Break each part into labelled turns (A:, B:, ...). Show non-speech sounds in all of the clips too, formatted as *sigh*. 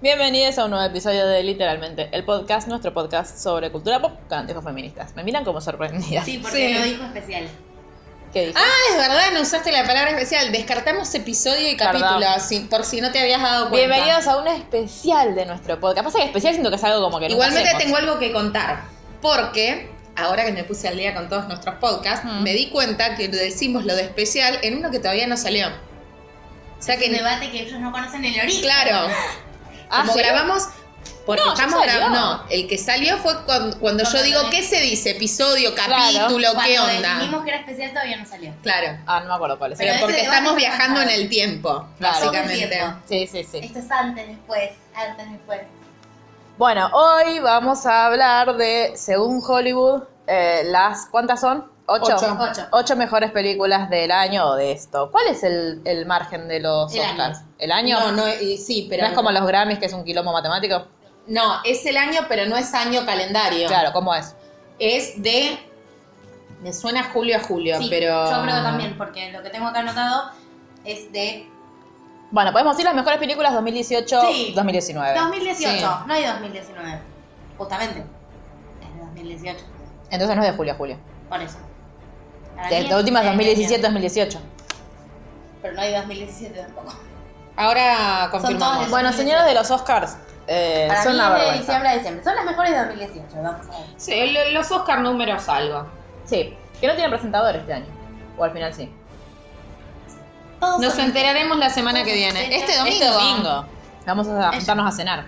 A: Bienvenidos a un nuevo episodio de Literalmente el podcast, nuestro podcast sobre cultura pop con anteojos feministas. Me miran como sorprendida.
B: Sí, porque
C: Sí.
B: lo dijo especial.
A: ¿Qué dije?
C: Ah, es verdad, no usaste la palabra especial. Descartamos episodio y
A: Perdón.
C: capítulo, si- por si no te habías dado cuenta.
A: Bienvenidos a un especial de nuestro podcast. Pasa que especial siento que es algo como que nunca
C: Igualmente
A: hacemos.
C: tengo algo que contar, porque ahora que me puse al día con todos nuestros podcasts,
A: Mm.
C: me di cuenta que decimos lo de especial en uno que todavía no salió. O sea
B: Es
C: que,
B: un debate que ellos no conocen el origen.
C: *laughs* claro,
A: Ah,
C: como
A: ¿sí?
C: grabamos... Porque
A: No, ya
C: estamos
A: salió.
C: grabando. No, el que salió fue cuan- cuando, yo
B: Cuando
C: digo,
B: tenés-
C: ¿qué se dice? Episodio,
A: Claro.
C: capítulo,
B: Cuando
C: ¿qué onda?
B: dijimos que era especial todavía no salió.
C: Claro,
A: Ah, no me acuerdo cuál es.
C: pero
B: ese
C: porque
B: debate
C: estamos
B: fue
C: viajando en
B: pasado.
C: el tiempo,
A: Claro.
C: básicamente.
B: Todo el tiempo.
A: Sí, sí, sí.
B: Esto es antes, después, antes, después.
A: Bueno, hoy vamos a hablar de, según Hollywood, eh, las... ¿Cuántas son? ¿Ocho?
C: Ocho.
B: Ocho.
A: Ocho mejores películas del año o de esto. ¿Cuál es el, el margen de los
B: El año.
A: Oscars? ¿El año?
C: No, no, y sí, pero
A: ¿No es como los Grammys, que es un quilombo matemático?
C: No, es el año, pero no es año calendario.
A: Claro, ¿cómo es?
C: Es de. Me suena julio a julio,
B: Sí,
C: pero.
B: Yo creo que también, porque lo que tengo acá anotado es de
A: Bueno, podemos decir las mejores películas 2018-2019.
B: Sí. 2018. No hay 2019. Justamente. Es de 2018.
A: Entonces no es de julio a julio.
B: Por eso. Para mí
A: De-
B: es
A: La última es
B: de
A: 2017-2018.
B: Pero no hay 2017 tampoco.
C: Ahora confirmamos.
B: todos de-
A: Bueno, señores de los Oscars, eh,
B: Para
A: son
B: mí
A: una
B: es de
A: vergüenza.
B: diciembre a diciembre. Son las mejores de 2018. Vamos a ver.
C: Sí, el- los Oscar números algo.
A: Sí, que no tienen presentador este año. O al final sí.
B: Todos
C: Nos
B: son-
C: enteraremos la semana que viene. Este domingo.
A: Este domingo vamos a juntarnos a cenar.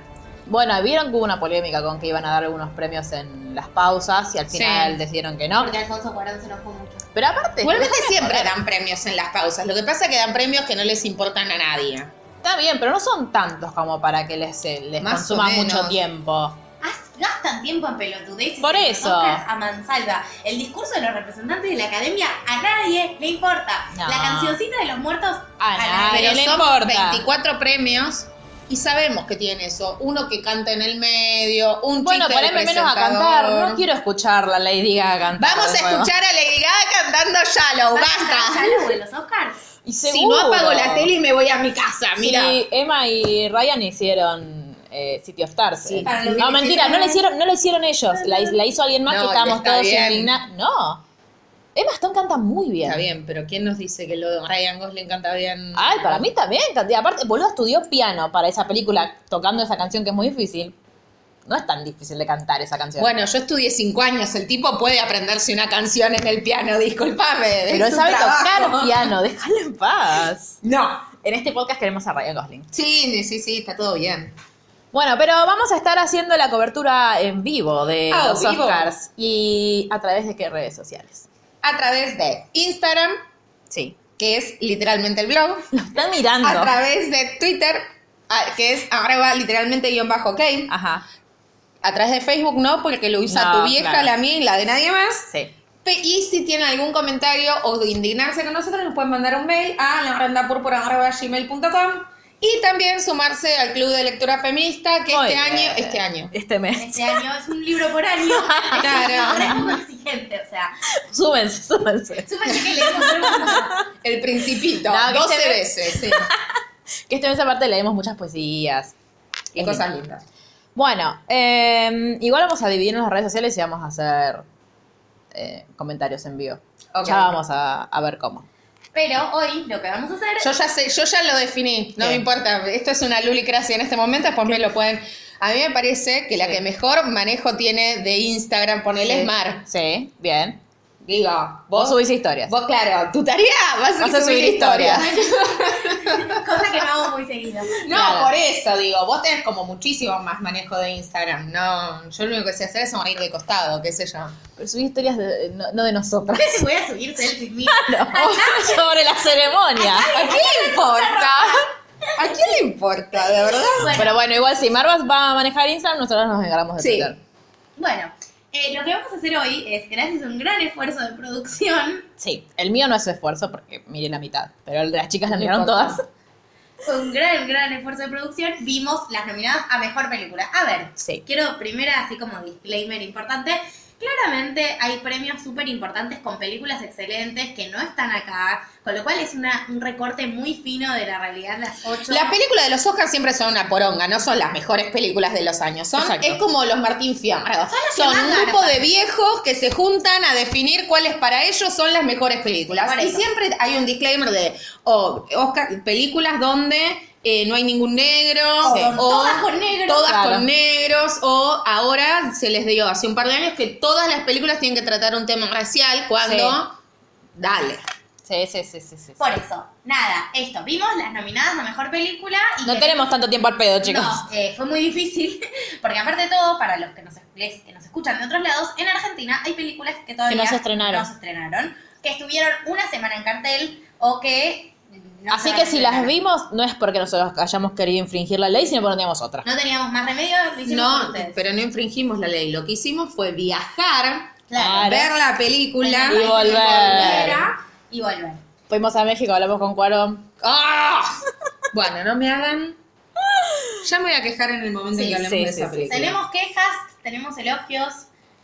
A: Bueno, vieron que hubo una polémica con que iban a dar algunos premios en las pausas y al
C: Sí.
A: final decidieron que no.
B: Porque Alfonso Cuarón se nos fue mucho.
A: Pero aparte,
C: Igualmente siempre dan premios en las pausas. Lo que pasa es que dan premios que no les importan a nadie.
A: está bien, pero no son tantos como para que les, eh, les
C: Más o
A: consuma
C: menos.
A: mucho tiempo.
B: Haz- Gastan tiempo en pelotudeces.
A: Por
B: en
A: eso.
B: los Oscars A mansalva. El discurso de los representantes de la academia a nadie le importa.
A: No.
B: La cancioncita de los muertos
A: A nadie.
C: Ah, Pero
A: le
C: son
A: importa.
C: 24 premios y sabemos que tiene eso. Uno que canta en el medio, un
A: Bueno,
C: chiste del
A: poneme menos a
C: presentador.
A: cantar. No quiero escuchar la Lady Gaga cantar.
C: Vamos
A: de
C: a
A: nuevo.
C: escuchar a Lady Gaga cantando Shallow,
B: ¿Vas a
C: basta.
B: entrar ya luego en los Oscars?
A: Y
C: Si no
A: seguro.
C: apago la tele y me voy a mi casa, Ah, mira.
A: Sí, Emma y Ryan hicieron eh, City of Stars.
C: Sí.
A: Eh,
B: Para los
A: no,
B: que
A: mentira, no
B: hicieron-
A: lo hicieron, no lo hicieron ellos. La, hi- la hizo alguien más
C: No,
A: que estábamos
C: está
A: todos
C: bien.
A: indignados. No. Emma Stone canta muy bien.
C: Está bien, pero ¿quién nos dice que lo de Ryan Gosling canta bien?
A: Ay, para mí también. cantidad. Aparte, boludo estudió piano para esa película, tocando esa canción que es muy difícil. No es tan difícil de cantar esa canción.
C: Bueno, yo estudié cinco años, el tipo puede aprenderse una canción en el piano, *laughs* discúlpame.
A: pero él
C: es un
A: sabe tocar
C: trabajo.
A: piano, déjalo en paz.
C: No.
A: En este podcast queremos a Ryan Gosling.
C: Sí, sí, sí, está todo bien.
A: Bueno, pero vamos a estar haciendo la cobertura en vivo de
C: Ah,
A: los
C: vivo.
A: Oscars. ¿Y a través de qué redes sociales?
C: A través de Instagram,
A: Sí.
C: que es literalmente
A: *laughs*
C: el blog,
A: Lo están mirando.
C: a través de Twitter, a- que es arroba literalmente guión bajo, ok.
A: Ajá.
C: A través de Facebook no, porque lo usa
A: No,
C: tu vieja,
A: claro.
C: la mía y la de nadie más.
A: Sí.
C: Pe- Y si tienen algún comentario o de indignarse con nosotros, nos pueden mandar un mail a gmail.com y también sumarse al Club de Lectura Feminista que
A: Muy
C: este
A: bien.
C: año, este año.
A: Este mes.
B: Este año es un libro por año.
C: Claro.
B: Es un poco exigente, o sea.
A: *laughs* Súbense, súbense.
B: Súper que leemos pero bueno,
C: El Principito,
A: No, que
C: 12
A: este mes-
C: veces, sí.
A: Que este mes aparte leemos muchas poesías.
C: Y
A: Es
C: cosas
A: lindo.
C: lindas.
A: Bueno, eh, igual vamos a dividirnos las redes sociales y vamos a hacer eh, comentarios en vivo.
C: Ok.
A: Ya vamos a, a ver cómo.
B: Pero hoy lo que vamos a hacer.
C: Yo ya sé, yo ya lo definí, no
A: ¿Qué?
C: me importa. Esto es una lulicracia en este momento, después me lo pueden. A mí me parece que la
A: Sí.
C: que mejor manejo tiene de Instagram, ponele
A: Sí.
C: es Mar.
A: Sí, bien.
C: Digo,
A: Vos
C: vos,
A: subís historias.
C: vos, claro, tu tarea va a ser
A: Vas a
C: subir
A: subir
C: historias.
B: Cosa que no hago muy seguido.
C: *laughs*
B: *laughs*
C: No,
A: Claro.
C: por eso digo, vos tenés como muchísimo más manejo de Instagram. No, yo lo único que sé hacer es sonreír de costado, qué sé yo.
A: Pero subí historias de- no, no de nosotras.
B: Voy a subir selfies mías.
C: *laughs*
A: Sobre la ceremonia.
C: ¿A quién le importa? ¿A quién le importa, de verdad?
A: Pero bueno, igual si Marvas va a manejar Instagram, nosotros nos encargamos de
C: Sí.
A: Twitter.
B: Bueno, eh, lo que vamos a hacer hoy es, gracias a un gran esfuerzo de producción,
A: Sí, el mío no es esfuerzo porque miré la mitad, pero el de las chicas la
C: No
A: miraron
C: importa.
A: todas.
B: un gran, gran esfuerzo de producción, vimos las nominadas a Mejor Película. A ver,
A: Sí.
B: quiero primero, así como disclaimer importante, claramente hay premios súper importantes con películas excelentes que no están acá, con lo cual es una- un recorte muy fino de la realidad de las ocho.
C: Las películas de los Oscars siempre son una poronga, no son las mejores películas de los años. Son,
A: Exacto.
C: es como los Martín Fierro.
B: que
C: Son
B: más
C: un
B: ganan
C: grupo de
B: para-
C: viejos que se juntan a definir cuáles para ellos son las mejores películas.
B: Por
C: Y
B: eso.
C: siempre hay un disclaimer de oh, Oscar, películas donde eh, no hay ningún negro,
B: O
C: o
B: todas con negros.
C: todas
A: Claro.
C: con negros, o ahora se les dio hace un par de años que todas las películas tienen que tratar un tema racial cuando... Dale.
A: Sí, sí, sí, sí, sí.
B: Por eso, nada, esto, vimos las nominadas a Mejor Película y
A: No
B: que-
A: tenemos tanto tiempo al pedo, chicos.
B: No, eh, fue muy difícil, *laughs* porque aparte de todo, para los que nos, les- que nos escuchan de otros lados, en Argentina hay películas que todavía
A: Que no se estrenaron.
B: no se estrenaron, que estuvieron una semana en cartel o que... no se
A: Así
B: van
A: que
B: a
A: si
B: estrenar.
A: las vimos, no es porque nosotros hayamos querido infringir la ley, sino porque no teníamos otra.
B: No teníamos más remedio, lo hicimos por
C: No,
B: ustedes.
C: pero no infringimos la ley. Lo que hicimos fue viajar,
B: Claro.
C: ver la película
A: Y volver.
B: Y volver.
A: Fuimos a México, hablamos con Cuaro.
C: ¡Ah! Bueno, no me hagan. Ya me voy a quejar en el momento
A: Sí,
C: en que hablemos
A: sí,
C: de
A: sí,
C: esa
A: sí.
C: película.
B: Tenemos quejas, tenemos elogios,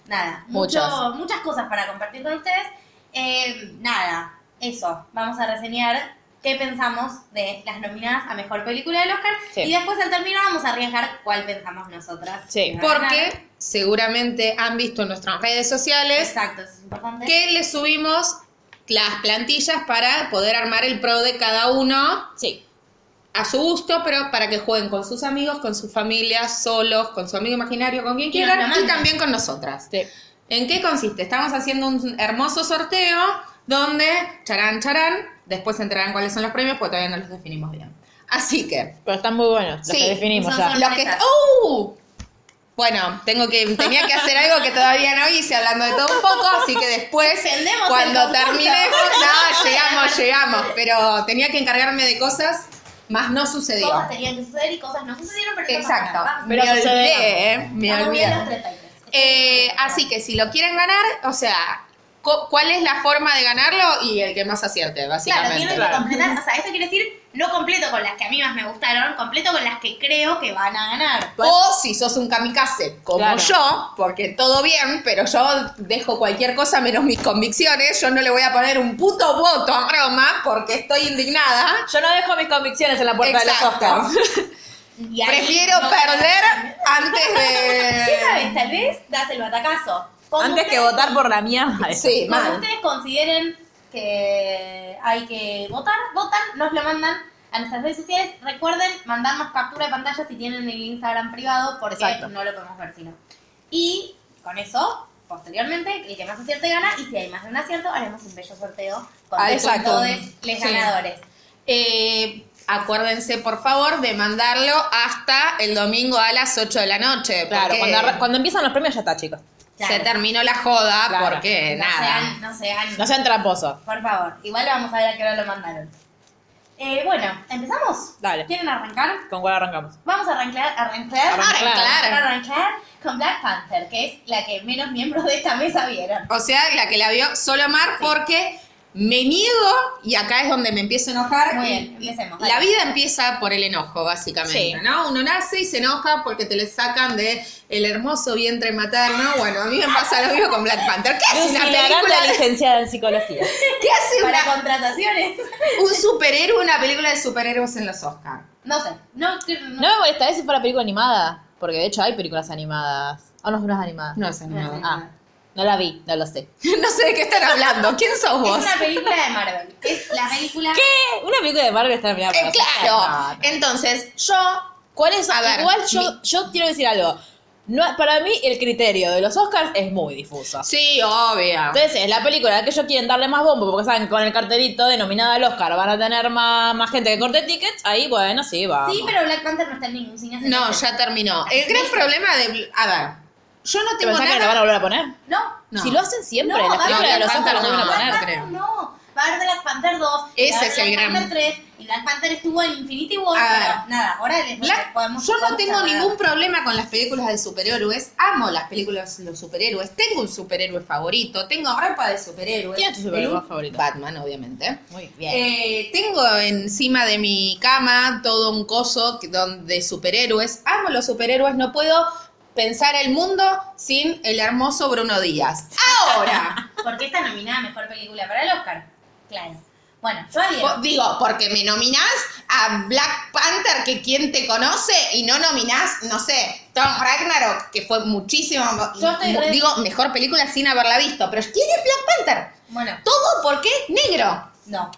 B: nada, mucho,
A: Muchas.
B: muchas cosas para compartir con ustedes. Eh, nada, eso, vamos a reseñar qué pensamos de las nominadas a Mejor Película del Oscar
A: Sí.
B: y después al terminar vamos a arriesgar cuál pensamos nosotras.
A: Sí.
B: que va a ganar.
C: Porque seguramente han visto en nuestras redes sociales
B: Exacto, eso es importante.
C: que les subimos las plantillas para poder armar el pro de cada uno
A: Sí.
C: a su gusto, pero para que jueguen con sus amigos, con sus familias, solos, con su amigo imaginario, con
B: Y
C: quien
B: nos lo
C: quieran y
B: mandan.
C: también con nosotras.
A: sí.
C: ¿En qué consiste? Estamos haciendo un hermoso sorteo donde, charán, charán, después entrarán cuáles son los premios porque todavía no los definimos bien. Así que,
A: Pero están muy buenos, los
C: Sí,
A: que definimos
B: son-
A: ya.
B: son-
C: los que... ¡Uh! Bueno, tengo que, tenía que hacer algo que todavía no hice, hablando de todo un poco, así que después,
B: Defendemos el
C: cuando
B: conjunto.
C: terminemos,
B: *laughs*
C: no, llegamos, llegamos, pero tenía que encargarme de cosas, más no sucedió.
B: Cosas tenían que suceder y cosas no sucedieron, pero no pasa
C: Exacto,
B: nada.
C: me
A: Pero
C: olvidé, eh, me
B: Vamos bien los
C: olvidé.
B: 33.
C: Eh, así que si lo quieren ganar, o sea, co- ¿cuál es la forma de ganarlo? Y el que más acierte,
B: Claro,
C: básicamente.
B: tienen que completar, o sea, eso quiere decir, no completo con las que a mí más me gustaron, completo con las que creo que van a ganar.
C: O si sos un kamikaze como
A: Claro.
C: yo, porque todo bien, pero yo dejo cualquier cosa menos mis convicciones, yo no le voy a poner un puto voto a Roma porque estoy indignada.
A: Yo no dejo mis convicciones en la puerta
C: Exacto.
A: de los Oscars.
B: Y ahí
C: Prefiero
B: no-
C: perder
B: *laughs*
C: *laughs* antes
B: ¿Qué
C: de...
B: sabes? Tal vez das el batacazo. Como
A: Antes que
B: ustedes-
A: votar por la mía. *laughs* madre.
C: Sí,
B: como
C: mal.
B: ustedes consideren que hay que votar, votan, nos lo mandan a nuestras redes sociales. Recuerden mandarnos captura de pantalla si tienen el Instagram privado, porque
A: Exacto.
B: no lo podemos ver si no. Y con eso, posteriormente, el que más acierte gana, y si hay más de un acierto, haremos un bello sorteo con
C: Ah,
B: todos
C: exacto.
B: los
C: Sí.
B: ganadores.
C: Eh, acuérdense, por favor, de mandarlo hasta el domingo a las 8 de la noche.
A: Claro,
C: porque
A: cuando, arran- cuando empiezan los premios ya está, chicos.
C: se
B: Claro.
C: terminó la joda
A: Claro.
C: porque
B: No
C: nada.
B: sean- no sean,
A: No sean tramposos.
B: Por favor, igual vamos a ver a qué hora lo mandaron. Eh, bueno, ¿empezamos?
A: Dale.
B: ¿Quieren arrancar?
A: ¿Con cuál arrancamos?
B: Vamos a arrancar, arrancar,
A: Arrancar.
B: arrancar, arrancar con Black Panther, que es la que menos miembros de esta mesa vieron.
C: O sea, la que la vio solo Mar porque me niego y acá es donde me empiezo a enojar.
B: Muy
C: y-
B: bien, empecemos, dale.
C: La vida empieza por el enojo, básicamente,
A: Sí.
C: ¿no? Uno nace y se enoja porque te le sacan de el hermoso vientre materno. Bueno, a mí me pasa lo mismo con Black Panther. ¿Qué hace una
A: Lucy Larán,
C: película?
A: la licenciada en psicología.
C: ¿Qué hace
B: Para
C: una-
B: contrataciones, *laughs*
C: un superhéroe, una película de superhéroes en los Oscars?
B: no sé, no,
A: No me molestaría si fuera película animada, porque de hecho hay películas animadas. O no, no es animada.
C: No sé
B: no sé
C: nada. *laughs*
B: nada.
A: No la vi, no lo sé.
C: No sé de qué están hablando. ¿Quién sos
B: Es
C: vos?
B: una película de Marvel, es la película...
A: ¿Qué? Una película de Marvel está nominada por
C: Eh,
A: los Oscars.
C: claro.
A: No, no.
C: Entonces, yo... ¿Cuál es? A ver,
A: Igual yo,
C: mi-
A: yo quiero decir algo. No, para mí el criterio de los Oscars es muy difuso.
C: Sí, obvia.
A: Entonces, es la película que ellos quieren darle más bombo, porque saben, con el cartelito denominada al Oscar van a tener más, más gente que corte tickets, ahí bueno, sí, va.
B: Sí, pero Black Panther no está en ningún cine. hace
C: No,
B: meses.
C: ya terminó. El gran problema de... A ver, yo no
A: ¿Te
C: tengo
A: pensás que la van a
C: nada...
A: volver a poner?
B: No,
C: No.
A: Si lo hacen siempre,
B: No,
A: las películas de
C: Black
A: los
C: Panther
A: Oscars las
C: no,
A: van a
C: Black
A: poner.
C: poner, creo.
B: No, va a haber Black Panther 2. y
C: Ese
B: va a haber
C: es el
B: Black
C: gran-
B: Panther 3 y Black Panther estuvo en Infinity War.
C: A
B: pero
C: ver.
B: nada, ahora les
C: Black-
B: podemos-
C: yo no
B: podemos
C: tengo
B: charlar.
C: ningún problema con las películas de superhéroes. Amo las películas de los superhéroes. Tengo un superhéroe favorito. Tengo ropa de superhéroes.
A: ¿Quién es tu superhéroe
C: El-
A: favorito?
C: Batman, obviamente.
A: Muy bien.
C: Eh, tengo encima de mi cama todo un coso que- donde superhéroes. Amo los superhéroes. No puedo pensar el mundo sin el hermoso Bruno Díaz.
A: *laughs*
C: Ahora.
B: Porque está nominada a mejor película para el Oscar. Claro. Bueno, yo
C: Po-
B: haría.
C: Digo, porque me nominás a Black Panther, que quien te conoce, y no nominás, no sé, Tom Ragnarok, que fue muchísimo,
B: Yo estoy
C: mu-
B: re-
C: digo, mejor película sin haberla visto. Pero ¿quién es Black Panther?
B: Bueno,
C: Todo porque es negro.
B: no.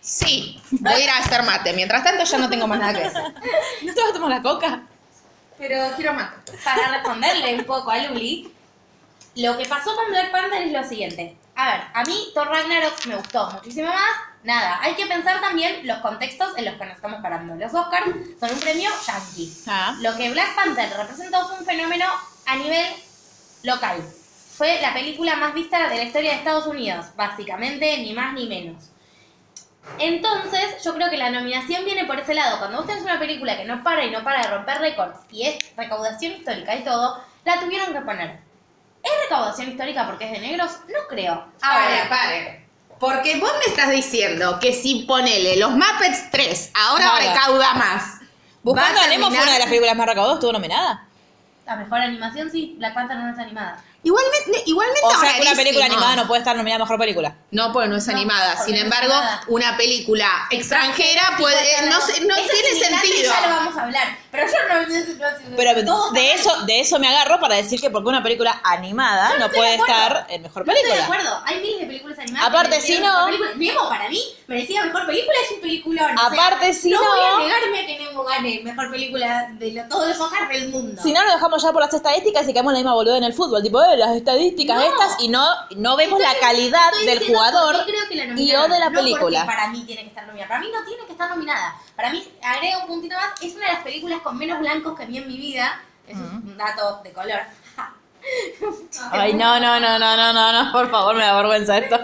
C: Sí, voy a ir a hacer mate. Mientras tanto, ya no tengo más nada que hacer.
A: ¿No te vas a tomar la coca?
C: Pero quiero mate.
B: para responderle un poco a Luli, lo que pasó con Black Panther es lo siguiente. A ver, a mí Thor Ragnarok me gustó muchísimo más. Nada, hay que pensar también los contextos en los que nos estamos parando. Los Oscars son un premio yankee.
A: Ah.
B: Lo que Black Panther representó fue un fenómeno a nivel local. Fue la película más vista de la historia de Estados Unidos, básicamente, ni más ni menos. Entonces, yo creo que la nominación viene por ese lado. Cuando vos tenés una película que no para y no para de romper récords y es recaudación histórica y todo, la tuvieron que poner. ¿Es recaudación histórica porque es de negros? No creo.
C: Ahora,
B: Ahora,
C: pare. Porque vos me estás diciendo que si ponele los Muppets 3, ahora
A: Nada.
C: recauda más.
A: Buscando
C: va
A: a
C: a
A: Nemo fue
C: terminar-
A: una de las películas más recaudadas, estuvo nominada.
B: la mejor animación sí, Black Panther no está animada.
C: Igualmente, igualmente
A: O sea, que una
C: rarísimo.
A: película animada no puede estar nominada a mejor película.
C: No, porque no es
B: No,
C: animada.
B: porque
C: Sin
B: no es
C: embargo,
B: animada.
C: una película extranjera puede, eh, no, se- no
B: Eso es
C: tiene
B: indignante y
C: sentido.
B: Ya lo vamos a hablar. Pero yo no. no- no-
A: Pero
B: todos
A: de
B: están-
A: eso, de eso me agarro para decir que porque una película animada
B: Yo no
A: no,
B: estoy
A: puede
B: de acuerdo.
A: estar en mejor
B: No estoy de
A: película.
B: acuerdo. Hay miles de películas animadas.
A: Aparte,
B: que merecieron
A: si no-
B: mejor película. Nemo, para mí, merecía mejor película. Es un peliculón. o sea,
A: Aparte, si
B: No
A: no-
B: voy a negarme a que Nemo gane mejor película de lo- todos los Oscars del mundo.
A: Si no, nos dejamos ya por las estadísticas y caemos en la misma boluda en el fútbol. Tipo, eh, las estadísticas
B: No.
A: estas y no, no vemos
B: Estoy-
A: la calidad
B: estoy
A: del
B: diciendo
A: jugador
B: por qué creo que la
A: y o
B: nominaron,
A: de la
B: no
A: película.
B: Porque para mí tiene que estar nominada. Para mí no tiene que estar nominada. Para mí, agrego un puntito más, es una de las películas con menos blancos que vi en mi vida. Eso es un dato de color.
A: Ay, no, no, no, no, no, no, no, por favor, me da vergüenza esto.
B: *laughs*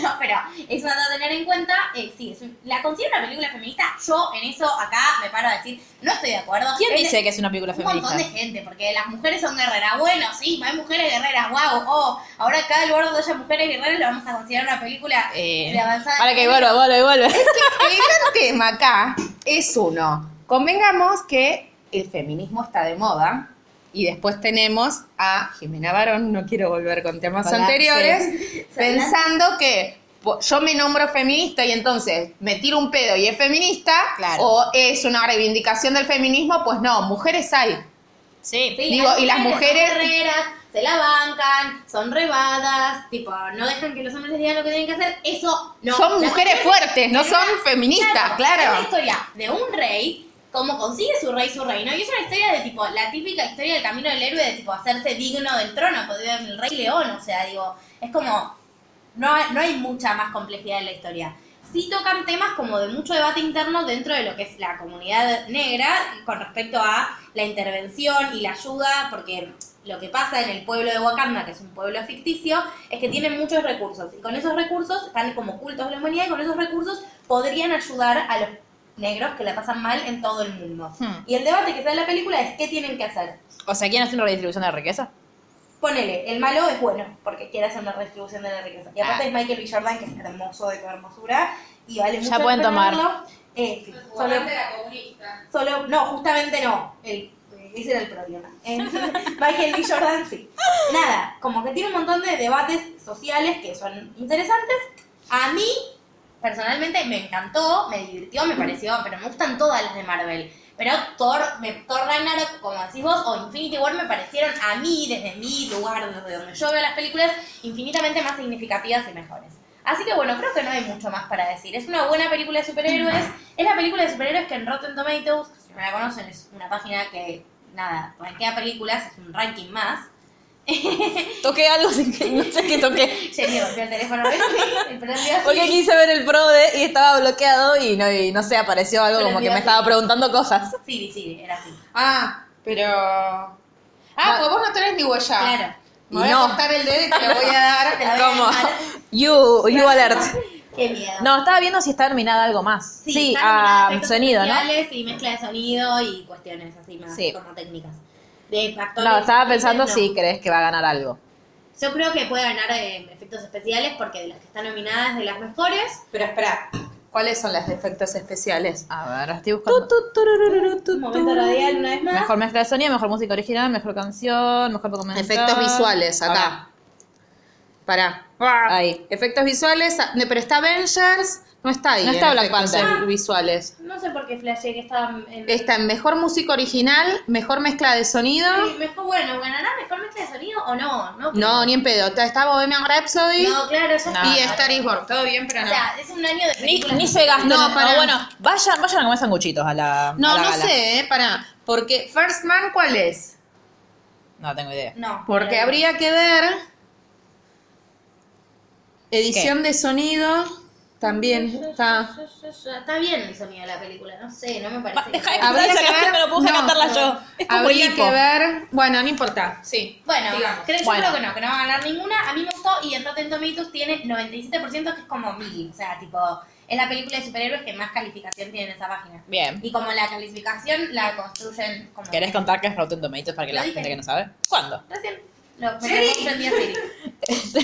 B: No, pero es una a tener en cuenta. eh, sí, es un- la considero una película feminista. Yo en eso acá me paro a decir, no estoy de acuerdo.
A: ¿Quién
B: Es-
A: dice que es una película
B: Un montón
A: feminista?
B: de gente, porque las mujeres son guerreras. Bueno, sí, hay mujeres guerreras, wow. Oh, ahora cada lugar donde haya mujeres guerreras lo vamos a considerar una película
A: Eh,
B: de avanzada.
A: para que
B: *laughs*
A: vuelva, vuelve, vuelve.
C: El gran tema acá es uno. Convengamos que el feminismo está de moda. Y después tenemos a Jimena Barón, no quiero volver con temas
A: Hola,
C: anteriores,
B: Hola.
C: *laughs* pensando que po- yo me nombro feminista y entonces me tiro un pedo y es feminista,
A: Claro.
C: o es una reivindicación del feminismo, pues no, mujeres hay.
A: Sí.
B: Sí,
C: Digo,
B: hay
C: y las mujeres-
B: son guerreras, se la bancan, son rebadas, tipo, no dejan que los hombres les digan lo que tienen que hacer. Eso no.
C: son
B: Las
C: mujeres fuertes, no
B: Pero
C: son
B: era-
C: feministas,
B: ¿eh? Es la
C: claro.
B: historia de un rey, cómo consigue su rey su reino. Y es una historia de tipo, la típica historia del camino del héroe, de tipo, hacerse digno del trono, podría ser el rey león, o sea, digo, es como, no, hay- no hay mucha más complejidad en la historia. Sí tocan temas como de mucho debate interno dentro de lo que es la comunidad negra con respecto a la intervención y la ayuda, porque lo que pasa en el pueblo de Wakanda, que es un pueblo ficticio, es que tienen muchos recursos. Y con esos recursos están como cultos de la humanidad y con esos recursos podrían ayudar a los negros que la pasan mal en todo el mundo.
A: Hmm.
B: Y el debate que está en la película es qué tienen que hacer.
A: O sea, ¿quién hace una redistribución de riqueza?
B: Ponele, el malo es bueno, porque quiere hacer una redistribución de la riqueza.
A: Ah.
B: Y aparte es Michael B. Jordan, que es hermoso de tu hermosura, y vale mucho
A: Ya pueden
B: la pena
A: tomar.
B: verlo. Eh, sí, solo, solo- no, justamente no. El- ese era el problema. Eh, *laughs* Michael B. Jordan, sí. Nada, como que tiene un montón de debates sociales que son interesantes. A mí, personalmente, me encantó, me divirtió, me pareció, pero me gustan todas las de Marvel. Pero Thor, me, Thor Ragnarok, como decís vos, o Infinity War me parecieron a mí, desde mi lugar, desde donde yo veo las películas, infinitamente más significativas y mejores. Así que bueno, creo que no hay mucho más para decir. Es una buena película de superhéroes. Es la película de superhéroes que en Rotten Tomatoes, si no la conocen, es una página que nada, rankea películas, es un ranking más.
A: Toqué algo sin que no sé qué toqué.
B: Jenny rompió el teléfono, ¿ves? *laughs* El prendió
A: Porque
B: así.
A: quise ver el pro de y estaba bloqueado y no, y no sé, apareció algo como que me estaba preguntando cosas.
B: Sí, sí, era así.
C: Ah, pero. Ah, pues vos no tenés ni huella.
B: Claro.
C: Me voy
A: No.
C: a cortar el dedo y te lo voy a
A: *laughs*
C: dar.
B: Te la voy a
A: Como
B: dejar.
A: you, you alert.
B: *laughs* Qué miedo.
A: No, estaba viendo si está nominada algo más. Sí,
B: están
A: a
B: efectos
A: sonido, ¿no?
B: especiales Y mezcla de sonido y cuestiones así más
A: Sí.
B: como técnicas. De factores
A: No, estaba pensando
B: no.
A: si crees que va a ganar algo.
B: Yo creo que puede ganar eh, efectos especiales porque de las que están nominadas es de las mejores.
C: Pero espera.
A: ¿Cuáles son los efectos especiales? A ver, estoy buscando.
B: Un momento radial una vez más.
A: Mejor mezcla de sonido, mejor música original, mejor canción, mejor documental.
C: Efectos visuales, acá. Pará.
A: Ahí.
C: Efectos visuales. ah, no, Pero está Avengers. No está ahí.
A: No está
C: en
A: Black
C: efectos
A: Panther.
C: visuales.
B: No sé por qué flashé que estaba en...
C: Está en mejor música original, mejor mezcla de sonido.
B: Sí, mejor, bueno, ¿ganará mejor mezcla de sonido o no? No,
C: No, ni en pedo. Está, está Bohemian Rhapsody
B: No, claro, ya
C: y
B: está.
C: Star is Born. Todo bien, pero
B: O
C: no.
B: sea, es un año
A: Ni,
B: de películas.
A: ni se gastó.
C: No,
A: No,
C: para-
A: bueno, vayan, vayan a comer sanguchitos a la. a
C: No,
A: la
C: no
A: gala.
C: sé, eh, pará. Porque First Man, ¿cuál es?
A: No tengo idea.
B: No.
C: Porque
B: pero-
C: habría que ver edición de sonido también está.
B: Está bien el sonido de la película, no sé, no me
A: Va,
B: parece.
A: Deja de
B: que-
C: Habría
A: cantar esa
C: que ver-
A: canción, me lo puse a
C: no,
A: cantarla
C: no.
A: yo. Es como
C: Habría
A: el
C: que
A: hipo.
C: ver, bueno, no importa, sí.
B: Bueno,
C: Digamos.
B: creo, yo
A: Bueno.
B: creo que no, que no va a ganar ninguna. A mí me gustó y en Rotten Tomatoes tiene 97% que es como mil. O sea, tipo, es la película de superhéroes que más calificación tiene en esa página.
A: Bien.
B: Y como la calificación la construyen como...
A: ¿Querés contar qué es Rotten Tomatoes para que
B: Lo
A: la
B: dije.
A: gente que no sabe?
C: *laughs*
A: ¿Cuándo? *laughs*
B: Recién lo, mientras vos prendías Siri.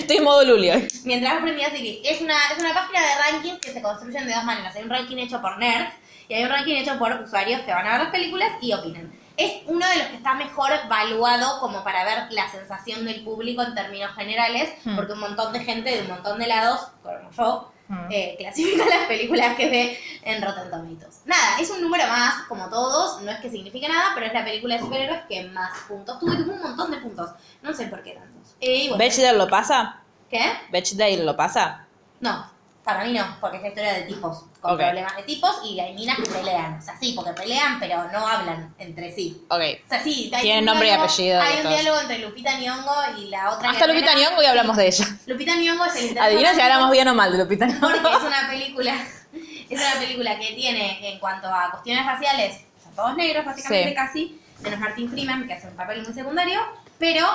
A: Estoy en modo Lulio. hoy.
B: Mientras vos prendías Siri. Es una, es una página de rankings que se construyen de dos maneras. Hay un ranking hecho por nerds y hay un ranking hecho por usuarios que van a ver las películas y opinan. Es uno de los que está mejor valuado como para ver la sensación del público en términos generales,
A: Hmm.
B: porque un montón de gente de un montón de lados, como yo,
A: Hmm.
B: eh, clasifica *laughs* las películas que ve en Rotten Tomatoes. Nada, es un número más, como todos, no es que signifique nada, pero es la película de superhéroes que más puntos tuvo, y tuvo un montón de puntos. No sé por qué tantos. Eh, y bueno,
A: ¿Betch Dale lo pasa?
B: ¿Qué?
A: ¿Betch Dale lo pasa?
B: No, para mí no, porque es la historia de tipos, con
A: Ok.
B: problemas de tipos y hay minas que pelean. O sea, sí, porque pelean, pero no hablan entre sí.
A: Ok.
B: O sea, sí, hay
A: Tienen
B: un
A: nombre y
B: diálogo-
A: apellido y
B: Hay un
A: todo.
B: diálogo entre Lupita Nyong'o y la otra
A: Hasta
B: guerrera.
A: Lupita Nyong'o y hablamos de ella.
C: *laughs*
B: Lupita Nyong'o
A: Adivina
B: es el
A: si
B: interpretante-
A: hablamos bien o mal de Lupita
B: porque
A: *laughs* Nyong'o.
B: es una película, *laughs* es una película que tiene en cuanto a cuestiones raciales, son todos negros básicamente
A: Sí.
B: casi, menos Martin Freeman que hace un papel muy secundario, pero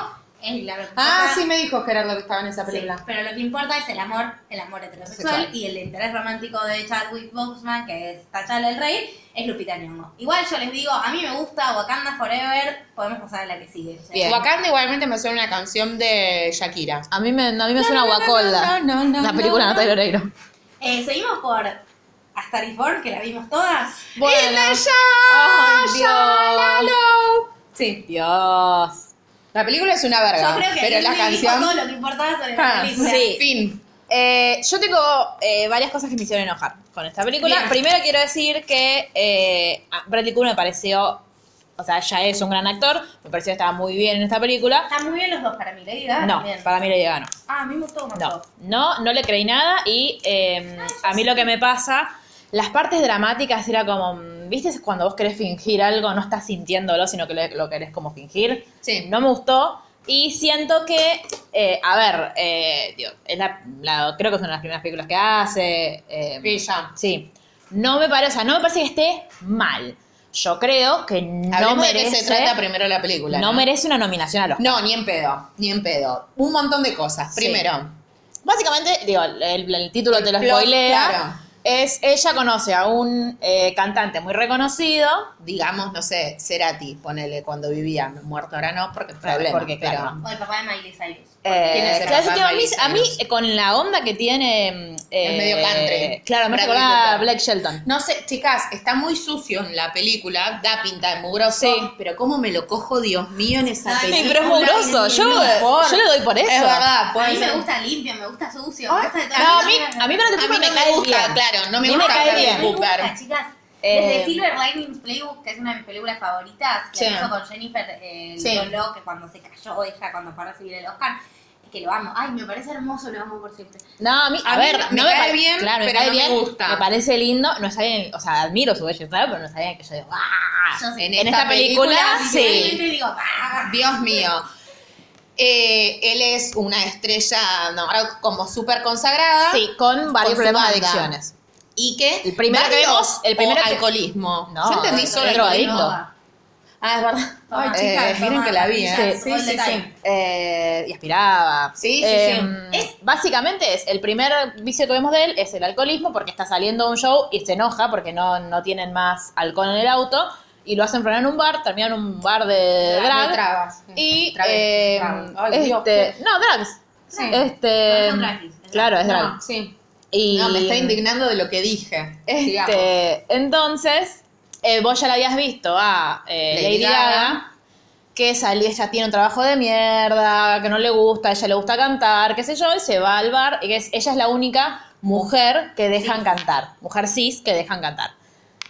B: es la
C: Ah,
B: importa-
C: sí me dijo Gerardo que estaba en esa
B: sí,
C: película.
B: pero lo que importa es el amor, el amor heterosexual
C: Sexual.
B: y el interés romántico de Chadwick Boseman, que es T'Challa el Rey, es Lupita Nyong'o. Igual yo les digo, a mí me gusta Wakanda Forever, podemos pasar a la que sigue. O sea,
A: Bien.
C: Wakanda igualmente me suena una canción de Shakira.
A: A mí me, a mí me suena Guacolda.
C: no, no,
A: la película de Natalia Oreiro.
B: eh, seguimos por Hasta Born, que la vimos todas.
A: Bueno.
C: Ay,
A: Ay,
C: Dios.
A: Sí. Dios.
C: La película es una verga,
B: Yo creo que
C: pero
B: ahí
C: la
B: Disney dijo
C: canción...
B: todo lo que importaba sobre
C: Ah,
B: la película.
A: sí.
C: Fin.
A: Eh, yo tengo eh, varias cosas que me hicieron enojar con esta película.
B: Bien.
A: Primero quiero decir que eh, a Bradley Cooper me pareció, o sea, ya es un gran actor, me pareció que estaba muy bien en esta película.
B: Están muy bien los dos para mí, Lady Gaga
A: No,
B: también.
A: para mí le ganó.
B: Ah, a mí me gustó un
A: No,
B: montón.
A: no, no le creí nada y eh, a mí lo que me pasa, las partes dramáticas era como, mm, ¿viste? Cuando vos querés fingir algo, no estás sintiéndolo, sino que le- lo querés como fingir.
C: Sí.
A: No me gustó y siento que, eh, a ver, eh, digo, es la- la- creo que es una de las primeras películas que hace. eh,
C: Ella.
A: sí. No me parece, o sea, no me parece que esté mal. Yo creo que no
C: Hablemos
A: merece,
C: de qué se trata primero la película.
A: no merece una nominación a los
C: No, ni en pedo, ni en pedo. Un montón de cosas.
A: Sí.
C: Primero,
A: Básicamente, digo, el, el- el título
C: El
A: te lo
C: plot,
A: spoilea.
C: claro.
A: Es ella conoce a un eh, cantante muy reconocido.
C: digamos, no sé, Cerati, ponele cuando vivía, muerto ahora no, porque es
A: Claro,
C: problema.
A: porque, claro,
C: pero-
B: O el papá de Miley Cyrus.
C: tiene
A: Eh,
C: ese
A: claro,
C: papá
A: tipo, a mí,
C: Miley
A: a mí,
C: Cyrus.
A: eh, con la onda que tiene. eh,
C: Es medio country.
A: Claro, me hace
C: Bradley
A: acordar a
C: Cooper.
A: Blake Shelton.
C: No sé, chicas, está muy sucio en la película, da pinta de mugroso,
A: Sí.
C: pero cómo me lo cojo, Dios mío, en esa
A: Sí,
B: Ay,
C: película.
A: pero es mugroso. Yo, yo le doy por eso.
C: Es verdad, puede
B: a mí
C: ser.
B: me gusta limpio, me gusta sucio, me gusta de todo.
A: No, a mí, a mí Bradley
C: A
A: Cooper
C: mí
A: me
C: no me
A: cae
C: gusta,
A: bien.
C: claro, no me
A: A mí
C: gusta
A: me cae
C: Bradley
B: Me
A: bien.
C: Cooper.
B: gusta, chicas.
A: Eh,
B: Desde Silver Linings Playbook, que es una de mis películas favoritas, que
C: Sí.
B: hizo con Jennifer eh,
C: Sí.
B: Lolo, que cuando se cayó ella, cuando fue a recibir el Oscar, que lo amo. Ay, me parece hermoso, lo amo por siempre.
A: No, a mí, a,
C: A mí
A: ver,
C: me
A: no
C: cae
A: pare-
C: bien,
A: claro, me
C: pero
A: cae
C: no me
A: bien,
C: gusta.
A: Me parece lindo, no es alguien, o sea, admiro su belleza, pero no es alguien que yo digo, ¡ah!
B: Yo sí.
A: En, esta película,
B: Realmente
A: sí.
B: digo, "Ah".
C: Dios mío. Eh, él es una estrella nombrada como súper consagrada.
A: Sí, con varios
C: su
A: problemas de
C: banda.
A: adicciones.
C: Y que.
A: El primero que
C: varios-
A: vemos- el primero
C: o
A: que-
C: alcoholismo.
A: No,
C: Yo entendí
A: es
C: solo
A: drogadicto.
C: alcoholismo. Ah, es verdad.
B: Toma,
C: Ay,
B: chica,
C: chicas, miren
B: toma,
C: que la vi,
B: ya,
C: ¿eh?
B: sí, sí, sí.
A: Eh, y aspiraba.
C: Sí, sí,
A: Em,
B: sí. Es-
A: Básicamente es, el primer vicio que vemos de él es el alcoholismo, porque está saliendo a un show y se enoja porque no, no tienen más alcohol en el auto. Y lo hacen frenar en un bar, terminan en un bar de
C: Ah,
A: drag.
C: me trabas.
A: Y
C: Travesti,
A: eh,
C: trabas. Ay, Dios,
A: este, no, drags.
C: Sí.
A: Este,
B: son dragis, es
A: claro, es
C: qué-
A: drag.
C: No, sí.
A: Y
C: No, me está indignando de lo que dije. Sigamos.
A: Este, entonces, eh, vos ya la habías visto a eh,
C: Lady
A: Lady
C: Gaga.
A: Gaga, que salía, ella tiene un trabajo de mierda, que no le gusta, a ella le gusta cantar, qué sé yo, y se va al bar, y que es- ella es la única mujer que dejan cantar, mujer cis que dejan cantar.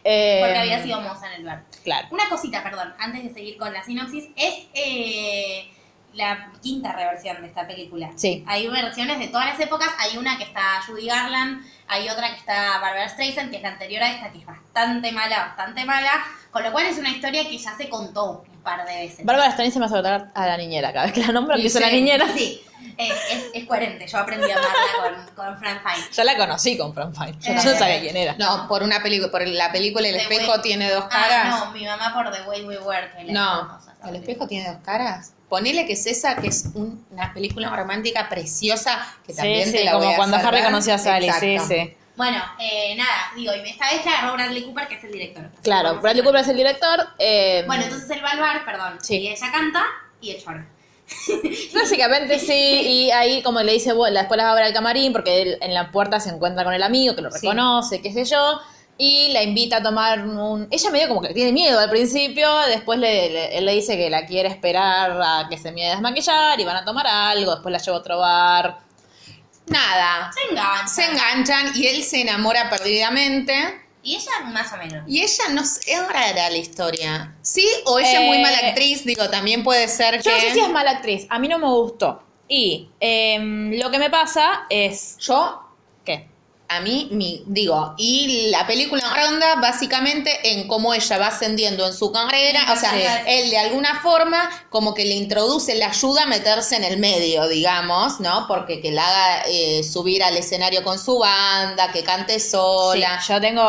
A: Eh,
B: Porque había sido moza en el bar.
A: Claro.
B: Una cosita, perdón, antes de seguir con la sinopsis, es eh, la quinta reversión de esta película.
A: Sí.
C: Ah,
B: Hay versiones de todas las épocas, hay una que está Judy Garland, hay otra que está Barbara Streisand, que es la anterior a esta, que es bastante mala, bastante mala, con lo cual es una historia que ya se contó un par de veces.
A: Bárbara Streisand me hace votar a la niñera, cada vez que la nombro,
C: Y
A: que hizo la
C: sí.
A: niñera.
B: Sí, es, es- es coherente, yo aprendí a amarla con, con Fran Fine.
A: Yo la conocí con Fran Fine, yo
B: Eh,
A: no sabía quién era.
C: No, por una película, por la película El
B: The
C: espejo
B: Way-
C: tiene dos
B: Ah,
C: caras.
B: no, mi mamá por The Way We Were, que le
C: No, el espejo tiene dos caras. Ponele que es esa, que es un- una película romántica preciosa, que
A: Sí,
C: también te
A: sí,
C: la voy
A: como
C: a
A: cuando
C: hacer
A: Harry
C: ver.
A: conoció a Sally, sí,
C: Exacto.
A: sí.
B: Bueno, eh, nada, digo, y esta vez la agarró Bradley Cooper, que es el director. Así que
A: Claro,
B: vamos a
A: Bradley
B: ver.
A: Cooper es el director. eh,
B: Bueno, entonces él va al bar, perdón,
A: Sí.
B: y ella canta y él llora.
A: Básicamente sí, y ahí como le dice, bueno, después las va a ver al camarín, porque él en la puerta se encuentra con el amigo que lo reconoce, qué sé yo, y la invita a tomar un... Ella medio como que le tiene miedo al principio, después le, le- él le dice que la quiere esperar a que se mire a desmaquillar y van a tomar algo, después la lleva a otro bar.
C: Nada.
B: Se engancha.
C: Se enganchan y él se enamora perdidamente.
B: Y ella más o menos.
C: Y ella no sé, es rara la historia. ¿Sí? O ella es muy
A: Eh,
C: mala actriz, digo, también puede ser
A: Yo
C: que.
A: no sé si es mala actriz, a mí no me gustó. Y em, lo que me pasa es...
C: Yo,
A: ¿Qué?
C: a mí, mi, digo, y la película ronda básicamente en cómo ella va ascendiendo en su carrera, o sea,
B: Sí.
C: él de alguna forma como que le introduce, le ayuda a meterse en el medio, digamos, ¿no? Porque que la haga eh, subir al escenario con su banda, que cante sola.
A: Sí, yo tengo...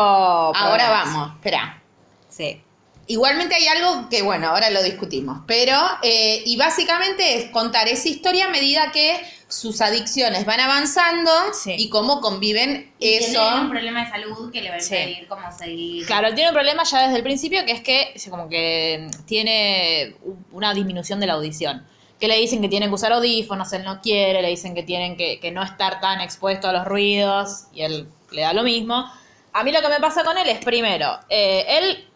A: problemas.
C: Ahora vamos, espera.
A: Sí.
C: Igualmente hay algo que, bueno, ahora lo discutimos, pero, eh, y básicamente es contar esa historia a medida que sus adicciones van avanzando
A: Sí.
C: y cómo conviven
B: Y
C: eso.
B: tiene un problema de salud que le va a
A: Sí.
B: impedir como seguir.
A: Claro, él tiene un problema ya desde el principio que es que es como que tiene una disminución de la audición. Que le dicen que tienen que usar audífonos, él no quiere, le dicen que tienen que, que no estar tan expuesto a los ruidos y él le da lo mismo. A mí lo que me pasa con él es primero, eh, él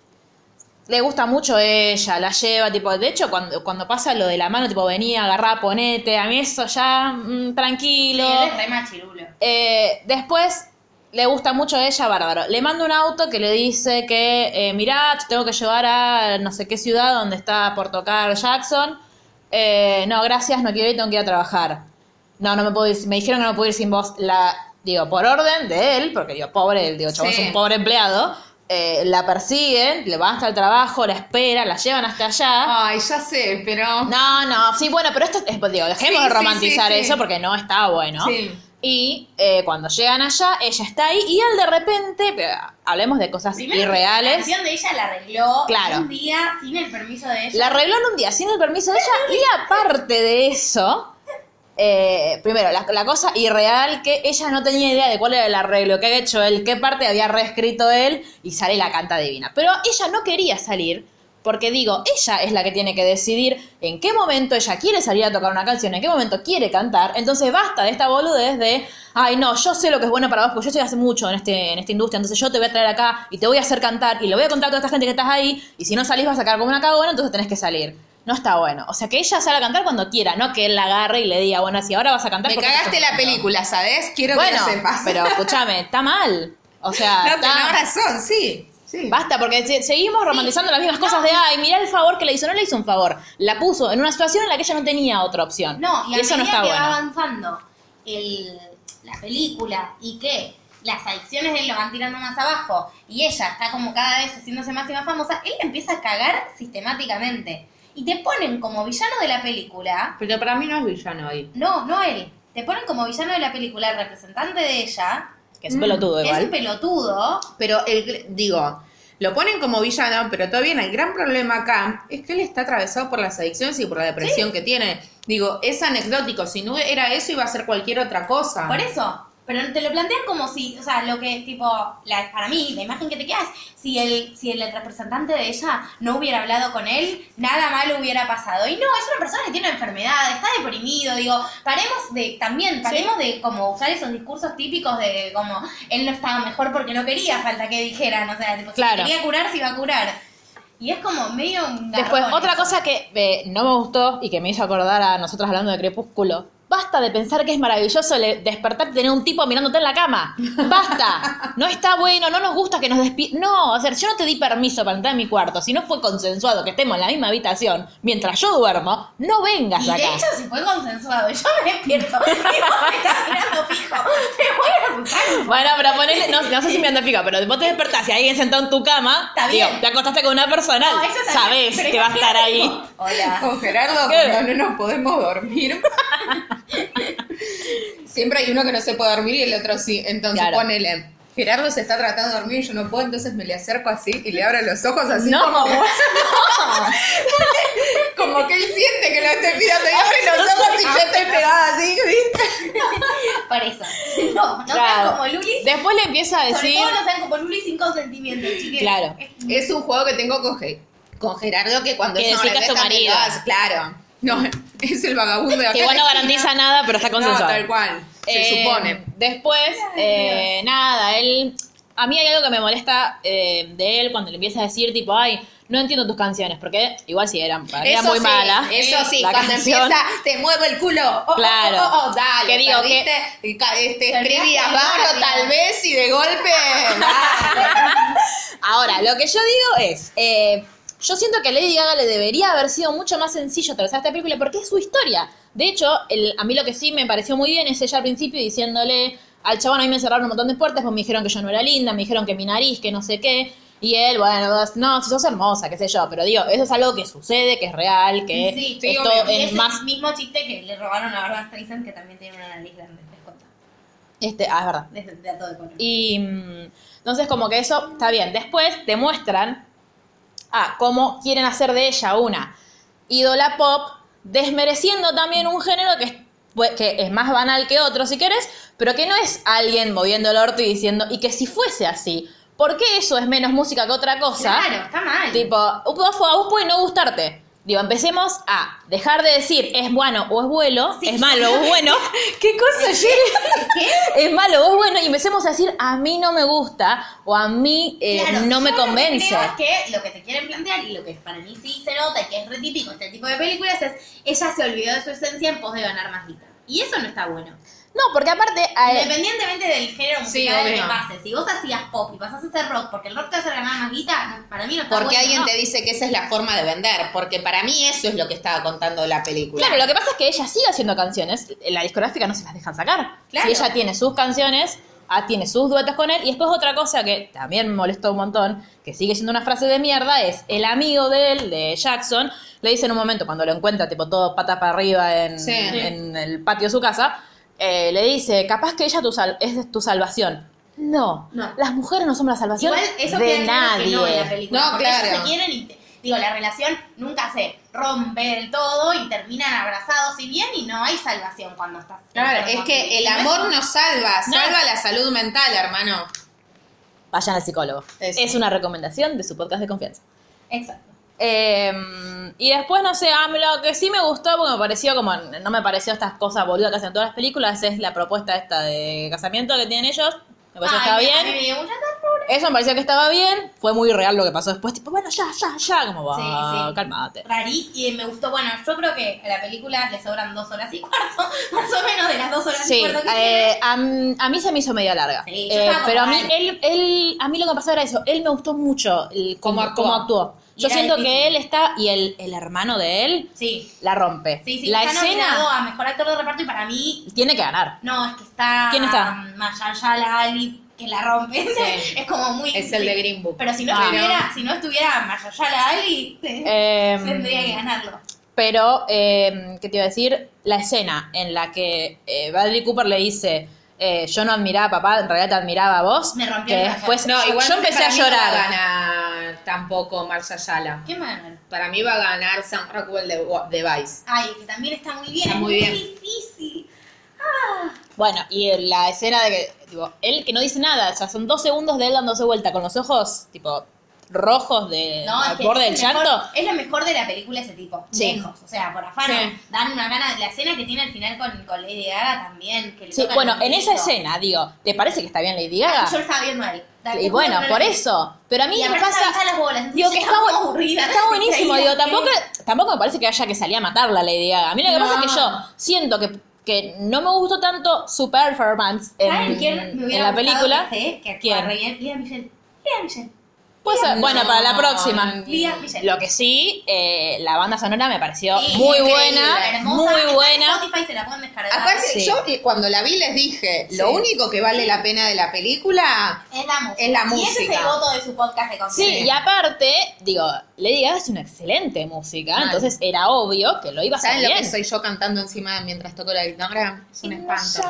A: le gusta mucho ella, la lleva, tipo, de hecho cuando, cuando pasa lo de la mano, tipo, venía, agarrá, ponete, a mí eso ya, mm,
B: Sí,
A: tranquilo.
B: él es re machirulo.
A: Eh, después le gusta mucho a ella, bárbaro. Le manda un auto que le dice que, eh, mirá, te tengo que llevar a no sé qué ciudad donde está por tocar Jackson. Eh, no, gracias, no quiero ir, tengo que ir a trabajar. No, no me puedo ir, me dijeron que no puedo ir sin vos. La, digo, por orden de él, porque digo, pobre, él, digo, chabón,
C: Sí.
A: es un pobre empleado. eh, la persiguen, le van hasta el trabajo, la esperan, la llevan hasta allá.
C: Ay, ya sé, pero.
A: No, no, sí, bueno, pero esto es, pues, digo, dejemos
C: Sí,
A: de
C: sí,
A: romantizar
C: sí, sí.
A: eso porque no está bueno.
C: Sí.
A: Y eh, cuando llegan allá, ella está ahí y él de repente, pero, hablemos de cosas
B: La
A: irreales,
B: canción de ella la arregló
A: Claro.
B: un día sin el permiso de ella.
A: la arregló en un día sin el permiso de ella y aparte de eso, eh, primero, la, la cosa irreal que ella no tenía idea de cuál era el arreglo que había hecho él, qué parte había reescrito él y sale la canta divina. Pero ella no quería salir. Porque digo, ella es la que tiene que decidir en qué momento ella quiere salir a tocar una canción, en qué momento quiere cantar. Entonces basta de esta boludez de, ay no, yo sé lo que es bueno para vos, porque yo estoy hace mucho en, este, en esta industria, entonces yo te voy a traer acá y te voy a hacer cantar y le voy a contar a toda esta gente que estás ahí y si no salís vas a sacar como una cagona, entonces tenés que salir. No está bueno. O sea, que ella salga a cantar cuando quiera, no que él la agarre y le diga, bueno, si ahora vas a cantar...
C: Me
A: porque
C: cagaste
A: esto es
C: la
A: un momento".
C: película, ¿sabes? Quiero
A: Bueno,
C: *laughs* que lo sepas.
A: pero escúchame, está mal. O sea,
C: no,
A: está-
C: tenés razón, sí. Sí.
A: Basta, porque se- seguimos romantizando las mismas cosas de, ay, mirá el favor que le hizo, no le hizo un favor. La puso en una situación en la que ella no tenía otra opción.
B: No, y a
A: eso no
B: medida
A: está
B: que va
A: bueno.
B: avanzando el- la película y que las adicciones de él lo van tirando más abajo y ella está como cada vez haciéndose más y más famosa, él la empieza a cagar sistemáticamente. Y te ponen como villano de la película,
C: Pero para mí no es villano ahí.
B: no, no él, te ponen como villano de la película el representante de ella,
A: Que es un pelotudo
B: que Mm, es un
A: igual.
B: pelotudo,
C: Pero el, digo, lo ponen como villano, pero todavía el gran problema acá es que él está atravesado por las adicciones y por la depresión que tiene. Digo, es anecdótico. Si no era eso, iba a ser cualquier otra cosa.
B: Por eso. Pero te lo plantean como si, o sea, lo que, tipo, la, para mí, la imagen que te queda es, si el, si el representante de ella no hubiera hablado con él, nada malo hubiera pasado. Y no, es una persona que tiene una enfermedad, está deprimido, digo, paremos de, también, paremos de como usar esos discursos típicos de como, él no estaba mejor porque no quería, falta que dijeran, o sea, tipo,
A: Claro.
B: si quería curar, se iba a curar. Y es como medio un
A: Después,
B: garrón
A: otra
B: eso.
A: cosa que eh, no me gustó y que me hizo acordar a nosotras hablando de Crepúsculo. Basta de pensar que es maravilloso le- despertarte y tener un tipo mirándote en la cama. Basta. No está bueno, no nos gusta que nos despi... No, o sea, yo no te di permiso para entrar a mi cuarto. Si no fue consensuado que estemos en la misma habitación mientras yo duermo, no vengas
B: Y
A: acá.
B: de hecho, si fue consensuado, yo me despierto. *laughs* Digo, me estás mirando fijo. Me voy a
A: *laughs*
B: asustar.
A: Bueno, pero ponele, no, no sé si me anda pica, pero vos te despertás y alguien sentado en tu cama,
B: Está
A: digo,
B: bien.
A: te acostaste con una persona,
B: No, eso está bien,
A: sabés
B: pero
A: que va a estar
B: imagínate,
A: ahí.
B: tipo,
A: Oh.
B: *laughs* Hola.
C: Con Gerardo
A: ¿Qué?
C: cuando no nos podemos
A: *laughs*
C: dormir. Siempre hay uno que no se puede dormir y el otro sí. Entonces
A: Claro.
C: ponele. Gerardo se está tratando de dormir y yo no puedo, entonces me le acerco así y le abro los ojos así
A: No,
C: como,
A: no.
C: como que él siente que lo
A: *laughs*
C: estoy mirando y abre los ojos y yo estoy pegada así, ¿viste?
A: *laughs*
B: Por eso. No, no
A: Claro.
B: sean como Luli.
A: Después le empieza a
B: Sobre
A: decir.
B: todo no sean como Luli sin consentimiento, chiquillos.
A: Claro.
C: Es un juego que tengo con, Ge- con Gerardo que cuando
A: Que
C: yo no
A: decís que
C: le
A: es tu
C: ves,
A: marido.
C: también lo hace, Claro. No, *laughs* es el vagabundo de acá.
A: Que igual
C: en
A: no
C: la esquina.
A: garantiza nada, pero está
C: *laughs* No,
A: consensuado.
C: tal cual. Se
A: Eh,
C: supone.
A: Después, eh, nada, él. A mí hay algo que me molesta eh, de él cuando le empieza a decir, tipo, ay, no entiendo tus canciones, porque igual sí eran, eran muy
C: sí,
A: malas.
C: Eso sí,
A: la
C: cuando
A: canción.
C: empieza, te muevo el culo. Oh, oh,
A: Claro.
C: oh, oh, oh, dale.
A: Que digo que-
C: perdiste, y ca- este,
B: Te
C: escribías
B: olvidaste de
C: barro
B: Barbie.
C: tal vez y de *laughs* golpe. dale.
A: Ahora, lo que yo digo es, eh, yo siento que a Lady Gaga le debería haber sido mucho más sencillo atravesar esta película porque es su historia. De hecho, el- a mí lo que sí me pareció muy bien es ella al principio diciéndole al chabón a mí me cerraron un montón de puertas, pues me dijeron que yo no era linda, me dijeron que mi nariz, que no sé qué. Y él, bueno, vos, no, si sos hermosa, qué sé yo, pero digo, eso es algo que sucede, que es real, que
B: Sí, sí,
A: esto
B: obvio. Y
A: es
B: el
A: más...
B: mismo chiste que le robaron a Barbara Streisand, que también tiene una nariz grande, les cuento.
A: Este, ah, es verdad.
B: Desde de a todo el color.
A: Y mm, entonces como que eso está bien. Después te muestran a cómo quieren hacer de ella una ídola pop, desmereciendo también un género que es, pues, que es más banal que otro, si querés, pero que no es alguien moviendo el orto y diciendo, y que si fuese así, ¿por qué eso es menos música que otra cosa?
B: Claro, está mal.
A: Tipo, vos, a vos puede no gustarte. Digo, empecemos a dejar de decir es bueno o es bueno, es malo o es bueno. *laughs* ¿Qué cosa, Jess? *laughs* Es malo o es bueno. Y empecemos a decir a mí no me gusta o a mí eh,
B: Claro,
A: no me
B: yo lo que
A: convence.
B: creo es que lo que te quieren plantear y lo que para mí sí se nota y que es re típico este tipo de películas es ella se olvidó de su esencia en pos de ganar más guita. Y eso no está bueno.
A: No, porque aparte, a-
B: Independientemente del género
C: Sí,
B: musical
C: obvio.
B: que pases, si vos hacías pop y pasás a hacer rock porque el rock te hace ganar más guita, no- para mí no está
C: Porque
B: bueno.
C: alguien
B: no.
C: te dice que esa es la forma de vender. Porque para mí eso es lo que estaba contando la película.
A: claro, lo que pasa es que ella sigue haciendo canciones. La discográfica no se las dejan sacar.
B: Claro.
A: Si ella tiene sus canciones, ah, tiene sus duetos con él. Y después otra cosa que también me molestó un montón, que sigue siendo una frase de mierda, es el amigo de él, de Jackson, le dice en un momento cuando lo encuentra, tipo todo pata para arriba en,
C: Sí.
A: en el patio de su casa, eh, le dice, capaz que ella tu sal- es tu salvación. No,
B: No.
A: las mujeres no somos la salvación
B: Igual eso
A: de
B: queda claro
A: nadie.
B: que no en la película.
C: No,
B: porque
C: claro.
B: ellos se quieren y te- digo, la relación nunca se rompe del todo y terminan abrazados y bien y no hay salvación cuando estás.
C: Claro, es
B: enfermo.
C: que el
B: Y no es-
C: amor nos salva,
A: No.
C: salva la salud mental, hermano.
A: Vayan al psicólogo.
C: Eso.
A: Es una recomendación de su podcast de confianza.
B: Exacto.
A: Eh, y después, no sé, a mí lo que sí me gustó, porque me pareció como, no me pareció estas cosas boludas que hacen todas las películas, es la propuesta esta de casamiento que tienen ellos. Me pareció que
B: Ay,
A: estaba
B: me- a mí
A: bien.
B: me dio mucha ternura.
A: Eso me pareció que estaba bien, fue muy real lo que pasó después, tipo, bueno, ya, ya, ya, como ah, va,
B: Sí, sí.
A: calmate.
B: Rarí y me gustó. Bueno, yo creo que a la película le sobran dos horas y cuarto, *laughs* más o menos de las dos horas y
A: Sí,
B: cuarto que tiene.
A: eh, a, m- a mí se me hizo medio larga.
B: Sí, yo
A: Eh,
B: estaba
A: pero a mí,
B: mal.
A: él, él, a mí lo que pasó era eso. Él me gustó mucho el- cómo,
C: Cómo
A: cómo
C: actuó.
A: actuó. Yo
B: Era
A: siento
B: difícil.
A: que él está y el, el hermano de él
B: Sí,
A: la rompe.
B: sí, sí.
A: la
B: está nominado
A: escena
B: a mejor actor de reparto y para mí,
A: tiene que ganar.
B: no, es que está.
A: ¿Quién está?
B: Mayayala Ali, que la rompe.
C: Sí.
B: *laughs* es como muy.
C: Es el de Green Book.
B: Pero si no
A: Ah,
B: estuviera, si no estuviera Mayayala Ali, *laughs*
A: Eh,
B: tendría que ganarlo.
A: Pero, eh, ¿qué te iba a decir? La escena en la que eh, Bradley Cooper le dice, eh, yo no admiraba a papá, en realidad te admiraba a vos.
B: Me rompió
A: que
B: el
A: después,
C: No,
A: yo,
C: igual
A: yo empecé
C: para
A: a
C: mí no va
A: llorar.
C: a ganar tampoco Marsha Yala.
B: ¿Quién va a ganar?
C: Para mí va a ganar Sam Rockwell de, de Vice.
B: Ay, que también está muy bien.
C: Está muy
B: es
C: bien.
B: difícil.
A: Bueno, y en la escena de que, tipo, él que no dice nada, o sea, son dos segundos de él dándose vuelta con los ojos, tipo, rojos de,
B: No, es
A: Eh, al
B: que
A: borde del
B: es la mejor-
A: llanto.
B: Es la mejor de la película ese tipo.
A: Sí.
B: Lejos. O sea, por afano.
A: Sí.
B: Dan una gana. La escena que tiene al final con, con Lady Gaga también. Que le
A: Sí,
B: tocan
A: bueno,
B: el
A: en esa
B: pito.
A: escena, digo, ¿te parece que está bien Lady
B: Ah, Yo lo
A: Gaga?
B: estaba viendo ahí.
A: Y bueno, por eso. Pero a mí
B: Y
A: me
B: aparte
A: pasa...
B: estaba hinchada las bolas, entonces *laughs*
A: Digo que
B: yo
A: está,
B: estaba
A: bu-
B: como aburrida,
A: está
B: *laughs* ¿no?
A: buenísimo,
B: Creía
A: digo,
B: que-
A: tampoco, tampoco me parece que haya que salir a matarla Lady Gaga. A mí lo que
B: No.
A: pasa es que yo siento que, que no me gustó tanto su performance
B: ¿Saben
A: en,
B: quién me
A: en
B: hubiera
A: la
B: gustado
A: película.
B: Que, esté, que
A: ¿Quién?
B: actúa re bien? Lía Michelle. Lía Michelle.
A: Pues, bueno, para la próxima.
B: Lía Michelle.
A: Lo que sí, eh, la banda sonora me pareció
B: Sí,
A: muy
B: increíble,
A: buena,
B: hermosa. Está
A: muy
B: en
A: buena.
B: Spotify se la pueden descargar.
C: Aparte,
A: sí.
C: yo eh, cuando la vi les dije, lo
A: Sí.
C: único que vale la pena de la película
B: Es la música.
C: Es la
B: Y ese es
C: música.
B: el voto de su podcast de
A: Sí,
B: confianza.
A: y aparte, digo, Lady Gaga es una excelente música,
C: Mal.
A: entonces era obvio que lo iba a hacer
C: ¿Saben lo
A: bien.
C: que soy yo cantando encima mientras toco la guitarra? Es un espanto.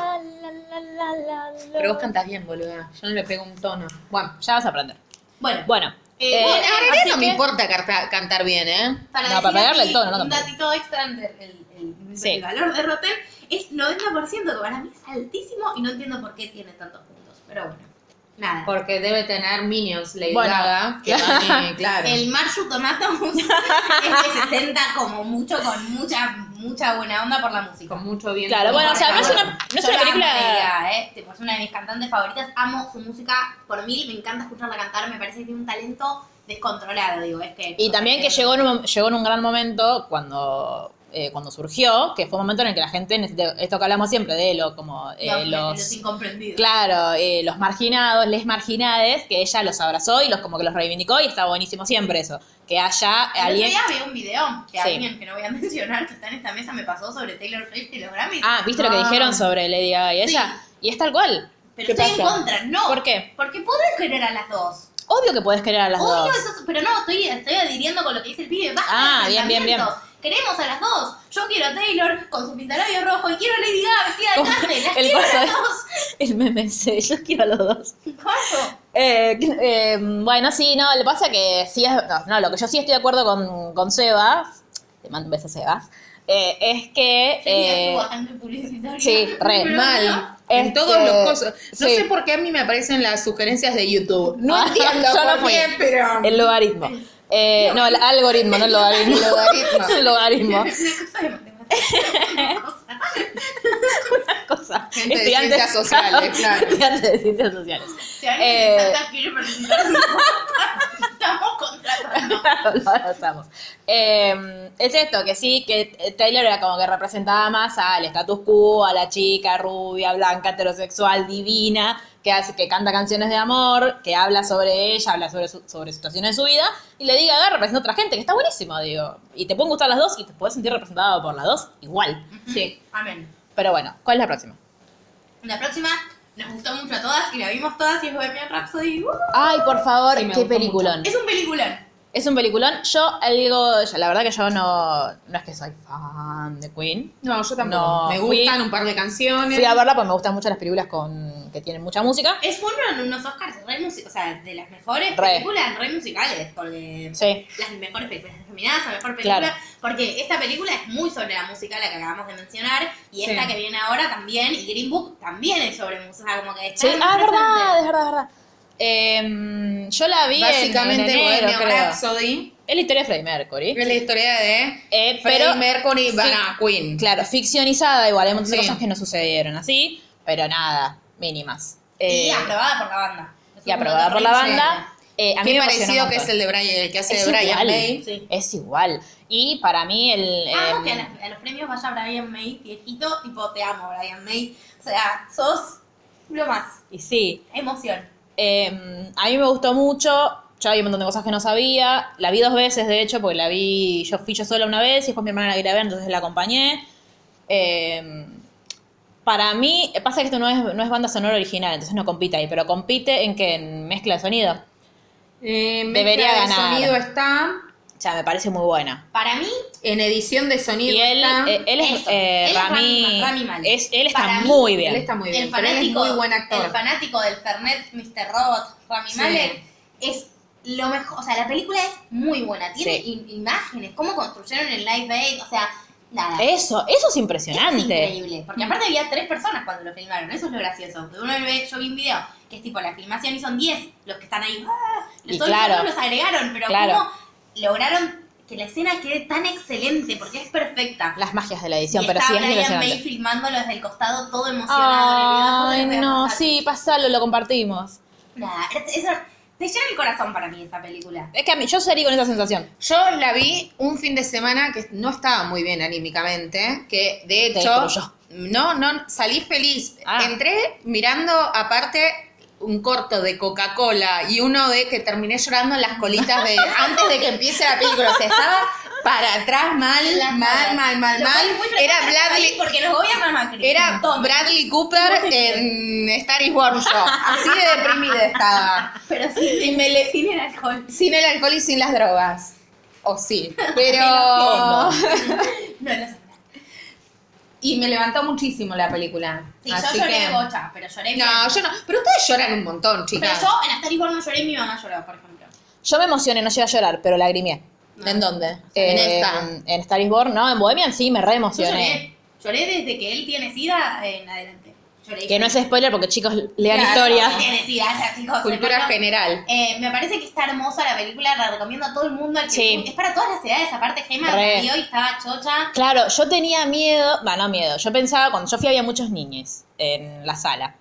C: Pero vos cantás bien, boluda. Yo no le pego un tono. Bueno,
A: Ya vas a aprender.
B: Bueno,
A: Bueno, eh,
C: bueno, en realidad
A: así
C: no me
A: que-
C: importa carta- cantar bien, ¿eh?
B: para,
A: No,
B: decir
A: para pegarle
B: así,
A: el tono, no
B: un
A: tampoco.
B: datito extra entre el, el- el-
A: Sí.
B: el valor de Rotten es 90%, que para mí es altísimo y no entiendo por qué tiene tantos puntos. Pero bueno, nada.
C: Porque debe tener Minions Lady
A: Bueno.
C: Gaga,
A: *laughs*
C: que va- eh, claro.
B: El Marshu Tomatoes es de 60 como mucho, con mucha mucha buena onda por la música.
C: Con mucho bien.
A: Claro, bueno, o sea, no es una, no es
B: Yo
A: una
B: la amo a Lady
A: película...
B: Gaga, eh, tipo, es una de mis cantantes favoritas. Amo su música por mil, me encanta escucharla cantar, me parece que tiene un talento descontrolado, digo, es que...
A: Y también que
B: es-
A: llegó en un, llegó en un gran momento cuando... eh, cuando surgió, que fue un momento en el que la gente, necesitó- esto que hablamos siempre de lo como eh,
B: los,
A: los,
B: los incomprendidos.
A: Claro, eh, los marginados, les marginades, que ella los abrazó y los como que los reivindicó y está buenísimo siempre eso. Que haya
B: El otro
A: alguien...
B: día vi un video que
A: Sí.
B: alguien que no voy a *laughs* mencionar que está en esta mesa me pasó sobre Taylor Swift y los Grammys.
A: Ah, ¿viste lo que
C: Ah.
A: dijeron sobre Lady Gaga y ella? Y es tal cual.
B: pero
A: ¿qué
B: estoy en
A: pasa?
B: contra, no.
A: ¿Por qué?
B: Porque podés querer a las dos.
A: Obvio que puedes querer a las
B: Obvio,
A: dos.
B: eso, pero no, estoy, estoy adhiriendo con lo que dice el pibe. Basta
A: Ah,
B: de
A: bien, bien, bien.
B: enfrentamientos. Queremos a las dos. Yo quiero a Taylor con su pintalabios rojo y quiero a Lady Gaga vestida de
A: Como
B: carne. Las
A: el
B: quiero a
A: coso
B: las
A: de- *laughs*
B: dos.
A: El meme ese, yo quiero a los dos.
B: ¿Cuánto?
A: Eh, eh, bueno, sí, no, lo que pasa que sí es. No, no, lo que yo sí estoy de acuerdo con, con Sebas, te mando un beso, Sebas, eh, es que.
B: Sería
A: eh,
B: tu bastante publicitaria.
A: sí, re,
B: Pero
C: Mal.
B: bueno,
C: En
A: Este,
C: todos los cosas. No
A: sí.
C: sé por qué a mí me aparecen las sugerencias de YouTube. No
A: Ah,
C: entiendo
A: *laughs* yo no
C: por
A: fui.
C: qué, pero.
A: El logaritmo. Eh, no, el algoritmo, no el logaritmo.
C: El logaritmo.
A: *laughs* el logaritmo.
B: Una cosa de matemáticas.
A: Cosa.
C: Gente de
A: *laughs*
C: ciencias sociales, claro.
A: Estudiantes de ciencias sociales. *laughs*
B: Si alguien
A: Eh,
B: de Salta quiere presentar su podcast, estamos contratando.
A: lo abrazamos. Eh, es esto, que sí, que Taylor era como que representaba más al status quo, a la chica rubia, blanca, heterosexual, divina, que hace, que canta canciones de amor, que habla sobre ella, habla sobre, su- sobre situaciones de su vida, y le diga, agarra, representa a otra gente, que está buenísimo, digo. Y te pueden gustar las dos y te puedes sentir representado por las dos igual. Sí.
B: Amén.
A: Pero bueno, ¿cuál es la próxima?
B: La próxima nos gustó mucho a todas y la vimos todas y es Bohemian Rhapsody. ¡Uh!
A: Ay, por favor,
C: Sí, me
A: qué
C: gustó
A: peliculón.
B: Es un peliculón.
A: Es un peliculón. Yo algo, yo- la verdad que yo no, no es que soy fan de Queen.
C: No, yo tampoco.
A: No,
C: me
A: fui-
C: gustan un par de canciones.
A: Fui a verla porque me gustan mucho las películas con que tienen mucha música.
B: Es uno en unos Oscars re musi- o sea, de las mejores
A: Re.
B: películas re musicales, porque
A: Sí.
C: Ah,
B: las mejores películas nominadas a mejor película,
A: Claro.
B: porque esta película es muy sobre la música, la que acabamos de mencionar, y
C: Sí.
B: esta que viene ahora también, y Green Book también es sobre música, como que está
A: Sí,
B: muy
A: ah, es
B: presente.
A: verdad, es verdad, es verdad. Em, yo la vi en-
C: Básicamente,
A: en enero,
C: Bohemian
A: creo.
C: Rhapsody
A: Es la historia de Freddie Mercury.
C: es la historia de
A: Eh,
C: Freddie
A: pero,
C: Mercury van
A: sí.
C: a Queen.
A: claro, ficcionizada igual. Hay un montón de
C: Sí.
A: cosas que no sucedieron así, pero nada, mínimas.
B: Y
A: Eh,
B: aprobada por la banda.
A: y aprobada por la banda. eh, a mí
C: Qué
A: me emociona
C: parecido
A: un
C: que es
A: montón.
C: el de Brian, el que hace
A: Es
C: de Brian
A: igual,
C: May.
B: Sí. Ah,
A: Es igual. Y para mí el...
B: Amo
A: em,
B: que a, las- a los premios vaya Brian May, viejito, tipo, te amo, Brian May. O sea, sos lo más.
A: y sí,
B: Emoción.
A: Eh, a mí me gustó mucho. Yo había un montón de cosas que no sabía. La vi dos veces, de hecho, porque la vi. Yo fui yo sola una vez y después mi hermana la quería ver, entonces la acompañé. Eh, para mí, pasa que esto no es, no es banda sonora original, entonces no compite ahí, pero compite en que en mezcla de sonido.
C: Eh, mezcla
A: Debería
C: de
A: ganar.
C: sonido está.
A: O sea, me parece muy buena.
B: Para mí,
C: En edición de sonido
A: Y él,
C: está.
A: eh, él es,
B: eso.
A: eh,
B: Él es
A: Rami-
B: Rami- Rami Malek.
A: es- él está
B: Para mí,
A: muy bien.
C: Él está muy bien.
B: el
C: pero él es
B: fanático,
C: muy buen actor.
B: el fanático del Fernet, Mr. Robot, Rami
C: Sí.
B: Malek, es lo mejor. O sea, la película es muy buena. Tiene im- imágenes, cómo construyeron el live aid, o sea, nada.
A: Eso, eso es
B: Es
A: impresionante.
B: increíble,
C: Mm.
B: porque aparte había tres personas cuando lo filmaron, eso es lo gracioso. Porque uno ve, yo vi un video que es tipo la filmación y son 10 los que están ahí. ¡ah!
A: Y
B: Los otros
A: claro.
B: otros los agregaron, pero
A: Claro.
B: cómo lograron que la escena quede tan excelente, porque es perfecta.
A: Las magias de la edición,
B: y
A: pero
B: está
A: sí es
B: Brian
A: impresionante.
B: May filmándolo desde el costado, todo
A: Ay,
B: emocionado. en el video, después se los voy a
A: no,
B: pasar.
A: sí, pasalo, lo compartimos.
B: Nada, es- es- te llena el corazón para mí esta película.
A: Es que a mí, yo salí con esa sensación.
C: Yo la vi un fin de semana que no estaba muy bien anímicamente, que de
A: Te
C: hecho,
A: destruyó.
C: no, no, salí feliz.
A: Ah.
C: Entré mirando aparte un corto de Coca-Cola y uno de que terminé llorando en las colitas
B: *laughs*
C: de antes de que empiece la película. O sea, estaba para atrás mal,
B: Las
C: mal,
B: malas.
C: mal, mal,
B: Lo cual
C: mal.
B: es muy
C: Era
B: frecuente
C: Bradley,
B: Porque los voy a amar Macri.
C: era
B: Tom.
C: Bradley Cooper en Star is Born yo. Así de deprimida estaba.
B: Pero sí, sí, me le sin el alcohol.
C: Sin el alcohol y sin las drogas. O sí,
B: No, *laughs*
C: pero...
B: No lo sabrá.
C: *laughs* Y me levantó muchísimo la película.
B: Sí,
C: Así
B: yo lloré
C: que-
B: bocha, pero lloré bien.
C: No, yo no. Pero ustedes lloran un montón,
B: Pero
C: chicas.
B: yo en Star is Born no lloré y mi mamá lloró, por ejemplo.
A: Yo me emocioné, no llegué a llorar, pero lagrimé.
C: ¿En dónde? En
A: Eh,
C: esta.
A: En Star is Born, no, en Bohemian sí, me
B: Yo
A: reemocioné.
B: lloré. Lloré desde que él tiene sida en adelante. Lloré.
A: Que no es spoiler porque chicos lean
B: Claro,
A: historia.
B: él Tiene sida, ya, chicos.
C: Cultura
B: hermano.
C: general.
B: Eh, me parece que está hermosa la película, la recomiendo a todo el mundo. al que
A: Sí.
B: le guste. Es para todas las edades, aparte Gemma
A: Re.
B: la vio y estaba chocha.
A: Claro, yo tenía miedo, va, no miedo, yo pensaba, cuando yo fui había muchos niños en la sala.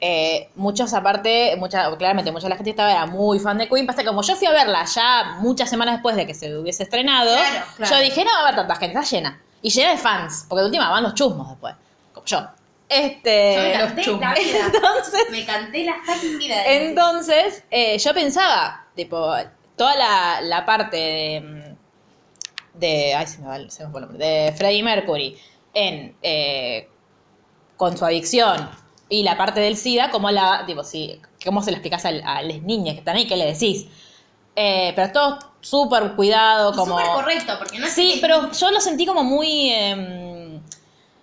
A: Eh, muchos aparte, mucha, claramente mucha de la gente estaba era muy fan de Queen, pasa que como yo fui a verla ya muchas semanas después de que se hubiese estrenado,
B: Claro, claro.
A: yo dije, no va a haber tanta gente, está llena. Y llena de fans, porque de última van los chusmos después, como yo.
B: Yo me
A: Este,
B: canté la vida.
A: *laughs* entonces,
B: Me canté la fucking vida.
A: entonces, eh, yo pensaba, tipo, toda la, la parte de, mm, de. Ay, se me, va, el- se me fue el nombre. De Freddie Mercury en. eh, con su adicción y la parte del SIDA, como la. Tipo, si, ¿Cómo se la explicás al- a, las niñas que están ahí? ¿Qué le decís? Eh, pero todo súper cuidado,
B: como...
A: como.
B: Súper correcto, porque no es
A: Sí,
B: que-
A: pero yo lo sentí como muy. em,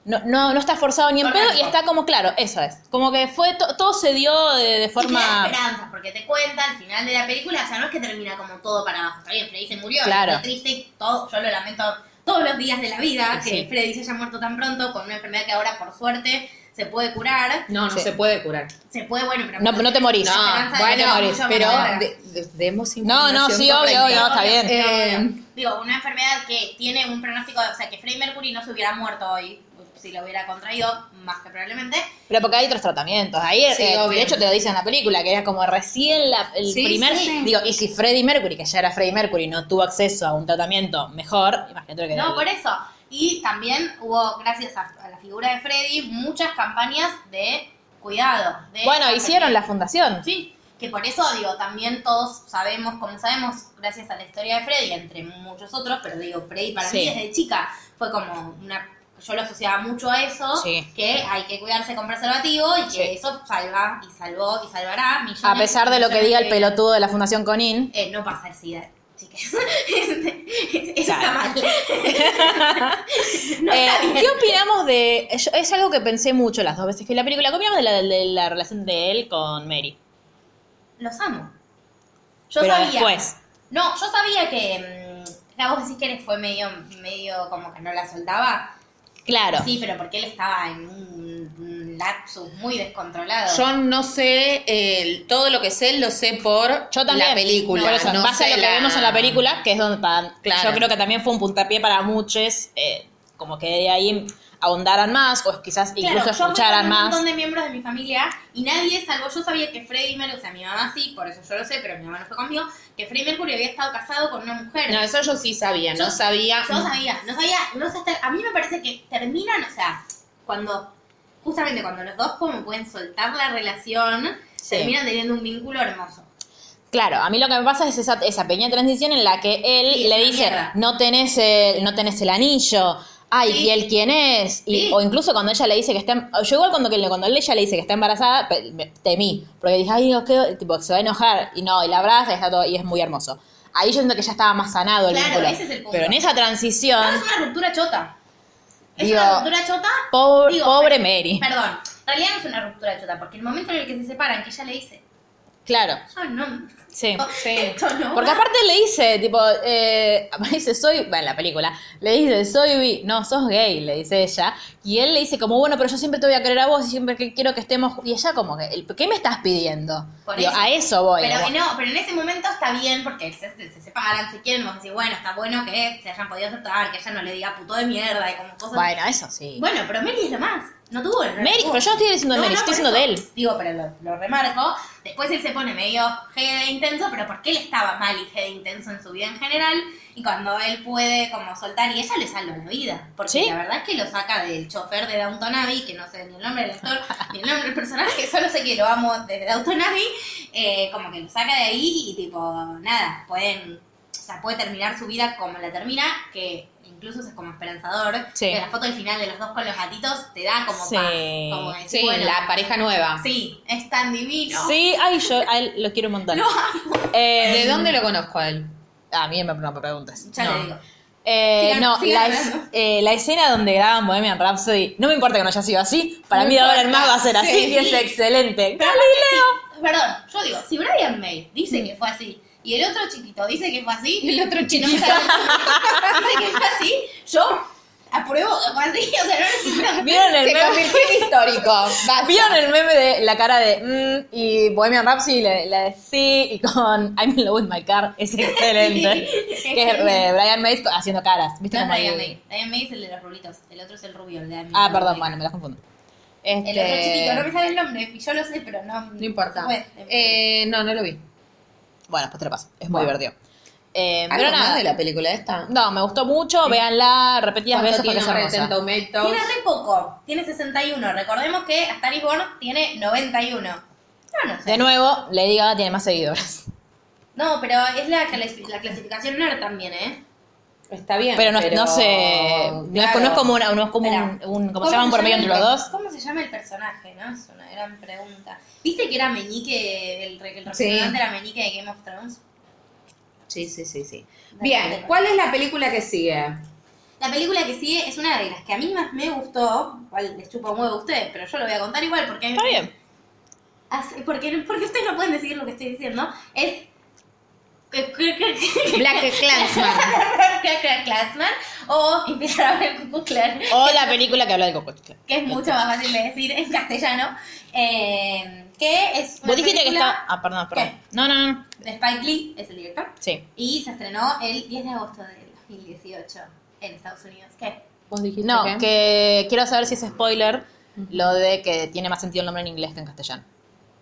A: no, no, no está forzado ni en pedo y
B: Orgánico.
A: está como claro, eso es. Como que fue. to- todo se dio de, de
B: Y te da
A: forma.
B: esperanza, porque te cuenta al final de la película, o sea, no es que termina como todo para abajo. Está bien, Freddy se murió,
A: Claro.
B: es triste, todo, yo lo lamento todos los días de la vida, que
A: Sí.
B: Freddy se haya muerto tan pronto con una enfermedad que ahora, por suerte, se puede curar.
C: No, no
A: Sí.
C: se puede curar.
B: Se puede, bueno, pero...
A: No, no te morís.
B: Esperanza de
A: no
B: que
C: bueno,
A: te morís,
B: mucho
C: pero
B: mejor.
C: de- de- demos
A: No, no,
C: información
A: sí, obvio,
C: correcta.
A: obvio, está bien.
C: Eh,
B: Obvio. Digo, una enfermedad que tiene un pronóstico, o sea, que Freddie Mercury no se hubiera muerto hoy, si lo hubiera contraído, más que probablemente.
A: Pero porque hay otros tratamientos. Ahí,
C: Sí,
A: eh,
C: obvio.
A: de hecho, te lo dicen en la película, que era como recién la- el
C: Sí,
A: primer.
C: sí.
A: Digo, y si Freddie Mercury, que ya era Freddie Mercury, no tuvo acceso a un tratamiento mejor, imagínate lo que
B: No, por eso. Y también hubo, gracias a, a la figura de Freddy, muchas campañas de cuidado. de-
A: Bueno, hicieron la fundación.
B: eh, Sí, que por eso, digo, también todos sabemos, como sabemos, gracias a la historia de Freddy, entre muchos otros, pero digo, Freddy para
A: Sí.
B: mí desde chica fue como una... Yo lo asociaba mucho a eso,
A: Sí.
B: que hay que cuidarse con preservativo y que
A: Sí.
B: eso salva y salvó y salvará millones.
A: A pesar de lo que diga el
B: pelotón
A: pelotudo de la fundación Conin.
B: eh, no pasa el SIDA, chicas. *laughs* Este, Eso está
A: Claro.
B: mal.
A: Eh, ¿Qué opinamos de.? yo- Es algo que pensé mucho las dos veces que vi la película. ¿Qué opinamos de la, de la relación de él con Mary?
B: Los amo. Yo
A: Pero
B: sabía.
A: después.
B: No, yo sabía que. mm, La voz decís que él fue medio, medio como que no la soltaba.
A: Claro.
B: Sí, pero porque él estaba en un, un lapsus muy descontrolado.
C: yo no sé, eh, todo lo que sé lo sé por
A: Yo también.
C: la película.
A: Por eso, en
C: no
A: base a
C: sé
A: lo que vemos en la película, que es donde. pa-
C: Claro.
A: Yo creo que también fue un puntapié para muchos. eh, como que de ahí. ahondaran más o quizás incluso
B: Claro, yo me
A: escucharan
B: un
A: más.
B: montón de miembros de mi familia y nadie, salvo yo sabía que Freddie Mercury, o sea, mi mamá sí, por eso yo lo sé, pero mi mamá no fue conmigo, que Freddie Mercury había estado casado con una mujer.
C: No, eso yo sí sabía, no
B: Yo-
C: sabía.
B: Yo sabía, no sabía, no sé hasta- a mí me parece que terminan, o sea, cuando, justamente cuando los dos como pueden soltar la relación,
A: Sí.
B: terminan teniendo un vínculo hermoso.
A: Claro, a mí lo que me pasa es esa, esa pequeña transición en la que él
B: Sí, es
A: le
B: una
A: dice,
B: mierda.
A: no tenés el, no tenés el anillo, ay,
B: Sí.
A: ¿y él quién es? Y-
B: Sí.
A: O incluso cuando ella le dice que está, em- yo igual cuando, que- cuando ella le dice que está embarazada, pe- me- temí, porque dije, ay, Dios, qué, tipo, se va a enojar, y no, y la abraza y está todo, y es muy hermoso. Ahí yo siento que ya estaba más sanado el
B: Claro,
A: vínculo.
B: ese es el punto.
A: Pero en esa transición,
B: *laughs* No, es una ruptura chota. Es
A: Ah. Digo,
B: una ruptura chota.
A: pobre,
B: digo,
A: pobre
B: per-
A: Mary.
B: Perdón, en realidad no es una ruptura chota, porque el momento en el que se separan, que ella le dice,
A: Claro,
B: yo no,
A: sí.
B: *laughs* esto no.
A: Porque
B: va".
A: aparte le dice, tipo, eh, *laughs* dice, soy, bueno, en la película, le dice, soy, bi- no, sos gay, le dice ella. Y él le dice, como, bueno, pero yo siempre te voy a querer a vos y siempre que quiero que estemos. Y ella, como, que, "El- ¿qué me estás pidiendo?
B: Por
A: Digo,
B: eso.
A: a eso voy.
B: Pero,
A: como-
B: no, pero en ese momento está bien porque se, se- se separan, se quieren, vamos a decir, bueno, está bueno que se hayan podido aceptar, que ella no le diga puto de mierda y como cosas.
A: bueno, eso sí.
B: Bueno, pero Mary es lo más. No tuvo no lo
A: Mary-
B: tuvo.
A: pero yo no estoy diciendo de Mary, estoy
B: por
A: diciendo de
B: eso.
A: él.
B: Digo, pero lo, lo remarco. Después él se pone medio G de intenso, pero porque él estaba mal y G de intenso en su vida en general. Y cuando él puede como soltar, y ella le salva la vida. Porque
A: ¿Sí?
B: la verdad es que lo saca del chofer de Downton Abbey, que no sé ni el nombre del actor, *laughs* ni el nombre del personaje, *laughs* solo sé que lo amo desde Downton Abbey. eh, como que lo saca de ahí y tipo, nada, pueden o sea, puede terminar su vida como la termina, que incluso es como esperanzador.
A: Sí.
B: Que la foto al final de los dos con los gatitos te da como
A: Sí.
B: paz. Como decir,
C: Sí,
B: bueno,
C: la pareja nueva.
B: Sí, es tan divino.
A: Sí, ay, yo a él lo quiero un montón.
B: Lo amo.
A: Eh,
C: ¿De dónde lo conozco a él?
A: A mí me no me preguntes.
B: Ya
A: No.
B: le digo.
A: Eh,
B: Sigan-
A: no,
B: sigan
A: la, es-
B: hablando.
A: eh, la escena donde graban Bohemian Rhapsody, no me importa que no haya sido así, para
C: No
A: mí de ahora en
C: importa.
A: más va a ser así
C: Sí.
A: y es excelente.
B: Pero aparte, sí, perdón, yo digo, si Brian May dice que fue así y el otro chiquito dice que fue así,
C: Y el otro
B: que no me sale el nombre, dice que fue así, yo apruebo que fue así, o sea, no
A: *laughs* *laughs*
B: necesito.
A: ¿Vieron el
C: Se
A: meme?
C: convirtió en histórico. basta.
A: ¿Vieron el meme de la cara de mm, y Bohemian Rhapsody la, la de sí y con I'm in love with my car?
B: *laughs*
A: Es excelente.
B: Sí.
A: que es eh, Brian May haciendo caras. ¿Viste
B: No,
A: cómo
B: Brian
A: el-
B: May. Brian May es el de los rulitos, el otro es el rubio, el de Amy.
A: Ah, perdón, bueno, me las confundo. Este...
B: El otro chiquito, no me sale el nombre, y yo lo sé, pero no.
C: No importa.
B: Bueno,
C: Eh, no, no lo vi.
A: Bueno, después te lo paso. Es muy divertido. Eh,
C: ¿Algo
A: pero
C: más
A: nada.
C: de la película esta?
A: No, me gustó mucho. Véanla repetidas
C: ¿Cuánto
A: veces porque
C: tiene
A: es
C: Rotten
A: hermosa.
C: Tomatoes?
B: tiene re poco, tiene 61. Recordemos que Star is Born tiene 91. No, no sé.
A: De nuevo, Lady Gaga tiene más seguidores.
B: No, pero es la, clasi- la clasificación NER también, ¿eh?
C: Está bien.
A: Pero no, no sé. No, es, no es
C: claro.
A: como, una, no es como un,
B: Espera.
A: un- como se llaman por medio
B: llama
A: entre
B: el
A: los
B: per-
A: dos.
B: ¿Cómo se llama el personaje, no? Es una gran pregunta. ¿Viste que era Meñique, el, re- el
C: Sí.
B: representante era Meñique de Game of Thrones?
C: Sí, sí, sí, sí.
B: Dale,
C: Bien,
B: dale.
C: ¿cuál es la película que sigue?
B: La película que sigue es una de las que a mí más me gustó. Igual les chupo un huevo a ustedes, pero yo lo voy a contar igual porque...
A: Está bien.
B: Así- porque, porque ustedes no pueden decir lo que estoy diciendo. Es...
C: *laughs* Black Clansman.
B: Classman o empieza a ver Cuckoo Clan,
A: *laughs* O la película que habla de Coco.
B: que es mucho más fácil de decir en castellano, eh, que es una
A: Vos dijiste que
B: película
A: está. Ah, perdón, perdón. No, no, no.
B: de Spike Lee, es el director,
A: Sí.
B: y se estrenó el 10 de agosto del 2018 en Estados Unidos. ¿Qué?
C: Vos dijiste
A: No,
C: que-
A: que quiero saber si es spoiler lo de que tiene más sentido el nombre en inglés que en castellano.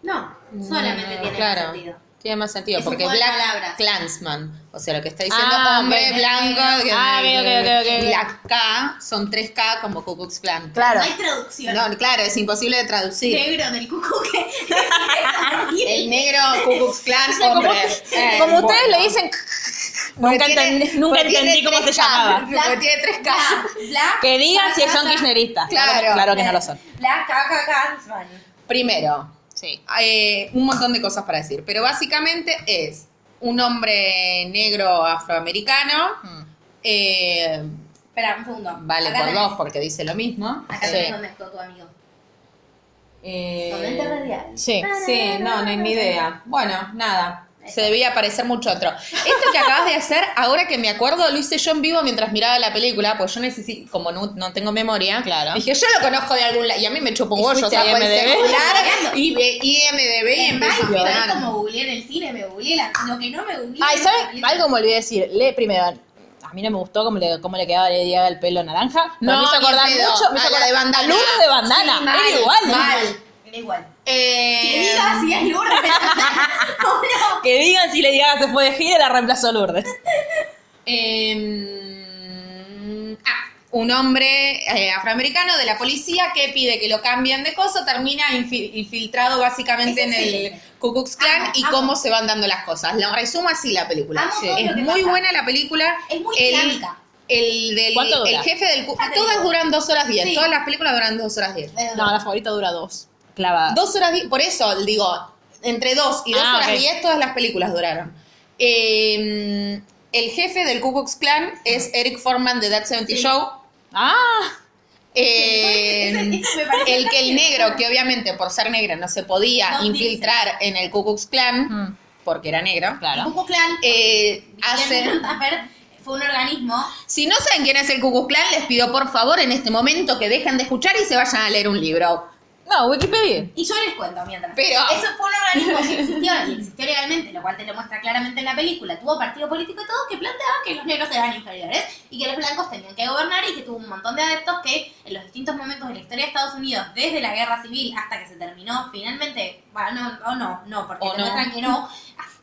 B: No, solamente
C: No,
B: tiene
C: claro.
B: sentido.
C: Tiene más sentido,
B: Es un
C: porque
B: juego de
C: Black
B: palabras.
C: Clansman, o sea, lo que está diciendo
A: Ah,
C: hombre
A: ok.
C: blanco, que-
A: Ah, ok, ok, ok, ok,
C: y
A: ok.
C: la K son tres K como Ku Klux Klan.
A: Claro.
B: No hay traducción.
C: No, claro, es imposible de traducir.
B: Negro del cucú *laughs*
C: El negro Ku
A: *laughs*
C: Klux Klan, hombre. Eh,
A: Como ustedes
C: bueno.
A: le dicen. *laughs*
C: Porque
A: Nunca
C: tiene-
A: entendí, nunca
C: porque tiene
A: entendí cómo se
C: tres K,
A: llamaba.
C: Porque tiene tres K.
B: Black,
A: Que digan si son
B: Black-
A: kirchneristas. Claro,
C: Claro. eh,
A: que- claro que no lo son.
B: Black Kaka Kansman.
C: Primero,
A: Sí.
C: eh, un montón de cosas para decir, pero básicamente es un hombre negro afroamericano,
A: Mm.
C: eh,
B: Espera, un segundo.
C: vale
B: Acá
C: por
B: tenés-
C: dos porque dice lo mismo.
B: Acá
A: Sí.
B: tenés donde está tu amigo.
C: Eh,
B: Comenta radial.
A: Sí.
C: Sí, no, no, ni idea. Bueno, nada. Se debía parecer mucho a otro. Esto que acabas de hacer, ahora que me acuerdo, lo hice yo en vivo mientras miraba la película, pues yo necesito, como no, no tengo memoria,
A: Claro.
C: dije, yo lo conozco de algún lado, y a mí me chupo un
A: Y
C: huevo, yo
A: fuiste
C: saco
A: a
C: el
A: IMDb.
C: celular y ve IMDB y
B: En
C: empiezo a
B: Minecraft,
C: mirar.
B: es como googleé en el cine, me googleé la- lo que no me googleé.
A: Ay,
B: en
A: ¿saben?
B: la
A: Algo me olvidé decir. Le primero. a mí no me gustó cómo le, cómo le quedaba a Lady Gaga el pelo naranja. pero
C: No,
A: me hizo
C: ni
A: acordar
C: en pedo.
A: mucho. Me hizo
C: A la
A: acordar
C: de Bandana.
A: Lourdes de bandana.
C: Sí,
A: Era
C: mal,
A: igual.
C: mal.
B: Era igual.
C: Eh,
B: Que diga si es Lourdes. *laughs* No,
A: Que digan si Lady Gaga se fue de gira y la reemplazó Lourdes.
C: Eh, ah, un hombre eh, afroamericano de la policía que pide que lo cambien de cosa, termina infi- infiltrado
B: Ese
C: básicamente en
B: sí.
C: el Ku Klux Klan
B: Amo,
C: y
B: amo.
C: cómo se van dando las cosas. Lo resumo así la película.
B: Amo todo
C: Es
B: lo que
C: muy
B: pasa.
C: buena la película.
B: Es muy
C: El-
B: dinámica.
C: El, del,
A: ¿Cuánto dura?
C: el jefe del... Ku-
B: Esa película.
C: Todas duran dos horas diez.
B: Sí. Eh.
C: Todas las películas duran dos horas diez.
B: Es
A: No, la favorita dura dos. Clavada.
C: Dos horas diez, por eso digo, entre dos y dos
A: Ah,
C: horas
A: ok.
C: diez todas las películas duraron. Eh, el jefe del Ku Klux Klan es Eric Forman de That 70 Show.
A: Ah,
C: Eh,
B: Ese- ese me parece
C: el que el negro, que obviamente por ser negro no se podía
B: No,
C: infiltrar en el Ku Klux Klan,
A: Mm,
C: porque era negro,
B: El
A: claro.
B: Ku Klux Klan
C: eh, hace...
B: Guillermo Tapper fue un organismo
C: Si no saben quién es el Ku Klux Klan, les pido por favor en este momento que dejen de escuchar y se vayan a leer un libro.
A: No, Wikipedia.
B: Y yo les cuento mientras.
C: Pero-
B: Eso fue un organismo que existió y existió legalmente, lo cual te lo muestra claramente en la película. Tuvo partido político y todo que planteaba que los negros eran inferiores y que los blancos tenían que gobernar y que tuvo un montón de adeptos que en los distintos momentos de la historia de Estados Unidos, desde la guerra civil hasta que se terminó finalmente, bueno, no, o no, no, porque
C: O
B: te
C: no.
B: muestran que no,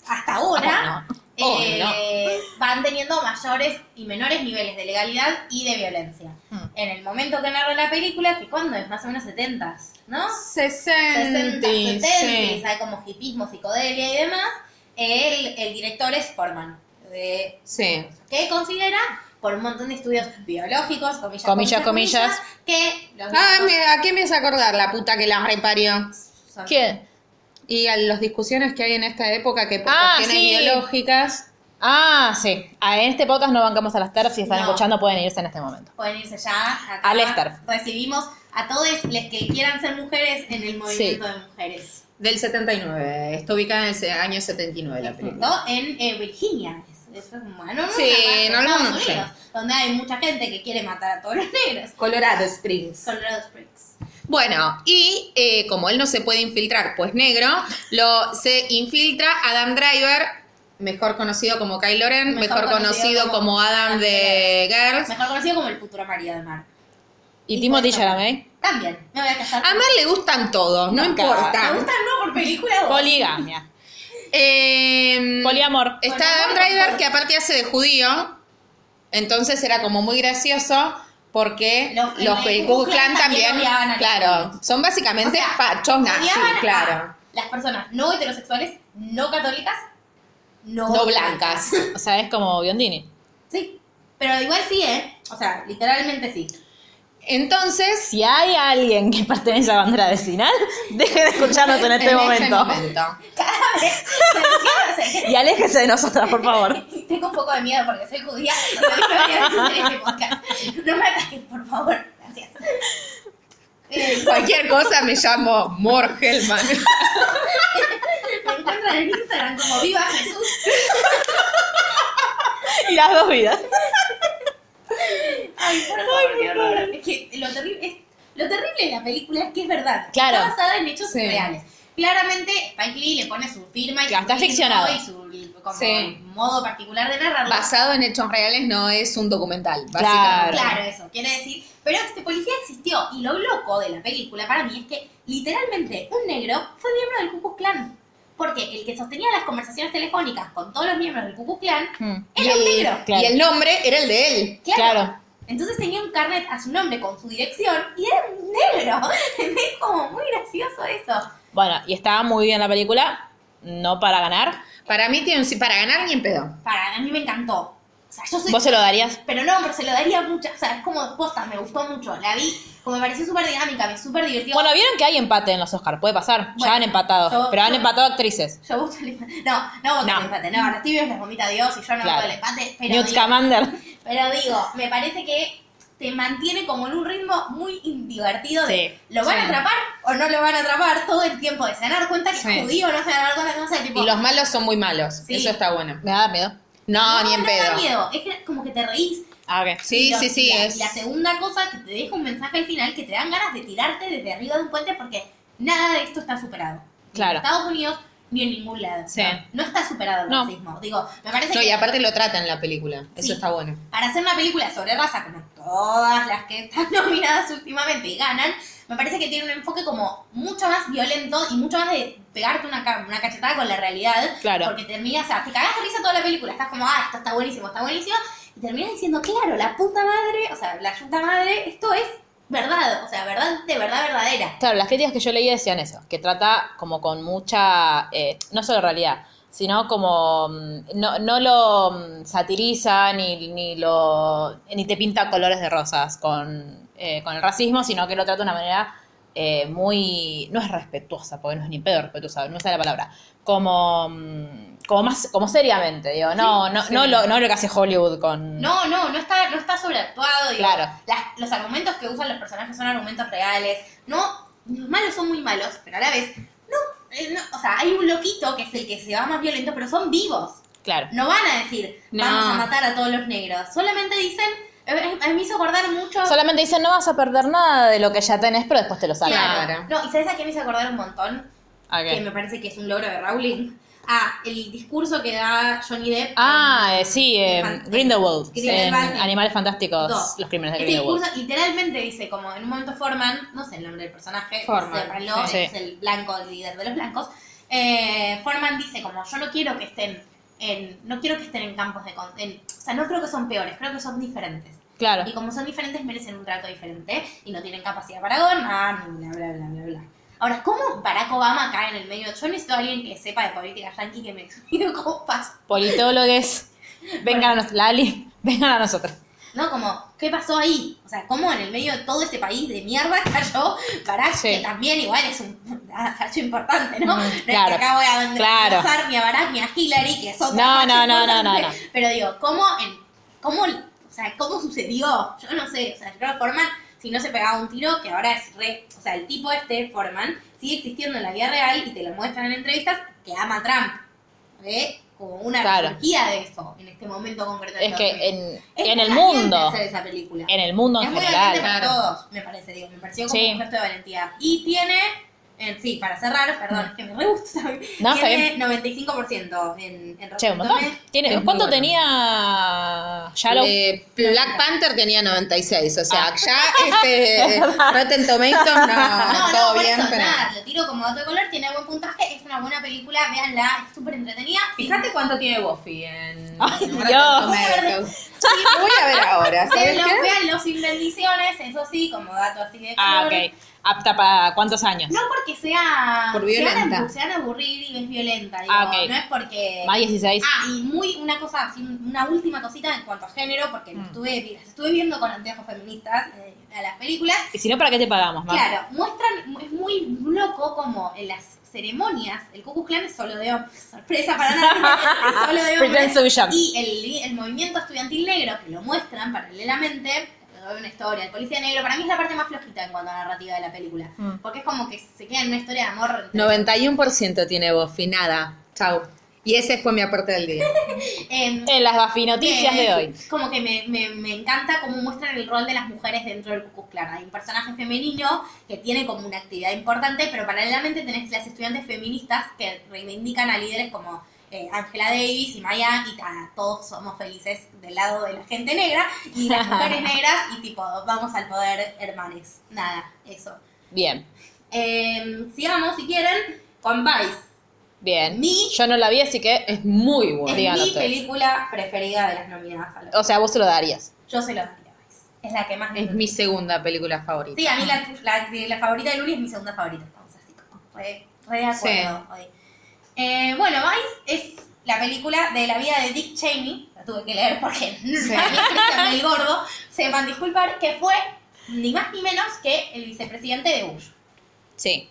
B: hasta ahora.
C: O no.
B: eh, van teniendo mayores y menores niveles de legalidad y de violencia.
A: Hmm.
B: En el momento que narra la película, que cuando es más o menos 70s, ¿no? 60,
C: 60,
B: 70,
C: sí.
B: hay como hipismo, psicodelia y demás, el, el director es Forman, de-
C: Sí.
B: que considera, por un montón de estudios biológicos, comillas,
A: Comillas, comillas,
B: que los
C: Ah,
B: blancos
C: me- ¿a qué me hace acordar la puta que la reparió?
B: son-
A: ¿Quién?
C: Y a las discusiones que hay en esta época que por
A: Ah,
C: cuestiones
A: sí.
C: biológicas...
A: Ah, sí. Ah, En este podcast no bancamos a las TERF. Si están
B: No.
A: escuchando, pueden irse en este momento.
B: Pueden irse ya. acá.
A: Al Esther.
B: Recibimos a todos los que quieran ser mujeres en el movimiento de mujeres.
C: Del 79, está ubicada en el se- año 79 la película.
B: ¿no? En eh, Virginia. es- Eso es como, no, no,
C: Sí,
B: una parte de
C: no, no,
B: Estados
C: no sé.
B: Unidos, Donde hay mucha gente que quiere matar a todos los negros.
C: Colorado Springs.
B: Colorado Springs.
C: Bueno, y eh, como él no se puede infiltrar, pues negro, lo se infiltra Adam Driver, mejor conocido como Kylo Ren, mejor, conocido, como, Adam de Girls.
B: Mejor conocido como el futuro marido de Mar.
A: ¿Y,
B: Y
A: Timothy
B: bueno.
A: Chalamet?
B: También, me voy a casar.
C: A Mar le gustan todos, no
A: Nunca.
C: importa.
B: Me gusta el nuevo por película. o-
A: Poligamia.
C: Eh,
A: Poliamor.
C: Está Adam Driver, que aparte hace de judío, entonces era como muy gracioso porque
B: Los-
C: los,
B: el
C: del
B: Ku
C: Ku
B: Klux
C: Klux
B: Klan
C: Klan
B: también
C: también,
B: odiaban a los
C: claro,
B: judíos.
C: son básicamente
B: O sea,
C: fachos nazis,
B: Odiaban a
C: claro,
B: Las personas no heterosexuales, no católicas, no,
C: no blancas.
A: O sea, es como Biondini.
B: Sí, pero igual sí, ¿eh? O sea, literalmente
C: *laughs*
B: sí.
C: Entonces,
A: Si hay alguien que pertenece a la bandera vecinal, deje de escucharnos en este
C: en ese
A: momento.
C: momento.
A: Y aléjese de nosotras, por
C: *laughs*
A: favor.
B: Tengo un poco de miedo porque soy judía *laughs* y no debería hacer este podcast. No me ataquen, por favor. Gracias. Eh,
C: Cualquier cosa me llamo *laughs* Morgelman.
B: me encuentran en Instagram como Viva Jesús.
A: Y las dos vidas.
B: Ay, por favor, qué horror. Es que lo terrible, es, lo terrible de la película es que es verdad.
A: Claro.
B: Está basada en hechos
C: Sí.
B: reales. Claramente, Spike Lee le pone su firma y
A: Claro,
B: su
A: está
B: ritmo
A: ficcionado.
B: y su como
C: Sí.
B: modo particular de narrarlo.
C: Basado en hechos reales no es un documental,
A: Claro.
C: básicamente.
B: Claro, eso, quiere decir. Pero este policía existió. Y lo loco de la película para mí es que literalmente un negro fue miembro del Ku Klux Klan. Porque el que sostenía las conversaciones telefónicas con todos los miembros del Ku Klux Klan
A: Hmm.
B: era un negro.
A: Claro.
C: Y el nombre era el de él.
A: Claro.
B: Entonces tenía un carnet a su nombre con su dirección y era un negro. *laughs* Es como muy gracioso eso.
A: Bueno, y estaba muy bien la película. No para ganar.
C: Para mí tiene un sí para ganar ni en pedo.
B: Para a mí me encantó. O sea, yo soy
A: ¿Vos se lo darías?
B: pero no, pero se lo daría mucho, o sea, es como posta, me gustó mucho, la vi, como me pareció súper dinámica, me súper divertido.
A: Bueno, vieron que hay empate en los Oscar. Puede pasar.
B: Bueno,
A: ya han empatado.
B: yo-
A: pero han
B: yo-
A: empatado actrices.
B: Yo voto el empate. *laughs* No, no voto
A: No.
B: el empate. No, los tibios les vomita Dios y yo no
A: Claro.
B: voto el Ah, empate. Pero
A: Newt
B: digo,
A: Scamander.
B: pero digo, me parece que te mantiene como en un ritmo muy divertido de
A: Sí,
B: lo van a
C: sí.
B: atrapar o no lo van a atrapar todo el tiempo de se van a dar cuenta que
C: Sí.
B: es judío, no se van a dar cuenta que no sé, tipo,
C: Y los malos son muy malos.
B: Sí.
C: Eso está bueno.
A: Me da miedo.
C: No, ah, ni en
B: no
C: pedo.
B: da miedo, es que como que te reís.
A: Ah, ok.
C: Sí,
B: Y lo-
C: sí, sí.
B: y la,
C: es-
B: y la segunda cosa que te deja un mensaje al final que te dan ganas de tirarte desde arriba de un puente porque nada de esto está superado. Ni
A: Claro.
B: En Estados Unidos, ni en ningún lado.
C: Sí.
B: No está superado el
C: No.
B: racismo. Digo, me parece
C: No,
B: que
C: y aparte lo trata en la película.
B: Sí.
C: Eso está bueno.
B: para hacer una película sobre raza, como todas las que están *laughs* nominadas últimamente y ganan, me parece que tiene un enfoque como mucho más violento y mucho más de pegarte una, ca- una cachetada con la realidad.
C: Claro.
B: Porque terminas, o sea, te cagás de risa toda la película, estás como, ah, esto está buenísimo, está buenísimo, y terminas diciendo, claro, la puta madre, o sea, la puta madre, esto es verdad, o sea, verdad de verdad verdadera.
A: Claro, las críticas que yo leí decían eso, que trata como con mucha, eh, no solo realidad, sino como mm, no, no lo mm, satiriza ni, ni lo ni te pinta colores de rosas con, eh, con el racismo, sino que lo trata de una manera eh, muy, no es respetuosa, porque no es ni pedo respetuosa, no esa es la palabra, como mm, como más, como seriamente, digo, no, no, no lo, no lo que hace Hollywood con
B: No, no, no está, no está sobreactuado. digo,
A: Claro.
B: las- los argumentos que usan los personajes son argumentos reales. No, los malos son muy malos, pero a la vez, no, eh, no, o sea, hay un loquito que es el que se va más violento, pero son vivos.
A: claro.
B: No van a decir,
C: No.
B: vamos a matar a todos los negros. Solamente dicen, eh, eh, me hizo acordar mucho.
A: Solamente dicen, no vas a perder nada de lo que ya tenés, pero después te lo sacan.
B: Claro. No, ¿y sabes a qué me hizo acordar un montón?
A: ¿A qué?
B: Que me parece que es un logro de Rowling. Ah, el discurso que da Johnny Depp.
A: Ah,
B: en-
A: eh, sí, eh,
B: Fan-
A: Grindelwald,
B: Grindelwald.
A: en Animales Fantásticos,
B: Dos.
A: los crímenes de
B: Este
A: Grindelwald.
B: discurso literalmente dice, como en un momento Forman, no sé el nombre del personaje,
C: Forman,
B: sépanlo,
A: sí.
B: es el blanco, el líder de los blancos, eh, Forman dice como, yo no quiero que estén en, no quiero que estén en campos de, con- en- o sea, no creo que son peores, creo que son diferentes.
A: Claro,
B: Y como son diferentes, merecen un trato diferente y no tienen capacidad para gobernar, ni bla, bla, bla, bla, bla. Ahora, ¿cómo Barack Obama cae en el medio? Yo necesito a alguien que sepa de política yankee que me *laughs* explique cómo pasa. *laughs*
A: politólogos, vengan a nosotros, Lali, *laughs* vengan a nosotros.
B: ¿No? Como, ¿qué pasó ahí? O sea, ¿cómo en el medio de todo este país de mierda cayó Barack,
A: Sí.
B: que también igual es un cacho importante, ¿no?
A: Mm,
B: no es que
A: claro,
B: acá voy a vender-
A: claro.
B: acusar ni a Barack ni a Hillary, que es otra
A: No,
B: facha
A: no, no, no,
B: importante.
A: no, no.
B: Pero digo, ¿cómo, en, cómo, o sea, ¿cómo sucedió? Yo no sé, o sea, yo creo que Forman, si no se pegaba un tiro, que ahora es re, o sea, el tipo este, Forman, sigue existiendo en la vida real y te lo muestran en entrevistas, que ama a Trump. ¿Ve? Como una
A: Claro.
B: energía de eso en este momento concreto. de
A: Es que
B: Estados Unidos.
A: en,
B: Es
A: en
B: muy
A: el
B: valiente
A: mundo,
B: hacer esa película.
A: en el mundo
B: es
A: en
B: muy valiente
A: general,
B: para
C: Claro.
B: todos, me parece, digo. Me pareció como
A: Sí.
B: un gesto de valentía. Y tiene, eh, sí, para cerrar, perdón, es que me re gusta.
A: No, está
B: tiene 95% en, en
A: che, un
B: Rotten
A: montón.
B: Tomatoes.
A: Tiene,
C: Es muy
A: ¿Cuánto
C: bueno.
A: tenía Shallow? *laughs*
C: Eh, Black Panther tenía 96, o sea,
A: Ah.
C: ya *laughs* este Rotten Tomatoes *laughs* no,
B: No,
C: todo
B: no, por
C: bien,
B: eso,
C: pero
B: nada, lo tiro como dato de color, tiene buen puntaje, es una buena película, véanla, es súper entretenida.
C: Fíjate cuánto tiene Buffy en
A: Ay,
C: en Rotten
A: Dios.
C: Tomatoes. Lo voy a ver ahora, ¿sabes
B: Véanlo,
C: qué?
B: véanlo sin bendiciones, eso sí, como dato así de color.
A: Ah, ok. ¿Apta para cuántos años?
B: No porque sea.
C: Por
B: se van a
C: violenta.
B: aburrir- Se van a aburrir y es violenta, digo.
A: Ah, ok.
B: No es porque.
A: Más 16.
B: Ah, y muy una cosa, así, una última cosita en cuanto a género, porque
A: Mm.
B: lo estuve, vi- las estuve viendo con anteojos feministas eh, a las películas.
A: Y si no, ¿para qué te pagamos, Mar?
B: Claro, muestran, es muy loco como en las ceremonias, el Ku Klux Klan es solo de hombres, *laughs* sorpresa para nadie, es solo de
A: Pretend
B: hombres.
A: to be shocked.
B: Y el, el movimiento estudiantil negro, que lo muestran paralelamente, te doy una historia, el policía negro, para mí es la parte más flojita en cuanto a narrativa de la película,
A: Mm.
B: porque es como que se queda en una historia de amor. entre
C: 91% tiene Buffy, nada. Chau. Y ese fue mi aporte del día.
B: Em,
A: En las Buffy Noticias
B: Eh,
A: de hoy.
B: Como que me, me, me encanta cómo muestran el rol de las mujeres dentro del Ku Klux Klan. Hay un personaje femenino que tiene como una actividad importante, pero paralelamente tenés las estudiantes feministas que reivindican a líderes como eh, Angela Davis y Maya, y ta, todos somos felices del lado de la gente negra,
A: *laughs*
B: y las mujeres negras, y tipo, vamos al poder, hermanes. Nada, eso.
A: Bien,
B: Em, sigamos, si quieren, con Vice.
A: bien.
B: Mi-
A: Yo no la vi, así que es muy
B: Es
A: buena. Díganlo
B: mi
A: ustedes. Oh.
B: película preferida de las nominadas a los
A: O sea, vos se lo darías.
B: Yo se lo daría a Vice. Es la que más me
C: Es mi segunda película favorita.
B: Sí, a mí la, la, la favorita de Luli es mi segunda favorita. Estamos así como re, re de acuerdo hoy. Eh, bueno, Vice es la película de la vida de Dick Cheney. La tuve que leer porque *laughs* para mí es Christian Bale gordo. Se van a disculpar que fue ni más ni menos que el vicepresidente de Bush.
A: Sí.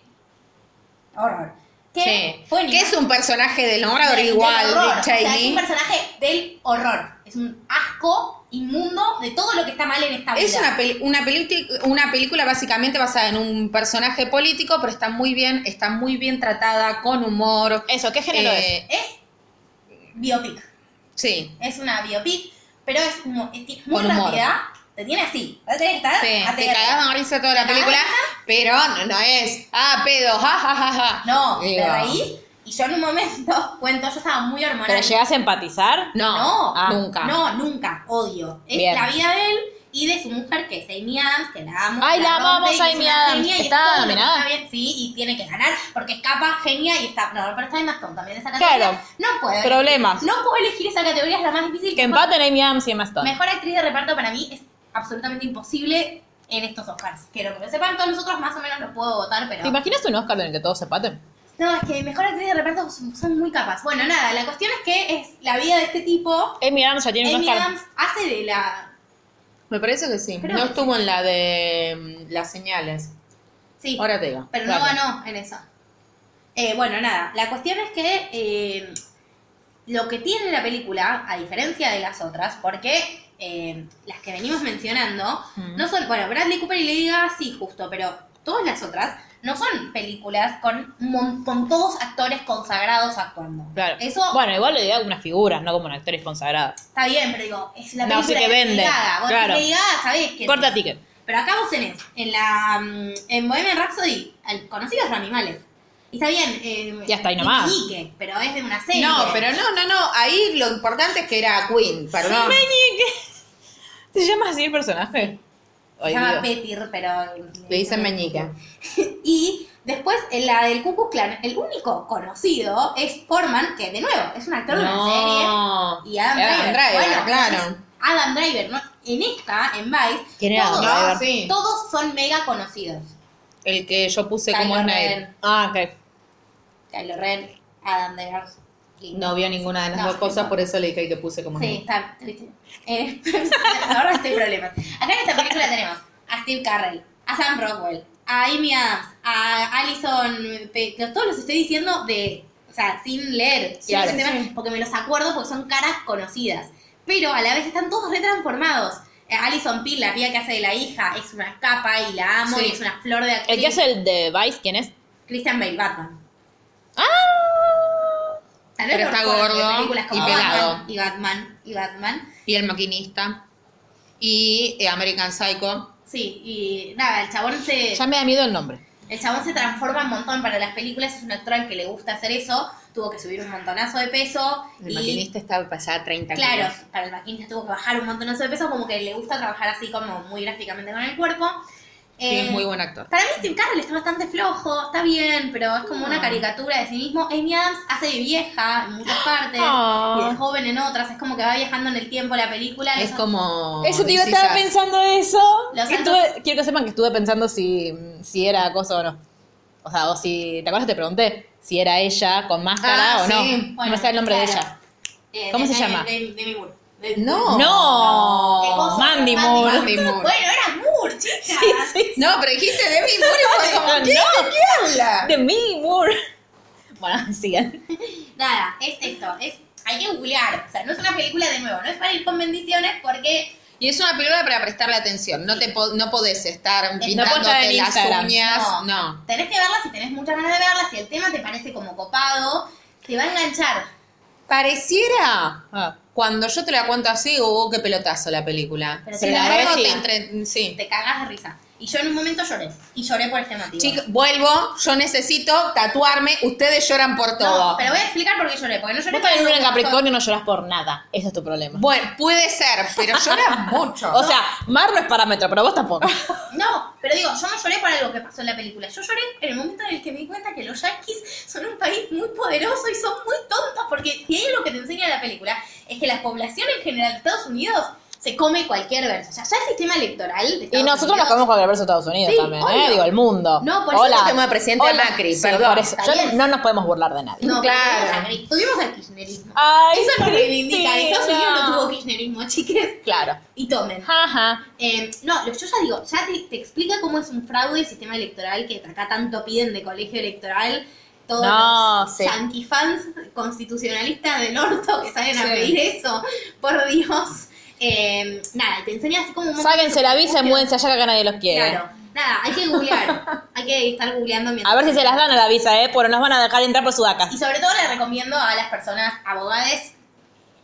B: Horror. Que
C: Sí.
B: fue ni
C: Que
B: más
C: es un personaje del horror
B: del- del
C: igual,
B: horror.
C: Dick
B: O sea, es un
C: Cheney.
B: personaje del horror. Es un asco inmundo de todo lo que está mal en esta
C: Es
B: vida.
C: una, peli- una, peliuti- una película básicamente basada en un personaje político, pero está muy bien, está muy bien tratada, con humor.
A: Eso, ¿qué género es?
C: Eh,
B: Es biopic.
C: Sí,
B: es una biopic, pero es, mo- es ti- muy
C: Con humor.
B: rápida. Te tiene así. Ah, Te tiene que estar
C: sí. Te
B: aterrada.
C: cagás de risa toda la película, pero no, no es, ah, pedo, ja, ja, ja, ja.
B: No, te
C: Digo,
B: reís. Y yo en un momento, *laughs* cuento, yo estaba muy hormonal.
A: ¿Pero llegas a empatizar?
C: No,
B: No,
A: Ah,
C: nunca.
B: No, nunca, odio. Es
A: Bien.
B: la vida de él y de su mujer, que es Amy Adams, que la amo.
A: Ay, la
B: rompe,
A: amamos,
B: y es
A: Amy
B: una
A: Adams.
B: genia y es
A: ¿Está
B: todo lo que
A: nominada?
B: está bien, sí, y tiene que ganar, porque es capa, genia y está. No, pero está de más con también esa
A: Claro.
B: categoría. No puedo.
A: Problemas.
B: No puedo elegir esa categoría, es la más difícil.
A: Que empaten Amy Adams y Emma Stone.
B: Mejor actriz de reparto para mí es absolutamente imposible en estos Oscars. Quiero que lo sepan, todos los otros más o menos los puedo votar, pero.
A: ¿Te imaginas un Oscar en el que todos empaten?
B: No, es que mejor actriz de reparto son, son muy capas. Bueno, nada, la cuestión es que es la vida de este tipo.
A: Amy Adams ya tiene un
B: Amy
A: Oscar.
B: Adams hace de la.
C: Me parece que sí.
B: Creo
C: no
B: que
C: estuvo en la de mm, las señales.
B: Sí.
C: Ahora te digo.
B: Pero
C: Dale.
B: no ganó en eso. Eh, bueno, nada, la cuestión es que eh, lo que tiene la película, a diferencia de las otras, porque eh, las que venimos mencionando,
A: Mm.
B: no son, bueno, Bradley Cooper y Lady Gaga sí, justo, pero todas las otras no son películas con, mon- con todos actores consagrados actuando.
A: Claro.
B: Eso
A: Bueno, igual le di algunas figuras, no como una actriz consagrada.
B: está bien, pero digo, es la
A: No,
B: película
A: sí que
B: de Lady
A: vende,
B: Gaga. Vos
A: claro.
B: Lady Gaga sabés que...
A: Corta ticket.
B: Pero acá vos tenés, en la mm, en Bohemian Rhapsody, al- conocidos los animales. Y está bien, eh,
A: Y hasta ahí nomás.
B: Meñique, pero es de una serie.
C: No, pero no, no, no. Ahí lo importante es que era Queen, perdón.
A: ¿Te llama así el personaje?
B: Se
A: Ay,
B: llama
A: Dios.
B: Petir, pero... eh,
C: Le dicen meñique.
B: Y después, en la del Ku Klux Klan, el único conocido es Foreman, que de nuevo, es un actor de una serie.
C: No.
B: Y Adam
C: Adam
B: Driver.
C: Driver,
B: Bueno,
C: claro.
B: Adam Driver, ¿no? En esta, en Vice,
A: ¿Quién era
B: todos,
A: Adam
C: Driver? No, sí.
B: todos son mega conocidos.
C: El que yo puse como
B: Kylo
C: Snape.
B: Ren,
A: Ah, ok.
B: Kylo Ren, Adam Driver. y-
C: No vio ninguna de las
B: No,
C: dos cosas,
B: no.
C: por eso le dije el que puse como
B: Sí,
C: Snape.
B: está triste. Eh, *laughs* ahora estoy en problemas. Acá en esta película tenemos a Steve Carrell, a Sam Rockwell, a Amy Adams, a Alison Pe- Todos los estoy diciendo de. O sea, sin leer. quiero
A: Claro,
B: que sepan, Porque me los acuerdo porque son caras conocidas. Pero a la vez están todos retransformados. Eh, Alison Peel, la tía que hace de la hija, es una capa y la amo
C: Sí.
B: y es una flor de actriz.
A: El que hace el de Vice, ¿quién es?
B: Christian Bale, Batman.
A: ¡Ah!
B: Tal vez
C: Pero
B: lo
C: está
B: recuerden de
C: gordo
B: películas como
C: y pelado.
B: Batman y Batman y Batman.
C: Y el maquinista. Y eh, American Psycho.
B: Sí, y nada, el chabón se.
A: Ya me da miedo el nombre.
B: El chabón se transforma un montón para las películas, es un actor al que le gusta hacer eso, tuvo que subir un montonazo de peso
C: El
B: y
C: maquinista estaba Este pasada 30
B: claro,
C: kilos.
B: para el maquinista tuvo que bajar un montonazo de peso, como que le gusta trabajar así como muy gráficamente con el cuerpo.
C: Y
B: Eh,
C: es muy buen actor.
B: Para mí Steve Carell está bastante flojo, está bien, pero es como
C: Ah.
B: una caricatura de sí mismo. Amy Adams hace de vieja en muchas partes
A: Ah.
B: y de joven en otras, es como que va viajando en el tiempo la película.
C: Es
B: los-
C: como.
A: eso te iba,
C: This Is
A: estaba
C: Us.
A: pensando eso.
B: Los
A: Estuve- quiero que sepan que estuve pensando si, si era acoso o no. O sea, o si. ¿Te acuerdas? Te pregunté si era ella con máscara
C: Ah,
A: o no.
C: sí.
A: no me sale el nombre de
B: claro.
A: ella.
B: Eh,
A: ¿Cómo
B: de-
A: se
B: de-
A: llama?
B: de- de- de Moore. De-
C: No.
A: No.
B: ¿Qué cosa?
A: Mandy Moore.
C: Mandy Moore.
B: Bueno, era Moore,
A: *laughs*
B: chicas. *laughs*
C: No, pero dijiste Demi Moore y fue como, ¿qué?
A: No.
C: ¿De qué habla?
A: De mí, Moore. Bueno, *laughs* sigan.
B: Nada, es esto. Es, hay que googlear. O sea, no es una película de nuevo. No es para ir con bendiciones porque
C: Y es una película para prestarle atención. No te po- no podés estar
B: No
C: pintándote
A: puedo estar en
C: las
A: Instagram.
C: uñas.
B: No.
C: No.
B: tenés que verla si tenés muchas ganas de verla. Si el tema te parece como copado, te va a enganchar.
C: Pareciera
A: Ah.
C: cuando yo te la cuento así, oh, qué pelotazo la película.
B: Pero
C: Sin
B: si la
C: embargo,
A: ves,
C: te
A: sí.
C: entre- sí.
B: Te cagas de risa. Y yo en un momento lloré. Y lloré por este motivo.
C: Chica, vuelvo, yo necesito tatuarme, ustedes lloran por todo.
B: no, pero voy a explicar por qué lloré. Porque no lloré
A: Vos también
B: por
A: en Capricornio no lloras por nada. Ese es tu problema.
C: Bueno, puede ser, pero
A: *laughs*
C: lloran mucho.
A: O sea, Mar no es parámetro, pero vos
B: *laughs*
A: tampoco.
B: No, pero digo, yo no lloré por algo que pasó en la película. Yo lloré en el momento en el que me di cuenta que los yanquis son un país muy poderoso y son muy tontos, porque si hay algo que te enseña la película, es que la población en general de Estados Unidos se come cualquier verso. O sea, ya el sistema electoral de
A: Y
B: Estados
A: nosotros nos
B: Unidos-
A: comemos cualquier verso de Estados Unidos
B: Sí,
A: también,
B: obvio.
A: ¿eh? Digo, el mundo.
B: No, por eso
A: Hola.
B: no
C: tenemos al presidente
A: Hola.
C: Macri,
A: Sí,
C: perdón.
A: por eso.
B: Está
A: Yo
B: bien.
A: no nos podemos burlar de nadie.
B: No,
C: Claro.
B: claro. Tuvimos al kirchnerismo.
A: Ay,
B: Eso lo reivindica.
A: Cristina.
B: Estados Unidos no tuvo kirchnerismo, chiques.
A: Claro.
B: Y tomen.
A: Ajá.
B: Eh, no, lo- yo ya digo, ya te, te explica cómo es un fraude el sistema electoral que acá tanto piden de colegio electoral. Todos
A: No,
B: los
A: sí.
B: yankee fans constitucionalistas del orto que salen a
C: Sí.
B: pedir eso, por Dios. Eh, nada, te enseña así como un montón
A: Sáquense
B: de
A: la visa y
B: cosas.
A: múdense allá que acá nadie los quiere.
B: Claro, nada, hay que googlear. *laughs* hay que estar googleando mientras.
A: A ver si se las dan a la visa, ¿eh? Porque nos van a dejar entrar por sudacas.
B: Y sobre todo le recomiendo a las personas abogadas,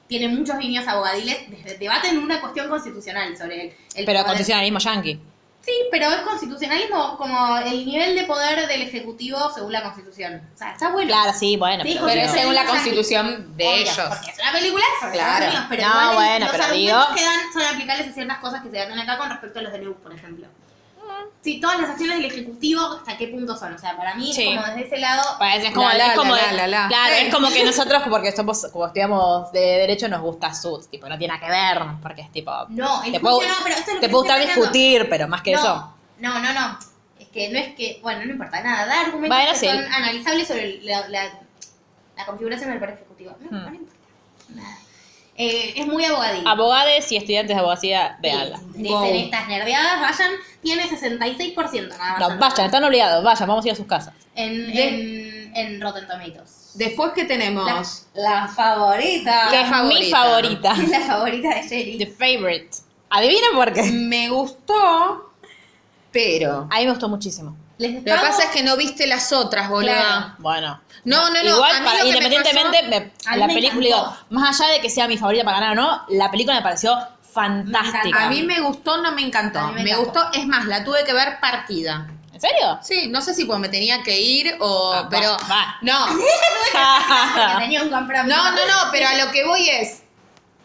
B: tienen muchos niños abogadiles, des- debaten una cuestión constitucional sobre el.
A: Pero
B: el poder-
A: constitucionalismo yanqui.
B: Sí, pero es constitucionalismo como el nivel de poder del Ejecutivo según la Constitución. O sea, está bueno.
A: Claro, sí, bueno.
B: Sí,
A: pero-
B: José,
C: Pero es
B: Constitución
C: según la
B: yankee.
C: constitución de
B: Obvio,
C: ellos.
B: Porque es una película sobre
C: Claro.
B: Estados Unidos, pero
A: No,
B: igual
A: bueno,
B: los
A: pero
B: argumentos
A: digo-
B: que dan son aplicables a ciertas cosas que se dan acá con respecto a los de Leu, por ejemplo.
A: Mm.
B: Sí, todas las acciones del Ejecutivo, ¿hasta qué punto son? O sea, para mí, es
A: Sí.
B: como desde ese lado,
A: Parece, es como,
C: La, la,
A: es como
C: la,
A: de-
C: la, la.
A: Claro,
C: Sí.
A: es como que nosotros, porque somos, como estudiamos de derecho, nos gusta Suits, tipo, no tiene nada que ver, porque es tipo.
B: no, el
A: te
B: juicio
A: puedo,
B: no,
A: te
B: pero esto es lo que
A: puede
B: estoy
A: gustar
B: pensando.
A: discutir, pero más que
B: no,
A: eso.
B: No, no, no. Es que no es que, bueno, no importa nada. Da argumentos
A: Bueno,
B: que
A: sí.
B: son analizables sobre la, la- la configuración del poder ejecutivo. No,
A: Hmm.
B: no importa nada. Eh, es muy abogadito.
A: Abogados y estudiantes de abogacía, veanla.
B: Dicen estas nerdeadas, vayan, tiene 66% nada más.
A: No, vayan, están obligados, vayan, vamos a ir a sus casas.
B: En,
C: De-
B: en, en Rotten Tomatoes.
C: Después que
B: La,
C: tenemos.
B: la favorita.
A: que es mi favorita. *laughs*
B: Es *laughs* la favorita de Sherry.
A: The favorite. Adivinen por qué.
C: Me gustó, pero.
A: A mí me gustó muchísimo.
B: Les
C: Lo que
B: estamos-
C: pasa es que no viste las otras, boluda.
B: Claro.
A: Bueno.
C: No, no, no. a
A: Igual,
C: mí
A: para-
C: lo que me
A: independientemente,
C: pasó-
A: me-
B: a mí
A: la
B: me
A: película,
B: encantó.
A: digo, más allá de que sea mi favorita para ganar o no, la película me pareció fantástica.
C: a mí me gustó, no me encantó.
B: A mí me
C: me
B: encantó.
C: gustó, es más, la tuve que ver partida.
A: ¿En
C: *laughs*
A: serio?
C: Sí, no sé si pues me tenía que ir o.
A: Ah, va,
C: pero.
A: va.
C: No.
A: Ah.
B: Porque tenía un compromiso.
C: No, no, no, pero a lo que voy es.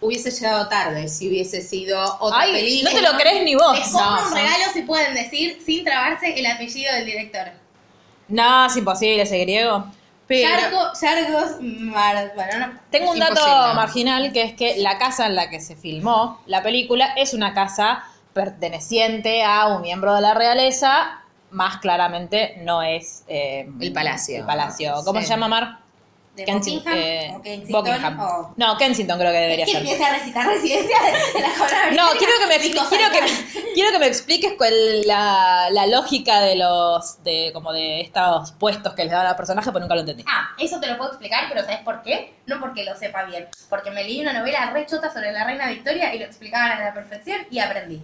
C: Hubiese llegado tarde si hubiese sido otra
A: Ay,
C: película.
A: no te lo crees ni vos.
B: Les compro
C: No,
B: un
C: son-
B: regalo si pueden decir sin trabarse el apellido del director.
A: No, es imposible ese griego.
C: Pero.
B: Yargo- Yargos Mar... Bueno, no.
A: Tengo
C: Es
A: un dato
C: imposible.
A: marginal que es que la casa en la que se filmó la película es una casa perteneciente a un miembro de la realeza, más claramente no es eh,
C: El palacio.
A: el palacio. ¿Cómo
C: Sí.
A: se llama Mar?
B: De
A: Kensin-
B: Buckingham,
A: eh,
B: o Kensington,
A: Buckingham.
B: o-
A: No, Kensington creo que debería
B: *laughs* Es que
A: ser.
B: empieza a recitar residencia
A: *laughs*
B: de la corona
A: No,
B: británica.
A: quiero que me,
B: Chicos,
A: expli- quiero
B: acá.
A: que, quiero que me expliques cuál la, la lógica de los de como de estos puestos que les daban al personaje, pero nunca lo entendí.
B: Ah, eso te lo puedo explicar, pero ¿sabes por qué? No porque lo sepa bien. Porque me leí una novela re chota sobre la reina Victoria y lo explicaban a la perfección y aprendí.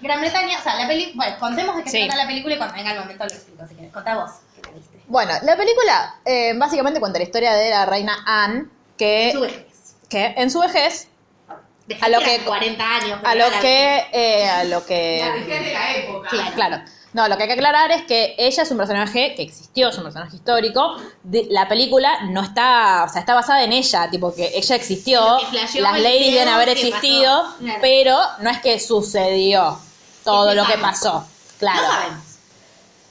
B: Gran Bretaña, o sea, la película. Bueno, contemos de qué
A: Sí.
B: trata la película y cuando venga el momento lo explico. Si querés, contá vos. que la viste.
A: Bueno, la película eh, básicamente cuenta la historia de la reina Anne que,
B: Su vejez.
A: que en su vejez Eh,
B: Dejá
A: a lo
B: eran
A: que-
B: 40 años.
A: a
B: pero
A: lo
B: era la
A: que eh, a lo
B: *laughs*
A: que
C: de la época.
A: claro. no lo que hay que aclarar es que ella es un personaje que existió es un personaje histórico De- la película no está o sea está basada en ella tipo que ella existió
B: Lo que flasheó
A: las
B: el
A: leyes
B: video
A: deben haber
B: que
A: existido
B: pasó, claro.
A: pero no es que sucedió todo
B: Es
A: lo que
B: lejano.
A: pasó
B: No
A: claro
B: sabemos.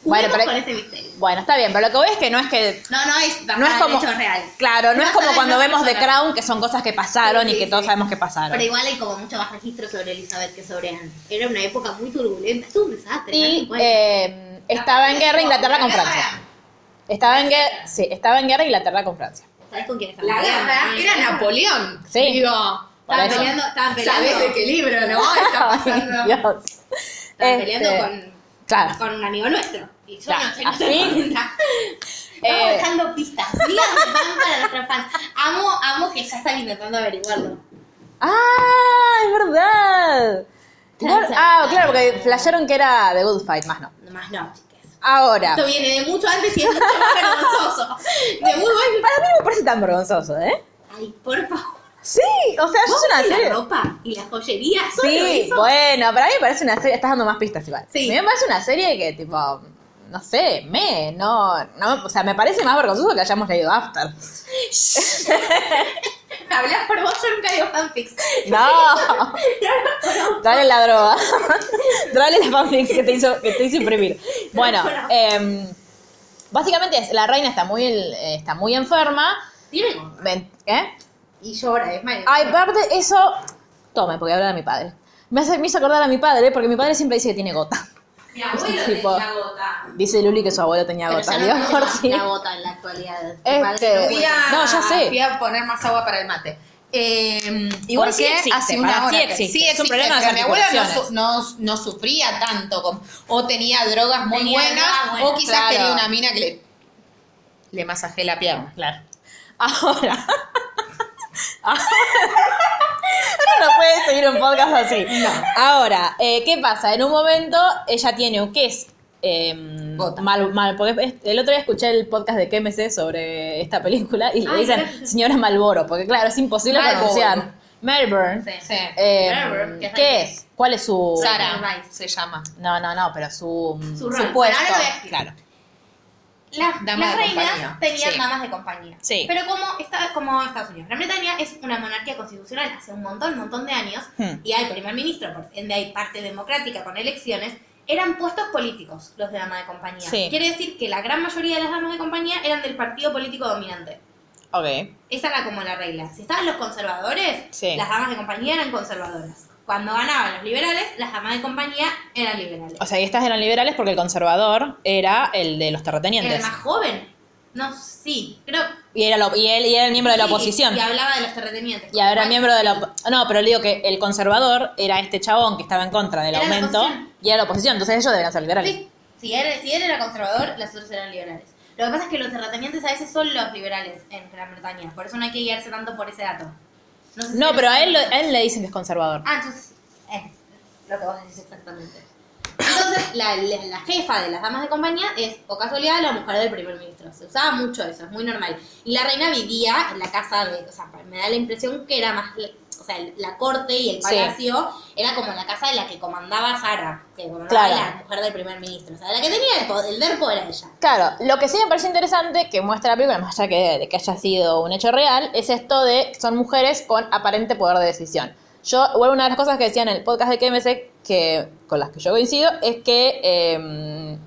A: bueno
B: Juguemos
A: pero
B: con ese misterio.
A: bueno está bien pero lo que voy es que no es que
B: No, no es basado
A: no es como
B: en hechos reales.
A: claro no,
B: No
A: es como
B: sabes,
A: cuando
B: no
A: vemos The
B: sabes.
A: Crown que son cosas que pasaron
B: Sí,
A: y que
B: sí,
A: todos
B: sí.
A: sabemos que pasaron
B: Pero igual hay como mucho más registro sobre Elizabeth que sobre Anne. Era una época muy turbulenta, esto es un desastre. ¿no?
A: y
B: Bueno.
A: eh, estaba en guerra Inglaterra con Francia. Estaba en guerra, sí, estaba en guerra Inglaterra con Francia.
B: ¿Sabes con quién estaba?
C: La guerra era Napoleón.
A: Sí.
C: Digo.
A: Por
B: Estaban
A: eso.
B: peleando, estaban peleando,
C: ¿Sabés de qué libro, no?
A: *laughs*
C: *laughs* Está pasando.
A: Dios.
B: estaban peleando
A: Este,
B: con,
A: Claro.
B: con un amigo nuestro. Y yo
A: Claro,
B: no sé, no
A: así.
B: te
A: *laughs*
B: cuenta. Estamos
A: Eh.
B: dejando pistas. Días de pan para nuestros fans. Amo, amo que ya están intentando averiguarlo.
A: ¡Ah! ¡Es verdad! Igual-
B: Claro.
A: ah, claro, porque flashearon que era The Good Fight, más no.
B: Más no, chicas.
A: Ahora,
B: Esto viene de mucho antes y es mucho
A: *laughs*
B: más vergonzoso. De muy buen...
A: para mí me parece tan vergonzoso, ¿eh?
B: Ay, por favor.
A: Sí, o sea,
B: ¿Vos
A: es una
B: ves la
A: serie.
B: ropa y la joyería? ¿Solo
A: Sí,
B: eso?
A: bueno, para mí me parece una serie, estás dando más pistas igual.
B: Sí.
A: A mí me parece una serie que tipo, no sé, me, no, no, o sea, me parece más vergonzoso que hayamos leído
B: *laughs*
A: After.
B: Hablas por vos, yo nunca digo fanfics. *laughs*
A: No, dale la droga, *laughs* dale la fanfic que te hizo, que te hizo imprimir. Bueno, em, básicamente es- la reina está muy, eh, está muy enferma.
B: Tiene gorra.
A: Ven- ¿eh?
B: Y llora, es malo.
A: Ay, aparte, eso, tome, porque hablar a mi padre. Me, hace, me hizo acordar a mi padre, porque mi padre siempre dice que tiene gota.
B: Mi abuelo
A: tipo-
B: tenía gota.
A: Dice Luli que su abuelo tenía
B: Pero
A: gota.
B: ya
A: Digo, *laughs*
B: no
A: por
B: tiene
A: si-
B: la gota en la actualidad.
A: Este,
C: Fui a-
A: No, ya sé.
C: Fui a poner más agua para el mate. Eh,
A: Igual sí
C: porque
A: existe,
C: hace una
A: para,
C: hora
A: sí
C: que-
A: existe.
C: sí
A: Es un
C: existe,
A: problema de
C: pero mi abuela no, su-
A: articulaciones.
C: no, no sufría tanto como- o tenía drogas muy
B: Tenía
C: buenas
B: drogas buenas,
C: o quizás
A: claro.
C: tenía una mina que le, le masajé la pierna.
A: Claro. Ahora. Ahora no puede seguir un podcast así. Ahora, eh, ¿qué pasa? En un momento ella tiene un que es eh,
C: Gota.
A: mal, mal, porque es- el otro día escuché el podcast de KMC sobre esta película y le
B: Ay,
A: dicen
B: gracias.
A: señora Malboro, porque claro, es imposible
C: Marlboro.
A: pronunciar. Melbourne.
B: Sí.
C: Sí.
A: eh,
B: Melbourne, que es
A: ¿Qué
B: raíz.
A: es? ¿Cuál es su...?
C: Sara se llama.
A: No, no, no, pero su,
B: Su rol.
A: puesto.
B: Ahora lo voy a explicar.
A: claro.
B: Las,
C: Dama
B: las
C: de
B: reinas
C: compañía.
B: tenían
C: Sí.
B: damas de compañía.
A: Sí.
B: Pero como, esta, como Estados Unidos, Gran Bretaña es una monarquía constitucional hace un montón, montón de años,
A: Hmm.
B: y hay primer ministro, por ende hay parte democrática con elecciones, eran puestos políticos los de dama de compañía.
A: Sí.
B: Quiere decir que la gran mayoría de las damas de compañía eran del partido político dominante.
A: Ok.
B: Esa era como la regla. Si estaban los conservadores,
A: Sí.
B: las damas de compañía eran conservadoras. Cuando ganaban los liberales, las damas de compañía eran liberales.
A: O sea, y estas eran liberales porque el conservador era el de los
B: era el
A: terratenientes.
B: más joven. No, sí, creo.
A: Y era, lo- y él, y era el miembro de la
B: sí,
A: oposición.
B: Y hablaba de los terratenientes.
A: Y ahora
B: Bueno,
A: miembro de la... op- No, pero le digo que el conservador era este chabón que estaba en contra del
B: Era la
A: aumento
B: oposición.
A: y era la oposición, entonces ellos deberían ser liberales.
B: Sí, si él, si él era conservador, las otras eran liberales. Lo que pasa es que los terratenientes a veces son los liberales en Gran Bretaña. Por eso no hay que guiarse tanto por ese dato. sé si
A: No,
B: lo-
A: pero a él, lo- a él le dicen que es conservador.
B: Ah, entonces, es lo que vos decís exactamente. Entonces, la, la- la jefa de las damas de compañía es, o casualidad, la mujer del primer ministro. Se usaba mucho eso, es muy normal. Y la reina vivía en la casa de, o sea, me da la impresión que era más, la- o sea, la corte y el
A: Sí.
B: palacio era como la casa de la que comandaba Sara, que comandaba
A: Claro.
B: la mujer del primer ministro. O sea, la que tenía el, po- el derpo era ella.
A: Claro, lo que sí me parece interesante que muestra la película, más allá que, de que haya sido un hecho real, es esto de que son mujeres con aparente poder de decisión. Yo, bueno, una de las cosas que decía en el podcast de KMC, que, con las que yo coincido, es que eh,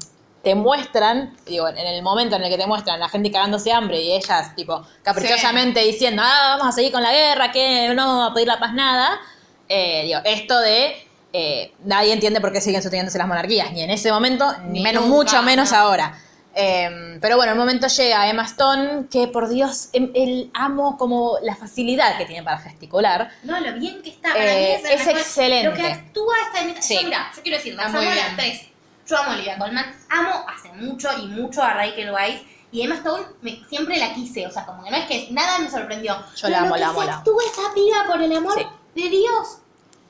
A: te muestran, digo, en el momento en el que te muestran la gente cagándose hambre y ellas, tipo, caprichosamente diciendo, ah, vamos a seguir con la guerra, que no vamos a pedir la paz nada, eh, digo, esto de... eh, nadie entiende por qué siguen sosteniéndose las monarquías, ni en ese momento, ni
C: Ni
A: menos,
C: nunca,
A: mucho menos
C: no.
A: ahora. Eh, pero bueno, en un momento llega Emma Stone, que por Dios, em- el amo como la facilidad que tiene para gesticular.
B: No, lo bien que está. Para
A: Eh,
B: mí es, la
A: es
B: mejor.
A: excelente.
B: Lo que actúa está en...
A: Sí.
B: Yo, mira, yo quiero decir, las
C: Está
B: amo
C: muy
B: a las
C: bien.
B: tres. Yo amo a Olivia Colman. Amo hace mucho y mucho a Rachel Weisz. Y Emma Stone me- siempre la quise. O sea, como que no es que nada me sorprendió.
A: Yo
B: Pero
A: la amo,
B: lo que
A: la amo,
B: se
A: la amo.
B: actúa esa piba, por el amor
A: Sí.
B: de Dios.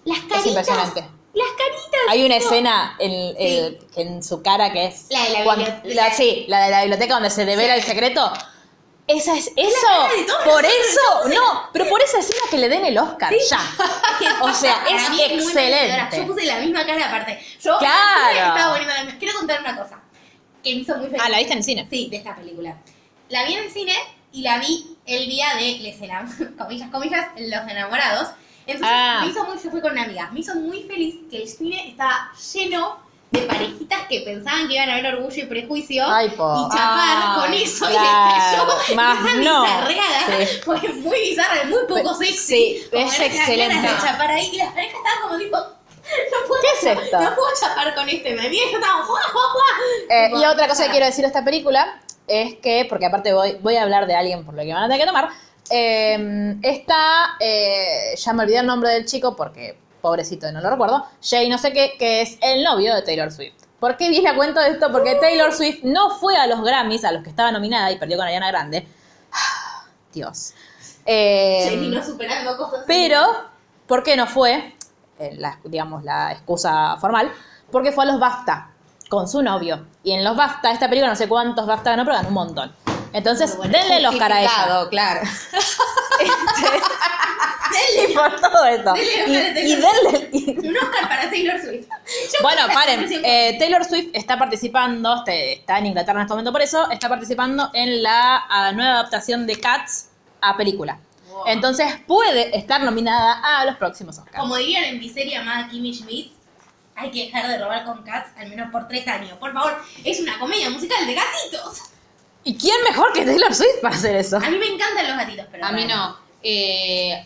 B: Las caritas.
A: impresionante.
B: Las caritas.
A: Hay una
B: no.
A: escena en, el- que en su cara que es...
B: La de la
A: cuan-
B: biblioteca.
A: la- sí, la de la biblioteca donde se devela el secreto. Esa es eso,
B: cara de todos
A: por
B: nosotros,
A: eso, no, pero por esa escena que le den el Oscar, ya. O sea,
B: *laughs* Para mí
A: es
B: muy merecedora.
A: excelente.
B: Yo puse la misma cara aparte. Yo
A: Claro.
B: yo estaba poniendo la misma. Quiero contar una cosa que me hizo muy feliz.
A: Ah, la viste en cine.
B: Sí, de esta película. La vi en el cine y la vi el día de Les Enam- *laughs* comillas, comillas, Los Enamorados. Entonces
A: Ah.
B: me hizo muy, yo fui con una amiga, me hizo muy feliz que el cine estaba lleno de parejitas que pensaban que iban a ver Orgullo y Prejuicio
A: Ay,
B: y
A: po.
B: chapar
A: Ay,
B: con eso
A: claro.
B: y les cayó
A: Más
B: una
A: no.
B: bizarreada, *laughs*
A: Sí.
B: porque es muy bizarra, es muy poco
A: Pe-
B: sexy.
A: sí,
B: como
A: es
B: que las ganas
A: excelente.
B: de chapar ahí y las parejas estaban como tipo, *laughs* no puedo,
A: ¿Qué es esto?
B: No puedo chapar con este, me vi, yo estaba, ¡guau, guau, guau!
A: Eh,
B: Tipo,
A: y otra cosa que
B: claro.
A: quiero decir de esta película es que, porque aparte voy, voy a hablar de alguien por lo que van a tener que tomar, eh, está, eh, ya me olvidé el nombre del chico porque pobrecito no lo recuerdo, Jay no sé qué, que es el novio de Taylor Swift. ¿Por qué bien la cuento de esto? Porque Taylor Swift no fue a los Grammys, a los que estaba nominada y perdió con Ariana Grande. *sighs* Dios. Eh,
B: Jenny no superando cosas. *laughs*
A: pero, ¿por qué no fue? Eh, la- digamos, la excusa formal. Porque fue a los BAFTA con su novio. Y en los BAFTA, esta película no sé cuántos BAFTA ganó, pero ganó un montón. Entonces, denle el Oscar a ella. Este,
C: Justificado,
A: *laughs*
C: claro.
B: *laughs*
A: Y por todo eso.
B: Denle el
A: Y,
B: Oscar a este
A: y denle... y-
B: Un Oscar para Taylor Swift. Yo
A: bueno,
B: pensé,
A: paren.
B: pensé,
A: eh, Taylor Swift está participando, este- está en Inglaterra en este momento por eso, está participando en la ah, nueva adaptación de Cats a película.
B: Wow.
A: Entonces, puede estar nominada a los próximos Oscars.
B: Como dirían en mi serie amada Kimmy Schmidt, hay que dejar de robar con Cats al menos por tres años. Por favor, es una comedia musical de gatitos.
A: ¿Y quién mejor que Taylor Swift para hacer eso?
B: A mí me encantan los gatitos, pero.
C: A mí
B: bueno.
C: no. Eh,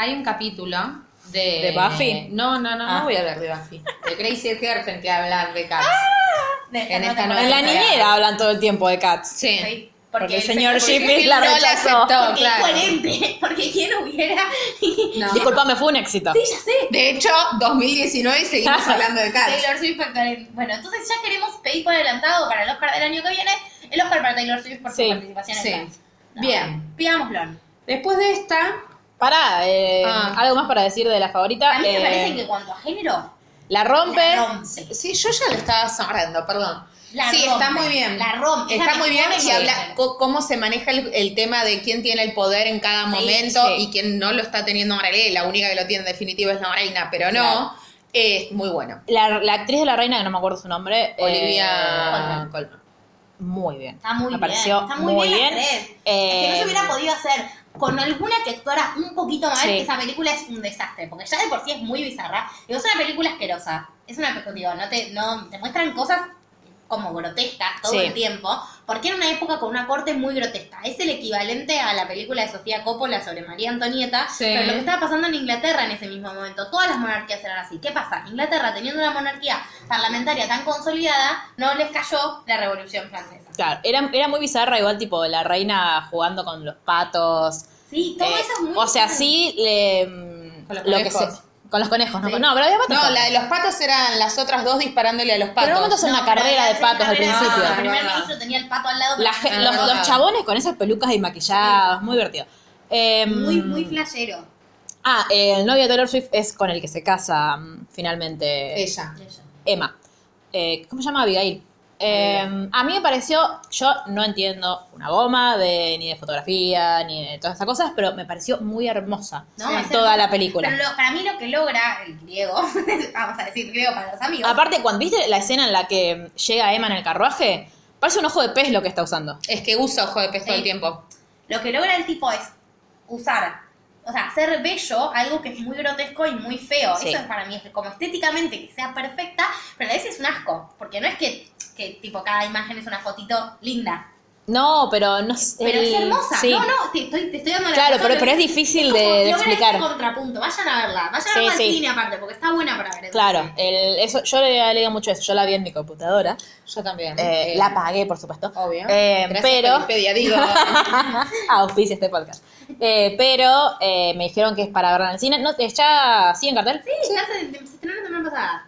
C: hay un capítulo de...
A: ¿De Buffy?
C: No, no, no,
A: Ah.
C: no voy a hablar de Buffy. De Crazy Ex-Girlfriend que hablar de Cats.
B: De
C: En esta
B: no
C: no.
B: te-
A: Ah. En la niñera hablan todo el tiempo de Cats.
C: Sí.
B: Sí,
A: Porque el
B: porque
A: señor Shipley
C: Shipley
A: la
C: no la
A: rechazó.
C: aceptó.
B: Porque es
C: claro.
B: coherente, *laughs* porque quién hubiera. *laughs* Sí,
C: No.
A: Disculpame, fue un éxito.
B: ya sé.
C: De hecho, 2019 seguimos hablando de Cats.
B: Taylor Swift fue coherente. Bueno, entonces ya queremos pedir por adelantado para el Oscar del año que viene el Oscar para Taylor Swift por
A: Sí,
B: su participación
C: sí.
B: en Cats. No,
C: Bien.
B: Pidámoslo.
C: Después de esta,
A: Pará, eh,
C: Ah.
A: algo más para decir de la favorita.
B: A mí me
A: eh,
B: parece que en cuanto a género,
A: La rompe.
B: La rompe.
C: Sí, yo ya le estaba sonriendo, perdón.
B: La
C: sí, está
B: rompe,
C: muy bien.
B: la rompe, es
C: Está
B: la
C: muy bien
B: mejor
C: y habla
B: mujer.
C: co- cómo se maneja el, el tema de quién tiene el poder en cada momento
A: sí.
C: y quién no lo está teniendo Morelé. La única que lo tiene en definitiva es la reina, pero no.
A: Claro.
C: Es muy bueno.
A: La, la actriz de la reina, que no me acuerdo su nombre.
C: Olivia
A: eh,
C: Colman.
A: muy bien.
B: Está muy
A: me pareció
B: bien. Está muy, bien. las tres.
A: Eh,
B: es que no se hubiera podido hacer con alguna que actuara un poquito más.
A: Sí.
B: Esa película es un desastre, porque ya de por sí es muy bizarra. Y es una película asquerosa. Es una película, digo, no te, no, te muestran cosas como grotescas todo
A: Sí.
B: el tiempo, porque era una época con una corte muy grotesca. Es el equivalente a la película de Sofía Coppola sobre María Antonieta,
A: Sí.
B: pero lo que estaba pasando en Inglaterra en ese mismo momento, todas las monarquías eran así. ¿Qué pasa? Inglaterra, teniendo una monarquía parlamentaria tan consolidada, no les cayó la Revolución Francesa.
A: Claro, era, era muy bizarra, igual tipo la reina jugando con los patos.
B: Sí, todo
A: Eh,
B: eso es muy
A: O sea,
B: bizarro.
A: sí, le, mm,
C: Con los
A: lo que
C: conejos.
A: se- con los conejos, ¿no?
B: Sí.
A: No, pero había patos.
C: No,
A: también.
C: la de los patos eran las otras dos disparándole a los
A: Pero en un
C: patos.
A: momento son una
B: No,
A: carrera
B: pero
A: de patos al
B: era una
A: principio.
B: carrera,
C: No,
B: El
C: no,
B: primer
C: no.
B: ministro tenía el pato al lado.
A: La
B: pero
A: ge-
C: Ah,
A: los,
C: verdad.
A: los chabones con esas pelucas y maquillados, muy divertido. Eh,
B: Muy, muy flashero.
A: Ah, eh, el novio de Taylor Swift es con el que se casa mm, finalmente
C: Ella.
A: Emma. Eh, ¿Cómo se llama Abigail? Eh, a mí me pareció, yo no entiendo una goma de, ni de fotografía ni de todas esas cosas, pero me pareció muy hermosa
B: No,
A: en
B: es
A: toda
B: hermoso.
A: la película.
B: Pero lo- para mí lo que logra el griego, *laughs* vamos a decir griego para los amigos.
A: Aparte, cuando viste la escena en la que llega Emma en el carruaje, parece un ojo de pez lo que está usando.
C: Es que usa ojo de pez todo
B: Sí.
C: el tiempo.
B: Lo que logra el tipo es usar, o sea, hacer bello algo que es muy grotesco y muy feo.
A: Sí.
B: Eso es para mí es como estéticamente que sea perfecta, pero a veces es un asco, porque no es que, que tipo cada imagen es una fotito linda.
A: No, pero no sé.
B: Pero es
A: el-
B: hermosa.
A: sí.
B: No, no, te estoy, te estoy dando la
A: Claro,
B: razón,
A: pero, pero es difícil de,
B: como
A: de
B: lograr
A: explicar.
B: ese contrapunto. Vayan a verla. Vayan
A: Sí,
B: a verla al
A: sí.
B: cine aparte, porque está buena para ver. en
A: Claro,
B: cine.
A: el- eso, yo le leído mucho eso, yo la vi en mi computadora.
C: Yo también.
A: Eh, la pagué, por supuesto.
C: Obvio.
A: Eh,
C: Gracias,
A: pero.
C: Wikipedia, digo.
A: *laughs* Ah, auspicia este podcast. Eh, pero eh, me dijeron que es para verla en el cine. No, eh, ¿Ya sigue en cartel?
B: Sí, ya se, se estrenó la semana pasada.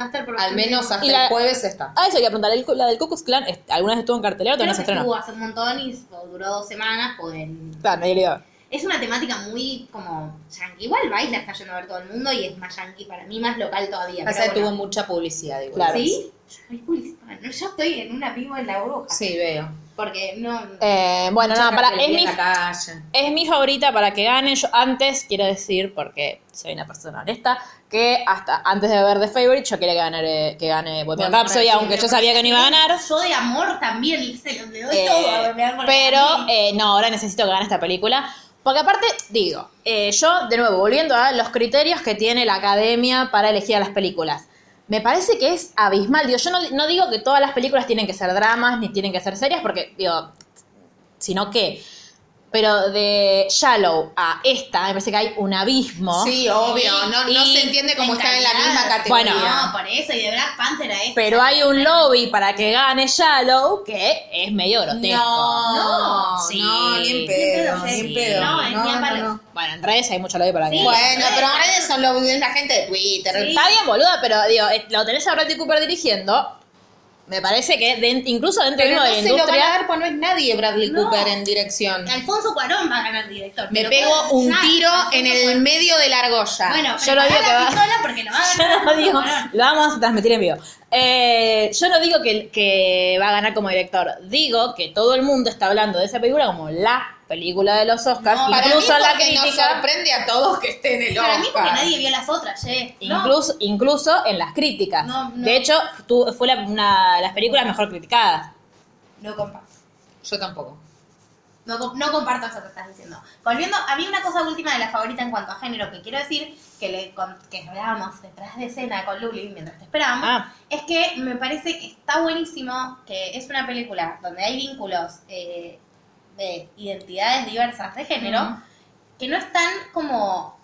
B: Va a estar por
C: Al menos hasta
A: Y la-
C: el jueves está.
A: Ah, eso quería preguntar. el- La del Cucus Clan, ¿est- ¿alguna vez estuvo en cartelera o
B: Creo
A: todavía no
B: que
A: se estrenó?
B: estuvo hace un montón y s- duró dos semanas. Pues,
A: Claro, nadie le iba a ver.
B: es una temática muy como yankee. Igual baila está lleno a ver todo el mundo y es más yankee para mí, más local todavía.
C: Pasa
B: pero
C: que tuvo
B: bueno.
C: mucha publicidad, digo.
A: Claro.
B: ¿Sí? Yo, soy publicista, no, yo estoy en una vivo en la burbuja.
C: Sí, veo.
B: Porque no.
A: Eh, bueno,
C: Mucha
A: nada, para, es,
C: cartelería
A: mi,
C: en la calle.
A: es mi favorita para que gane. Yo antes quiero decir, porque soy una persona honesta, que hasta antes de ver The Favorite yo quería que gane, que gane Bohemian
C: Bohemian
A: Rhapsody, aunque yo sabía que no iba a ganar.
B: Yo de amor también se lo le doy
A: Eh,
B: *laughs* todo a Bohemian Rhapsody.
A: pero eh, no, ahora necesito que gane esta película. Porque aparte, digo, eh, yo, de nuevo, volviendo a los criterios que tiene la academia para elegir a las películas. Me parece que es abismal. Digo, yo no, no digo que todas las películas tienen que ser dramas ni tienen que ser serias, porque, digo, sino que. Pero de Shallow a esta, me parece que hay un abismo.
C: Sí, obvio. No, no
A: Y
C: se entiende cómo
B: En
C: están en la
B: calidad.
C: misma categoría.
A: Bueno.
B: No, por eso, y de Black Panther a este. esta.
A: Pero hay un lobby para que gane Shallow que es medio grotesco.
C: No,
A: No,
C: no,
A: sí.
C: ni en pedo,
B: Sí,
C: ni en pedo.
B: no, ni a palo.
A: Bueno, en redes hay mucho lobby para que
B: Sí.
A: gane.
C: Bueno, pero ahora ya son los es la gente de Twitter.
B: Sí.
A: Está bien, boluda, pero digo, eh, lo tenés a Bradley Cooper dirigiendo. Me parece que den- incluso dentro
C: Pero
A: mismo
C: no
A: de la
C: se lo van a
A: industria.
C: dar porque no es nadie Bradley
B: No.
C: Cooper en dirección.
B: Alfonso Cuarón va a ganar director.
C: Me
B: pero
C: pego
B: puede
C: un
B: ganar
C: tiro
B: Alfonso
C: en el
B: Cuarón.
C: medio de la argolla.
B: Bueno,
A: Yo no
B: prepara
A: digo que
B: la
A: va-
B: pistola porque lo va a ganar.
A: *laughs* Yo no
B: Alfonso
A: digo,
B: Cuarón.
A: lo vamos a transmitir en vivo. Eh, yo no digo que, que va a ganar como director. Digo que todo el mundo está hablando de esa película como la película de los Oscars.
B: No,
C: para mí
A: incluso la
C: porque nos
A: crítica.
C: sorprende a todos que esté en el
B: Para mí porque
C: Oscar.
B: nadie vio las otras, che. No.
A: Incluso, incluso en las críticas.
B: No, no.
A: De hecho, tu- fue la- una de las películas mejor criticadas.
B: No comparto.
C: Yo tampoco.
B: No, com- no comparto eso que estás diciendo. Volviendo, había una cosa última de la favorita en cuanto a género que quiero decir, que le con- que hablábamos detrás de escena con Luli mientras te esperábamos,
A: Ah.
B: es que me parece que está buenísimo que es una película donde hay vínculos eh, de identidades diversas de género que no están como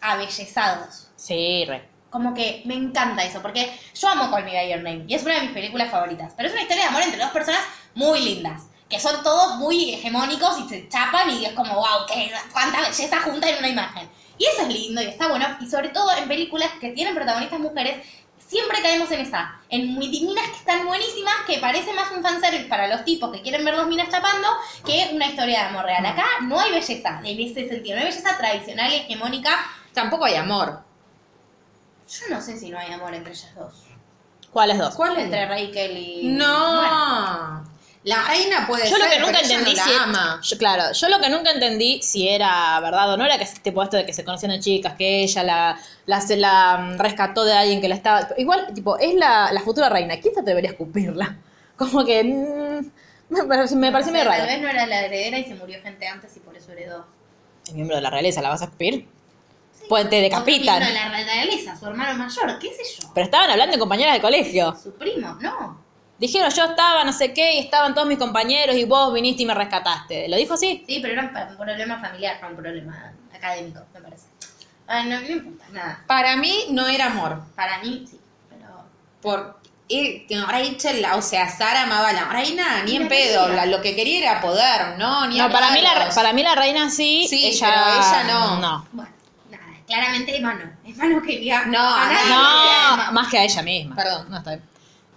B: abellezados.
A: Sí, re.
B: Como que me encanta eso, porque yo amo Call Me By Your Name y es una de mis películas favoritas. Pero es una historia de amor entre dos personas muy lindas, que son todos muy hegemónicos y se chapan y es como, wow, qué, cuánta belleza junta en una imagen. Y eso es lindo y está bueno, y sobre todo en películas que tienen protagonistas mujeres, siempre caemos en esa, en muy minas que están buenísimas, que parece más un fanservice para los tipos que quieren ver dos minas chapando que una historia de amor real. Acá no hay belleza en ese sentido, no hay belleza tradicional, hegemónica,
C: Tampoco hay amor.
B: Yo no sé si no hay amor entre ellas dos.
A: ¿Cuáles dos?
B: ¿Cuál entre Rachel y.?
C: No.
B: Bueno,
C: La reina puede
A: Yo
C: ser,
A: lo que nunca
C: pero ella
A: entendí
C: no
A: si
C: la ama.
A: yo- claro, yo lo que nunca entendí si era verdad o no era que tipo esto de que se conocían de chicas, que ella la, la, se la mm, rescató de alguien que la estaba. Igual, tipo, es la, la futura reina. ¿Quién se debería escupirla? *laughs* Como que mm, me, parece- me pareció
B: no sé,
A: medio raro.
B: Tal vez no era la heredera y se murió gente antes y por eso heredó.
A: El miembro de la realeza la vas a escupir. Pues te
B: Otro
A: decapitan.
B: miembro de la realeza, su hermano mayor, qué sé yo.
A: Pero estaban hablando de compañeras de colegio.
B: Su primo, no.
A: Dijeron, yo estaba, no sé qué, y estaban todos mis compañeros y vos viniste y me rescataste. ¿Lo dijo así?
B: Sí, pero era un pa- un problema familiar, no un problema académico, me parece. Ah, no, no importa, nada.
C: Para mí no era amor.
B: Para mí, sí. Pero
C: Por eh, que Rachel, la- o sea, Sara amaba a la reina, ni
B: Ni
C: en
B: la
C: pedo.
B: quería.
C: la- lo que quería era poder, ¿no? Ni
A: No, para mí, la,
C: agarros.
A: para mí la reina sí,
C: Sí,
A: ella,
C: pero ella no.
A: No,
B: bueno, nada. Claramente Emma no. Emma no quería.
C: No,
B: a nadie quería a Emma.
A: No, más que a ella misma.
C: Perdón.
A: No está bien.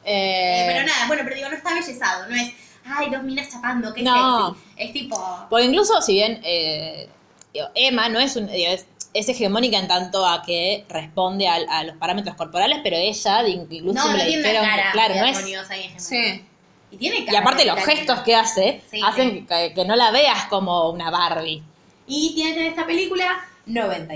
B: Eh,
A: Eh,
B: pero nada, bueno, pero digo, no está bellezado, no es. Ay, dos minas chapando, qué
A: No.
B: sexy. Es tipo.
A: Porque incluso si bien eh, digo, Emma no es, un, digo, es, es hegemónica en tanto a que responde al- a, los parámetros corporales, pero ella de- incluso
B: No, no
A: le
B: tiene una
A: dijeron,
B: cara.
A: claro,
B: de
A: no es,
B: armoniosa y hegemónica.
C: Sí.
B: Y tiene cara.
A: y aparte
B: de
A: los
B: titánica.
A: gestos que hace
B: Sí,
A: hacen
B: sí.
A: que, que no la veas como una Barbie.
B: Y tiene esta película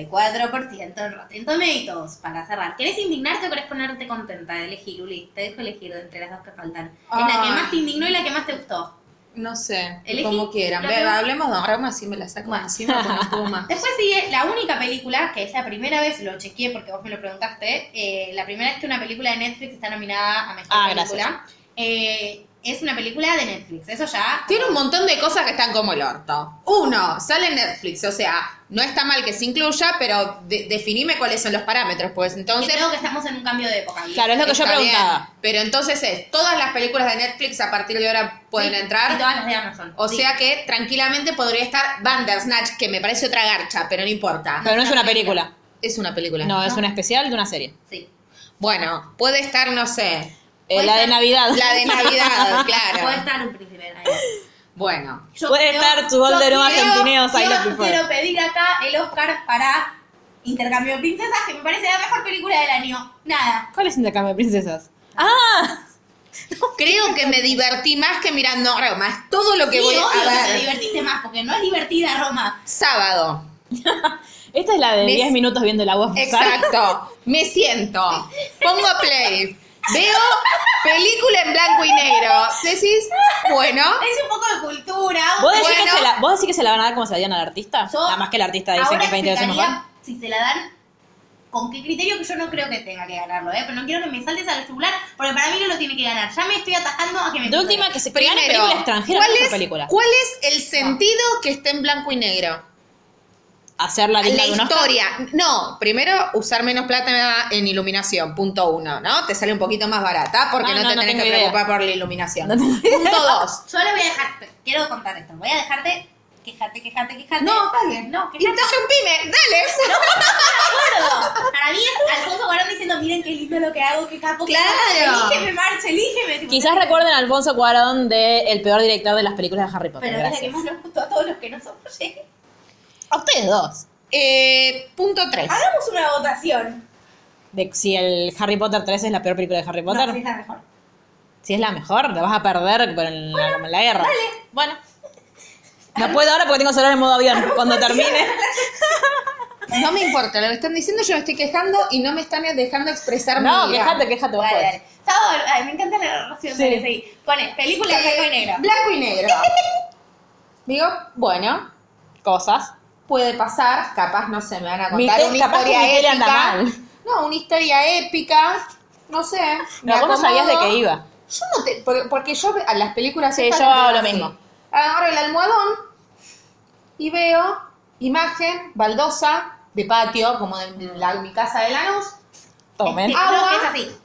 B: 94% en Rotten Tomatoes. Para cerrar, ¿querés indignarte o querés ponerte contenta? Elegí, Luli. Te dejo elegir de entre las dos que faltan. Es la
C: Ah.
B: que más te indignó y la que más te gustó.
C: No sé,
B: Elegí
C: como quieran.
B: la
C: Ve,
B: que-
C: hablemos de Roma, así me la saco
B: Bueno.
C: encima con
A: *laughs*
C: un puma.
B: Después sigue la única película, que es la primera vez, lo chequeé porque vos me lo preguntaste, eh, la primera vez que una película de Netflix está nominada a Mejor
A: Ah,
B: Película. Eh, es una película de Netflix, eso ya...
C: Tiene un montón de cosas que están como el orto. Uno, sale en Netflix, o sea, no está mal que se incluya, pero de- definime cuáles son los parámetros, pues
B: que
C: entonces...
B: creo que estamos en un cambio de época. y-
A: Claro, es lo que yo
C: Está
A: preguntaba.
C: bien, pero entonces es, todas las películas de Netflix a partir de ahora pueden
B: Sí, Y
C: entrar.
B: todas las de Amazon.
C: O
B: Sí.
C: sea que tranquilamente podría estar Bandersnatch, que me parece otra garcha, pero no importa.
A: Pero no es una película.
C: Es una película.
A: No, es
B: No.
A: una especial de una serie.
B: Sí.
C: Bueno, puede estar, no sé,
A: Eh,
B: Puede
A: la de
B: ser-
A: Navidad.
C: la de Navidad,
B: Ah, Puede
C: claro.
B: estar un príncipe de Navidad.
C: Bueno,
B: Yo
A: Puede estar tu Golden
B: yo
A: Oak
B: quiero-
A: Argentineos, I
B: yo
A: love you for.
B: quiero pedir acá el Oscar para Intercambio de Princesas, que me parece la mejor película del año. Nada.
A: *laughs* ¿Cuál es intercambio de princesas? ¡Ah!
C: creo que me divertí más que mirando Roma. Es todo lo que
B: Sí,
C: voy
B: obvio
C: a
B: que te
C: ver.
B: divertiste más, porque no es divertida Roma.
C: Sábado.
A: Esta es la de
C: ¿Ves?
A: 10 minutos viendo el agua pasar.
C: Exacto. Me siento. Pongo play. Veo película en blanco y negro. Decís, bueno,
B: Es un poco de cultura.
A: ¿Vos decís,
C: Bueno.
A: que se la, ¿Vos decís que se la van a dar como se la dieron al artista?
B: Yo
A: Nada más que el artista dice
B: Ahora
A: que 22 es mejor.
B: explicaría Si se la dan, con qué criterio, que yo no creo que tenga que ganarlo, ¿eh? Pero no quiero que me saltes al jugular, porque para mí no lo tiene que ganar. Ya me estoy atajando a que me
A: De última, que se que Ah. gane
C: primero,
A: película extranjera
C: ¿cuál
A: no
C: es,
A: es película.
C: ¿cuál es el sentido que esté en blanco y negro?
A: Hacer la
C: La
A: lista de un Oscar.
C: historia. No, primero usar menos plata en iluminación, punto uno, ¿no? Te sale un poquito más barata porque
A: Ah,
C: no,
A: no,
C: te
A: no
C: tenés que
A: tengo idea.
C: preocupar por la iluminación.
A: No tengo
C: punto dos.
B: Yo le voy a dejar, quiero contar esto, voy a dejarte, quejate, quejate, quejate.
C: No, está bien.
B: No, quejate.
C: Entonces un pyme, dale.
B: Claro, Para mí es Alfonso Cuarón diciendo, miren qué lindo lo que hago, qué capo. que
C: Claro.
B: soy, Elígeme, Marce, elígeme. Tipo,
A: Quizás recuerden a Alfonso Cuarón de El peor director de las películas de Harry Potter.
B: Pero es la que
A: gracias.
B: más nos gustó a todos los que nos oyen.
A: A ustedes dos.
C: Eh, punto tres.
B: Hagamos una votación.
A: De si el Harry Potter 3 es la peor película de Harry
B: No,
A: Potter.
B: sí, es la mejor.
A: Si es la mejor, te vas a perder pero en la, como en la guerra. Bueno. No puedo ahora porque tengo el celular en modo avión. Cuando
C: *laughs*
A: termine.
C: No me importa lo que están diciendo, yo me estoy quejando y no me están dejando expresar
A: No,
C: mi ira.
A: quejate, quejate vos.
B: Dale,
A: podés.
B: dale. Sábado, ay, me encanta la narración
A: Sí.
B: de sí. Pone película en blanco y negro.
C: Blanco y
A: *laughs*
C: negro. Digo, bueno,
A: Cosas.
C: puede pasar, capaz no se me van a
A: Mi
C: contar
A: tele-
C: una
A: capaz que mi
C: historia
A: tele anda
C: épica.
A: mal.
C: No, una historia épica, no sé. me
A: No, vos no
C: acomodo.
A: sabías de qué iba.
C: Yo no te, porque, porque yo ve- a las películas
A: Sí,
C: estas
A: yo
C: las veo
A: hago lo
C: así.
A: mismo.
C: Agarro el almohadón y veo imagen, baldosa, de patio, como de la- mi casa de Lanús.
A: Tomen.
B: Este, creo que es
C: Agua.
B: así.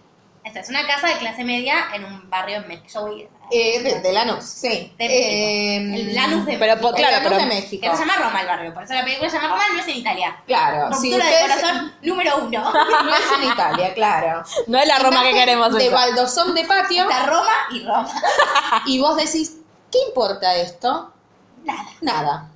B: Esta es una casa de clase media en un barrio en México. Yo voy-
C: Eh, de, de Lanús, sí.
B: De
C: Eh,
B: México. El Lanús de
A: pero,
B: México.
A: po- claro,
C: Lanús
A: pero-
C: de
B: Que
C: México.
B: no se llama Roma el barrio, por eso la película se llama Roma, no es en Italia.
C: Claro, si
B: Ruptura de
C: ustedes-
B: corazón número uno.
C: *laughs* no es en Italia, claro.
A: No es la Roma que
C: Imagen
A: queremos.
C: De
A: eso.
C: baldosón de patio
B: Está Roma *laughs* y Roma.
C: y vos decís, ¿qué importa esto? Nada.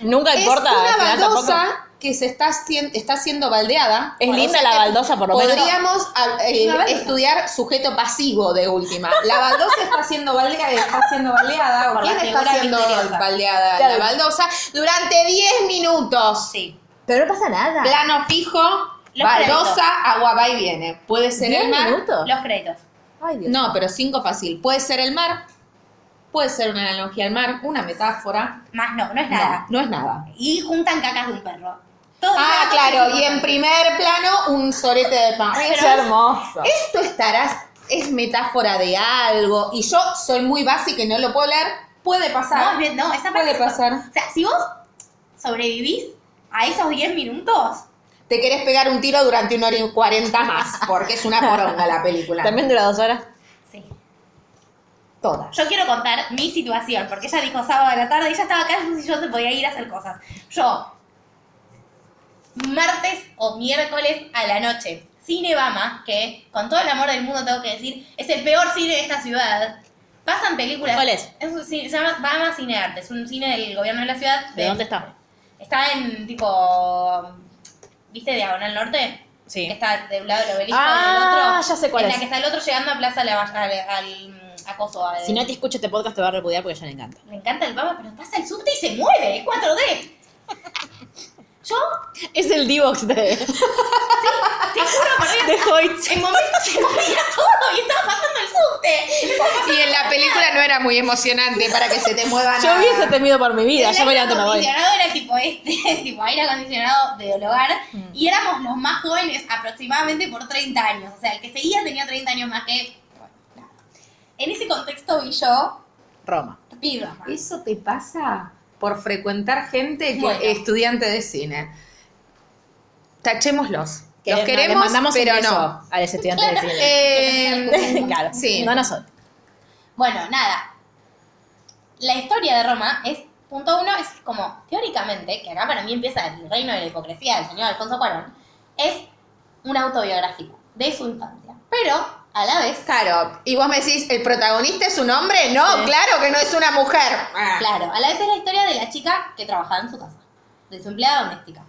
A: Nunca
C: es
A: importa. al
C: una
A: final tampoco-
C: baldosa que se está, hacien- está siendo baldeada.
A: Es
C: Bueno,
A: linda
C: o sea
A: la
C: que
A: baldosa, por lo menos.
C: Podríamos a- eh,
B: una baldosa.
C: estudiar sujeto pasivo de última. La baldosa está siendo baldeada, está siendo baldeada. ¿o
B: Por la
C: ¿Quién está
B: figura
C: siendo
B: misteriosa.
C: baldeada
A: Claro.
C: la baldosa? Durante 10 minutos.
B: Sí.
A: Pero no pasa nada.
C: Plano fijo,
B: Los
C: baldosa,
B: créditos.
C: agua va y viene. Puede ser
A: ¿Diez
C: el mar.
A: minutos?
B: Los créditos.
A: Ay, Dios.
C: No, pero cinco fácil. Puede ser el mar, puede ser una analogía al mar, una metáfora.
B: Más no, no es
C: No,
B: nada.
C: no es nada.
B: Y juntan cacas de un perro. Todo
C: Ah,
B: cada cosa
C: claro,
B: es
C: y en
B: importante.
C: primer plano un sorete de pan.
B: Ay,
A: Es
B: pero-
A: hermoso.
C: Esto estará, es metáfora de algo, y yo soy muy básica y no lo puedo leer. Puede
B: No, es
C: pasar.
B: bien- no, esa parte
C: puede
B: es-
C: pasar.
B: O sea, si vos sobrevivís a esos 10 minutos,
C: Te querés pegar un tiro durante una hora y cuarenta más, porque es una poronga la película.
A: También dura dos horas.
B: sí.
C: toda.
B: Yo quiero contar mi situación, porque ella dijo sábado de la tarde, ella estaba acá y yo se podía ir a hacer cosas. Yo, martes o miércoles a la noche, Cine Bama, que con todo el amor del mundo tengo que decir, es el peor cine de esta ciudad. Pasan películas.
A: ¿Cuál es?
B: un cine- se llama Bama Cine Arte, es un cine del gobierno de la ciudad.
A: ¿De dónde está?
B: Está en tipo. ¿Viste Diagonal Norte?
A: Sí.
B: Que está de un lado el obelisco
A: Ah,
B: del otro.
A: ya sé cuál
B: en
A: es.
B: la que está el otro llegando a Plaza Lavalle, al, al- mm, a Coso, al-
A: Si no te escucha este podcast te va a repudiar porque ya le encanta.
B: Le encanta el Baba, pero pasa el subte y se mueve, es 4D. Yo,
A: *laughs* Es el Divox de, Ah,
B: te
A: *laughs*
B: juro, por Dios,
A: de Hoyt.
B: en momentos se movía todo y estaba pasando el subte. Estaba pasando
C: Y en la película no era muy emocionante para que se te mueva
A: Yo
C: nada.
A: hubiese temido por mi vida,
B: El
A: yo me levanto y me voy.
B: aire acondicionado era tipo este, *laughs* tipo aire acondicionado del hogar,
A: Mm.
B: y éramos los más jóvenes aproximadamente por 30 años. O sea, el que seguía tenía 30 años más que. bueno, nada. En ese contexto vi yo.
A: Roma.
B: Vi Roma.
C: Eso te pasa por frecuentar gente que
B: Bueno.
C: estudiante de cine. Tachémoslos.
A: Que
C: Los
A: le-
C: queremos,
A: le mandamos un
C: pero
A: beso
C: no.
A: A los estudiantes de cine.
C: Eh,
A: *laughs* claro.
C: sí.
A: No a nosotros.
B: Bueno, nada. La historia de Roma es, punto uno, es como, teóricamente, que acá para mí empieza el reino de la hipocresía del señor Alfonso Cuarón, es una autobiográfica de su infancia. Pero, a la vez,
C: Claro, y vos me decís, ¿el protagonista es un hombre? No,
B: Sí.
C: claro que no es una mujer. Ah.
B: Claro, a la vez es la historia de la chica que trabajaba en su casa, de su empleada doméstica,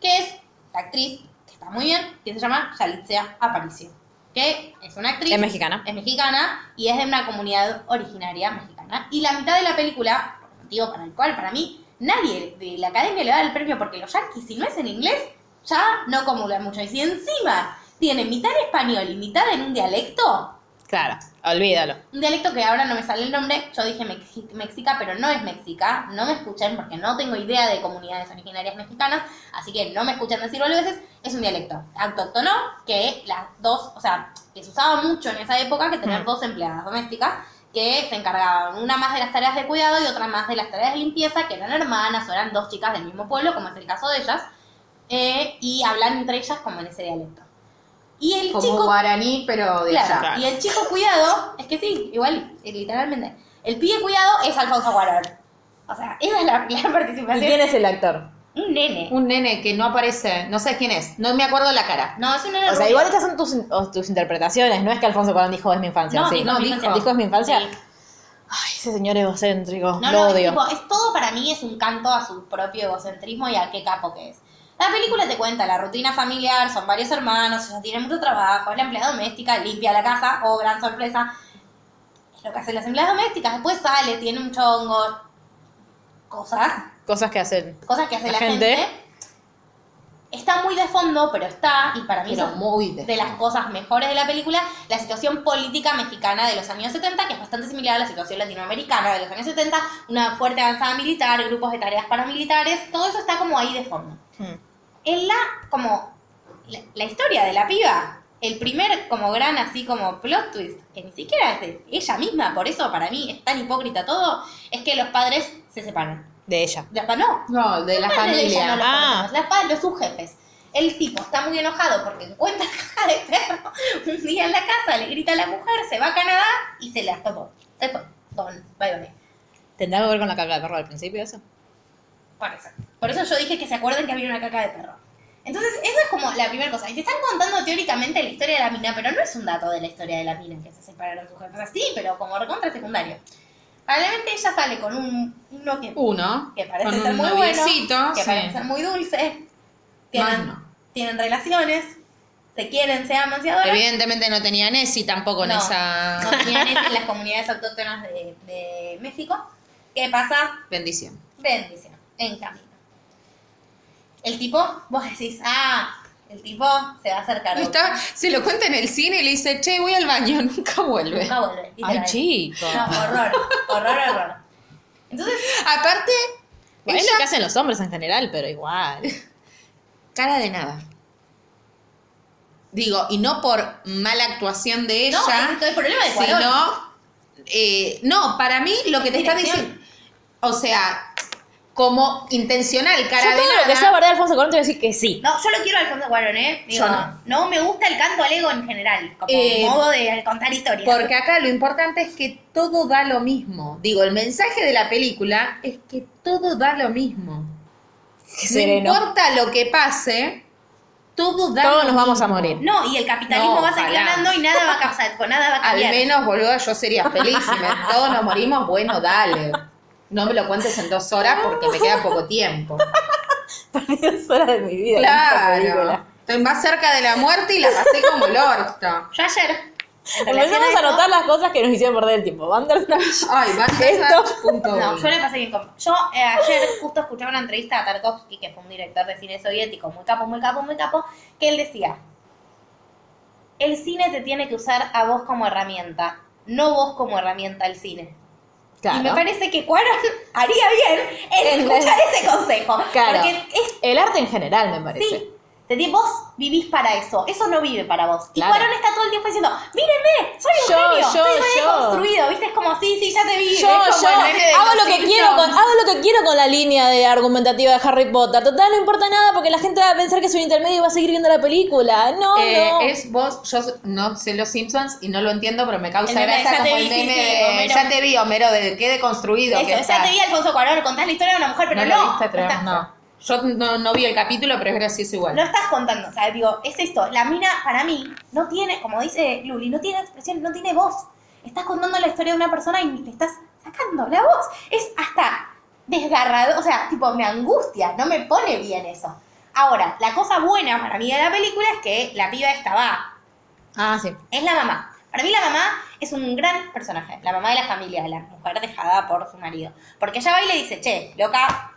B: que es la actriz, que está muy bien, que se llama Yalitza Aparicio, que es una actriz...
A: Es mexicana.
B: Es mexicana y es de una comunidad originaria mexicana. Y la mitad de la película, motivo para el cual, para mí, nadie de la academia le da el premio porque los yankees, si no es en inglés, ya no comulgan mucho. Y si encima tiene mitad en español y mitad en un dialecto,
A: Claro, olvídalo.
B: un dialecto que ahora no me sale el nombre, yo dije mexi- mexica, pero no es mexica, no me escuchen porque no tengo idea de comunidades originarias mexicanas, así que no me escuchan decir veces, es un dialecto autóctono que las dos, o sea, que se usaba mucho en esa época que tener dos empleadas domésticas que se encargaban una más de las tareas de cuidado y otra más de las tareas de limpieza, que eran hermanas o eran dos chicas del mismo pueblo, como es el caso de ellas, eh, y hablan entre ellas como en ese dialecto. Y el
C: Como
B: chico
C: guaraní, pero de
B: Claro,
C: allá.
B: y el chico cuidado, es que sí, igual, eh, literalmente. El pibe cuidado es Alfonso Cuarón. O sea, esa es la, la *laughs*
A: ¿Y
B: participación.
A: quién es el actor?
B: Un nene.
C: Un nene que no aparece, no sé quién es, no me acuerdo la cara.
B: No, es un nene.
A: O sea,
B: rubio.
A: igual estas son tus, o tus interpretaciones, no es que Alfonso Cuarón dijo es mi infancia.
B: No,
A: sí.
B: dijo, mi infancia.
A: ¿Dijo es mi infancia.
B: Sí.
A: Ay, ese señor egocéntrico, lo
B: No, no,
A: odio.
B: Es, tipo, es todo para mí es un canto a su propio egocentrismo y a qué capo que es. La película te cuenta la rutina familiar, son varios hermanos, ellos tienen mucho trabajo, es la empleada doméstica, limpia la casa, oh, gran sorpresa. Es lo que hacen las empleadas domésticas, después sale, tiene un chongo, cosas.
A: Cosas que hacen.
B: cosas que hace
A: La
B: la,
A: gente.
B: gente. Está muy de fondo, pero está, y para mí
C: Pero
B: es
C: muy de
B: de las cosas mejores de la película, la situación política mexicana de los años 70, que es bastante similar a la situación latinoamericana de los años 70, una fuerte avanzada militar, grupos de tareas paramilitares, todo eso está como ahí de fondo.
A: Hmm.
B: En la, como, la, la historia de la piba, el primer como gran así como plot twist, que ni siquiera es de ella misma, por eso para mí es tan hipócrita todo, es que los padres se separan.
A: De ella.
B: De acá no,
C: No, de la
B: los padres de ella no
C: familia.
B: los
A: Ah.
B: conocemos, los padres, sus jefes. El tipo está muy enojado porque encuentra *laughs* caja de perro un día en la casa, le grita a la mujer, se va a Canadá y se la topó. Se fue. Don, bye bye.
A: ¿Tendrá que ver con la caca de perro al principio eso?
B: Por eso. Por eso yo dije que se acuerden que había una caca de perro. Entonces, esa es como la primera cosa. Y te están contando teóricamente la historia de la mina, pero no es un dato de la historia de la mina que se separaron sus jefes. O sea, sí, pero como recontra secundario. Probablemente ella sale con un, uno que,
C: Uno.
B: que parece
C: con
B: ser
C: un
B: muy bueno,
C: noviecito,
B: que
C: sí.
B: parece ser muy dulce,
C: Más
B: tienen,
C: no.
B: tienen relaciones, se quieren, se aman, se adoran.
D: Evidentemente no tenía Nessie tampoco en
B: No,
D: esa
B: no tenían eso en las comunidades autóctonas de, de México. ¿Qué pasa?
C: bendición.
B: bendición, en camino. El tipo, vos decís, ah, el tipo se va a hacer cargo.
C: Está, se lo cuenta en el cine y le dice, che, voy al baño, *laughs* nunca vuelve.
B: Nunca vuelve. y se
D: Ay,
B: la-
D: chico.
B: No, horror, horror, horror. Entonces,
C: Aparte,
D: Bueno, es
C: ella-
D: lo que hacen los hombres en general, pero igual.
C: cara de nada. Digo, y no por mala actuación de ella,
B: no, es todo el problema de Cuarón.
C: sino... eh, no, para mí lo que te está
B: Dirección.
C: diciendo... O sea, como intencional, cara
D: Yo
C: de
D: todo
C: nada.
D: lo que sea verdad de Alfonso Cuarón te voy a decir que sí.
B: No, yo lo quiero a Alfonso Cuarón, ¿eh? Digo,
C: Yo
B: no.
C: no.
B: me gusta el canto al ego en general, como
C: Eh,
B: modo de contar historias.
C: Porque acá lo importante es que todo da lo mismo. Digo, el mensaje de la película es que todo da lo mismo. *laughs*
D: sereno. *laughs*
C: No importa lo que pase, todo da
D: Todos
C: lo
D: nos vamos
C: mismo.
D: a morir.
B: No, y el capitalismo
C: No,
B: va
C: ojalá.
B: aclarando y nada va a causar, con nada va a
C: Al
B: cambiar.
C: menos, boludo, yo sería feliz.
B: *laughs*
C: Si me- todos nos morimos, bueno, dale. No me lo cuentes en dos horas porque me queda poco
B: *laughs*
C: tiempo.
D: Es hora de mi vida.
C: Claro. Estoy más cerca de la muerte y la pasé como el orto.
B: Yo ayer, en relación a
D: Empecemos a
B: esto,
D: anotar las cosas que nos hicieron perder el tiempo. Bandersnatch.
C: Ay, va a
D: Esto-
C: punto
B: No,
C: uno.
B: yo le pasé bien con. Yo eh, ayer justo escuchaba una entrevista a Tarkovsky, que fue un director de cine soviético, muy capo, muy capo, muy capo, que él decía: El cine te tiene que usar a vos como herramienta, no vos como herramienta al cine. Y me
D: Claro.
B: parece que Cuaron *laughs* haría bien en escuchar ese consejo.
D: Claro.
B: Porque es.
D: El arte en general, me parece.
B: Sí. Te di- vos vivís para eso, eso no vive para vos. Y
D: Claro.
B: Cuarón está todo el tiempo diciendo, mírenme, soy un
D: Yo,
B: genio,
D: yo,
B: estoy
D: yo".
B: reconstruido, ¿viste? Es como, sí, sí, ya te vi.
D: Yo,
B: es como
D: yo,
B: el meme de
D: hago
B: los
D: lo que
B: Simpsons.
D: quiero con, hago lo que quiero con la línea de argumentativa de Harry Potter. Total, no importa nada porque la gente va a pensar que es un intermedio y va a seguir viendo la película. No,
C: Eh,
D: no.
C: Es vos, yo no sé los Simpsons y no lo entiendo, pero me
B: El
C: causa
B: meme de
C: gracia
B: ya te
C: como
B: vi,
C: el
B: sí,
C: meme
B: sí,
C: de
B: Homero.
C: Ya te vi, Homero, de qué deconstruido
B: Eso,
C: que
B: o sea,
C: estás.
B: te vi Alfonso Cuarón, contás la historia de una mujer, pero
C: no,
B: no.
C: lo viste,
B: no,
C: Trevor,
B: estás,
C: no. Yo no, no vi el capítulo, pero es gracioso igual.
B: no estás contando. O sea, digo, es esto. La mina, para mí, no tiene, como dice Luli, no tiene expresión, no tiene voz. Estás contando la historia de una persona y le estás sacando la voz. Es hasta desgarrador, o sea, tipo, me angustia, no me pone bien eso. Ahora, la cosa buena para mí de la película es que la piba esta va
D: Ah, sí.
B: es la mamá. Para mí la mamá es un gran personaje, la mamá de la familia, la mujer dejada por su marido. Porque ella va y le dice, che, loca,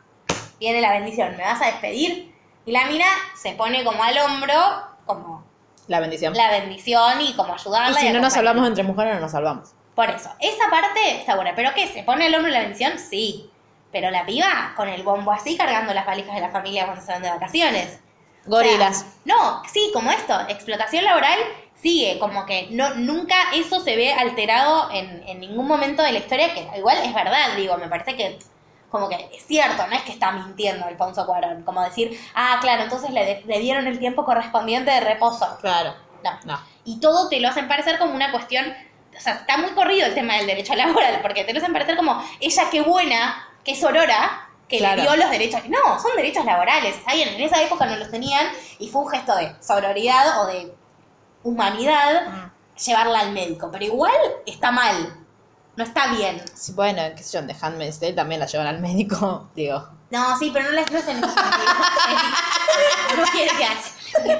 B: viene la bendición, ¿me vas a despedir? Y la mina se pone como al hombro, como
D: La bendición.
B: la bendición y como ayudarla.
D: y si no nos
B: acompañarla.
D: hablamos entre mujeres, no nos salvamos.
B: Por eso, esa parte está buena. ¿Pero qué? ¿Se pone el hombro la bendición? Sí. Pero la piba, con el bombo así, cargando las valijas de la familia cuando se van de vacaciones.
D: Gorilas.
B: O sea, no, sí, como esto, explotación laboral sigue, como que no nunca eso se ve alterado en, en ningún momento de la historia, que igual es verdad, digo, me parece que como que es cierto, no es que está mintiendo Alfonso Cuarón, como decir, ah, claro, entonces le, de- le dieron el tiempo correspondiente de reposo.
D: Claro.
B: No.
D: No.
B: Y todo te lo hacen parecer como una cuestión, o sea, está muy corrido el tema del derecho laboral, porque te lo hacen parecer como, ella qué buena, qué sorora, que
D: Claro.
B: le dio los derechos. No, son derechos laborales. Está bien, en esa época no los tenían y fue un gesto de sororidad o de humanidad
C: Ah.
B: llevarla al médico, pero igual está mal. No está bien.
D: Sí, bueno, eh, qué sé yo, en The Handmaid's Tale también la llevan al médico, *laughs* digo.
B: No, sí, pero no les no es en ese
C: *laughs*
B: sentido. *laughs* No quiere que haga.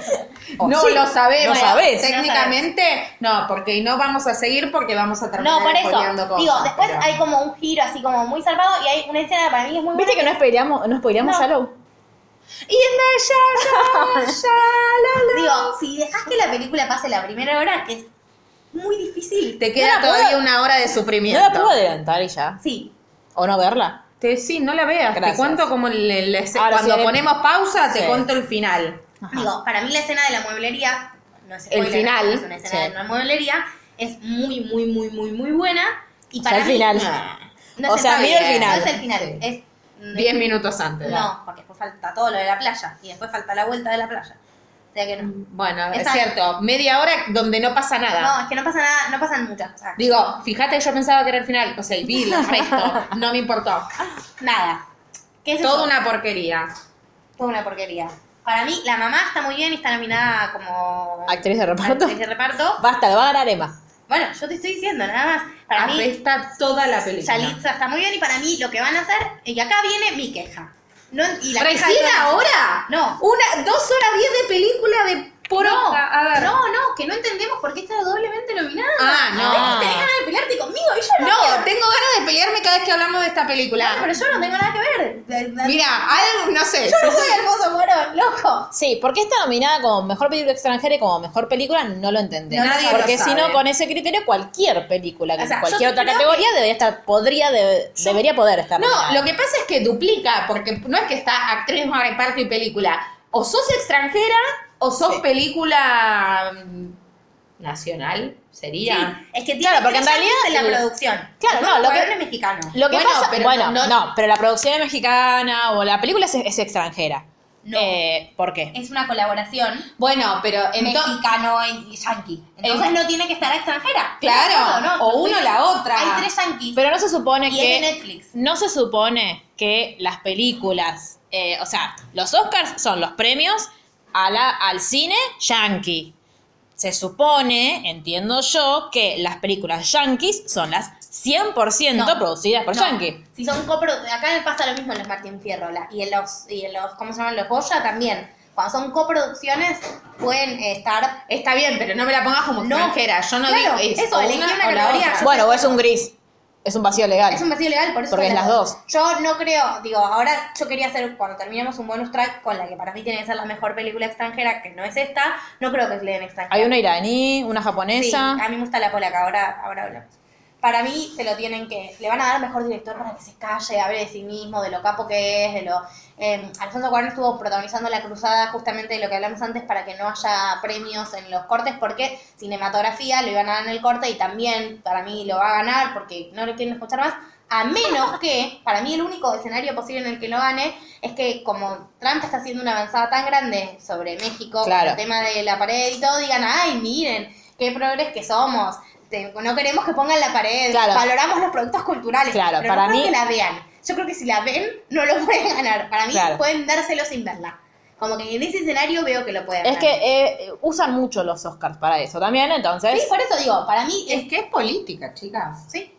D: O
C: no
D: sí,
C: lo sabemos.
D: no sabes.
C: Técnicamente, no, porque no vamos a seguir porque vamos a terminar
B: No, por eso.
C: spoileando cosas,
B: Digo, después
C: pero-
B: hay como un giro así como muy salvado y hay una escena que para mí es muy buena.
D: ¿Viste que no spoileamos, no spoileamos
B: No.
D: Shallow?
B: Y es de ya, ya, ya, la, la. Digo, si dejas que la película pase la primera hora, que es muy difícil.
C: Te queda
D: No la
C: todavía
D: puedo-
C: una hora de
D: No
C: sufrimiento.
D: la puedo adelantar y ya.
B: Sí.
D: O no verla.
C: Te, sí, no la veas.
D: Gracias.
C: Te cuento como le- le-
D: Ahora
C: cuando
D: sí, le-
C: ponemos pausa, te
D: Sí.
C: cuento el final.
D: Ajá.
B: Digo, para mí la escena de la mueblería, no es spoiler,
C: final,
B: es una escena
D: sí.
B: de la mueblería, es muy, muy, muy, muy, muy buena. Y
D: O
B: para
D: sea, el
B: mí,
D: final.
B: No
D: O
B: es
D: sea, mira el final.
B: No es el final.
C: Sí.
B: Es,
C: Diez minutos antes.
B: No, porque después falta todo lo de la playa y después falta la vuelta de la playa. O sea que
D: Mm.
B: no.
C: Bueno,
B: Esa-
C: es cierto. Media hora donde no pasa nada.
B: No, es que no pasa nada, no pasan muchas cosas.
C: Digo, fíjate, yo pensaba que era el final. O sea, y vi el resto. No me importó.
B: Nada. ¿Qué es
C: Toda
B: eso?
C: una porquería.
B: Toda una porquería. Para mí, la mamá está muy bien y está nominada como
D: Actriz de reparto.
B: actriz de reparto.
D: Basta, lo va a ganar Emma.
B: Bueno, yo te estoy diciendo, nada más.
A: Ah,
B: Para mí,
C: Apesta toda la película.
B: Yalitza está muy bien y para mí lo que van a hacer, y acá viene mi queja. No, y la queja de
C: ¿Recién
B: todas-
C: ahora?
B: No.
C: Una, dos horas diez de película de por
B: no,
C: A ver.
B: no, no, que no entendemos por qué está doblemente nominada.
C: Ah, no.
B: Tenés- Tenés ganas de pelearte conmigo y yo no.
C: No,
B: quiero.
C: tengo ganas de pelearme cada vez que hablamos de esta
B: No, pero
C: película.
B: yo no tengo nada que ver. De- de-
C: Mira, algo, no sé.
B: Yo no soy Alfonso Cuarón, loco.
A: Sí, porque está nominada como mejor película extranjera y como mejor película no lo entendemos.
C: Nadie lo
A: porque si
C: sabe.
A: no, con ese criterio, cualquier película,
B: O sea,
A: cualquier
B: yo
A: otra
B: creo
A: categoría debería estar, podría, de- debería poder estar.
C: No,
A: nominada.
C: lo que pasa es que duplica, porque no es que está actriz, no reparto y película. O sos extranjera o sos película mm, nacional, sería.
B: Sí, es que tiene
A: Claro, porque en
B: tres años
A: realidad-
B: en la producción.
A: Claro,
B: Alfonso
A: no, lo que-
B: Cuarón es mexicano.
A: Lo que
C: Bueno,
A: pasa,
C: pero
A: bueno,
C: no-
A: no, pero la producción es mexicana o la película es, es extranjera.
B: No.
A: Eh, ¿Por qué?
B: Es una colaboración
C: Bueno, pero entonces.
B: mexicano y yankee. Entonces
C: En-
B: no tiene que estar extranjera.
C: Claro,
B: No, no,
C: o uno o la otra.
B: Hay tres yankees.
A: Pero no se supone
B: Y
A: que.
B: es de Netflix.
A: No se supone que las películas. eh, o sea, los Oscars son los premios a la, al cine yankee. Se supone, entiendo yo, que las películas yankees son las 100%
B: No.
A: producidas por
B: No.
A: yankee.
B: Si son copro... Acá pasa lo mismo en los Martín Fierro la- y, en los, y en los, ¿cómo se llaman? Los Goya también. Cuando son coproducciones pueden eh, estar...
C: Está bien, pero no me la pongas como
B: No.
C: extranjera. Yo no
B: Claro,
C: digo es
B: eso,
C: o
B: elegí
C: una
B: una
C: o la
B: categoría.
C: otra.
A: Bueno, o es un gris. Es un vacío legal.
B: Es un vacío legal, por eso...
A: Porque
B: son
A: es las dos.
B: Yo no creo, digo, ahora yo quería hacer, cuando terminemos un bonus track con la que para mí tiene que ser la mejor película extranjera, que no es esta, no creo que se le den extranjera.
A: Hay una iraní, una
B: Sí,
A: japonesa.
B: a mí me gusta la polaca, ahora, ahora hablamos. Para mí se lo tienen que, le van a dar mejor director para que se calle, hable de sí mismo, de lo capo que es, de lo... eh, Alfonso Cuarón estuvo protagonizando la cruzada justamente de lo que hablamos antes para que no haya premios en los cortes porque cinematografía lo iban a dar en el corte y también para mí lo va a ganar porque no lo quieren escuchar más, a menos que, para mí el único escenario posible en el que lo gane es que como Trump está haciendo una avanzada tan grande sobre México,
A: Claro.
B: el tema de la pared y todo, digan, ay, miren, qué progres que somos. Te- no queremos que pongan la pared,
A: Claro.
B: valoramos los productos culturales,
A: Claro,
B: pero no
A: para
B: creo
A: mí-
B: que la vean. Yo creo que si la ven, no lo *laughs* pueden ganar. Para mí
A: Claro.
B: pueden dárselo sin verla. Como que en ese escenario veo que lo pueden
A: Es que
B: ganar.
A: eh, usan mucho los Oscars para eso también, entonces.
B: Sí, por eso digo, para mí es...
C: Es que es política, chicas.
B: Sí,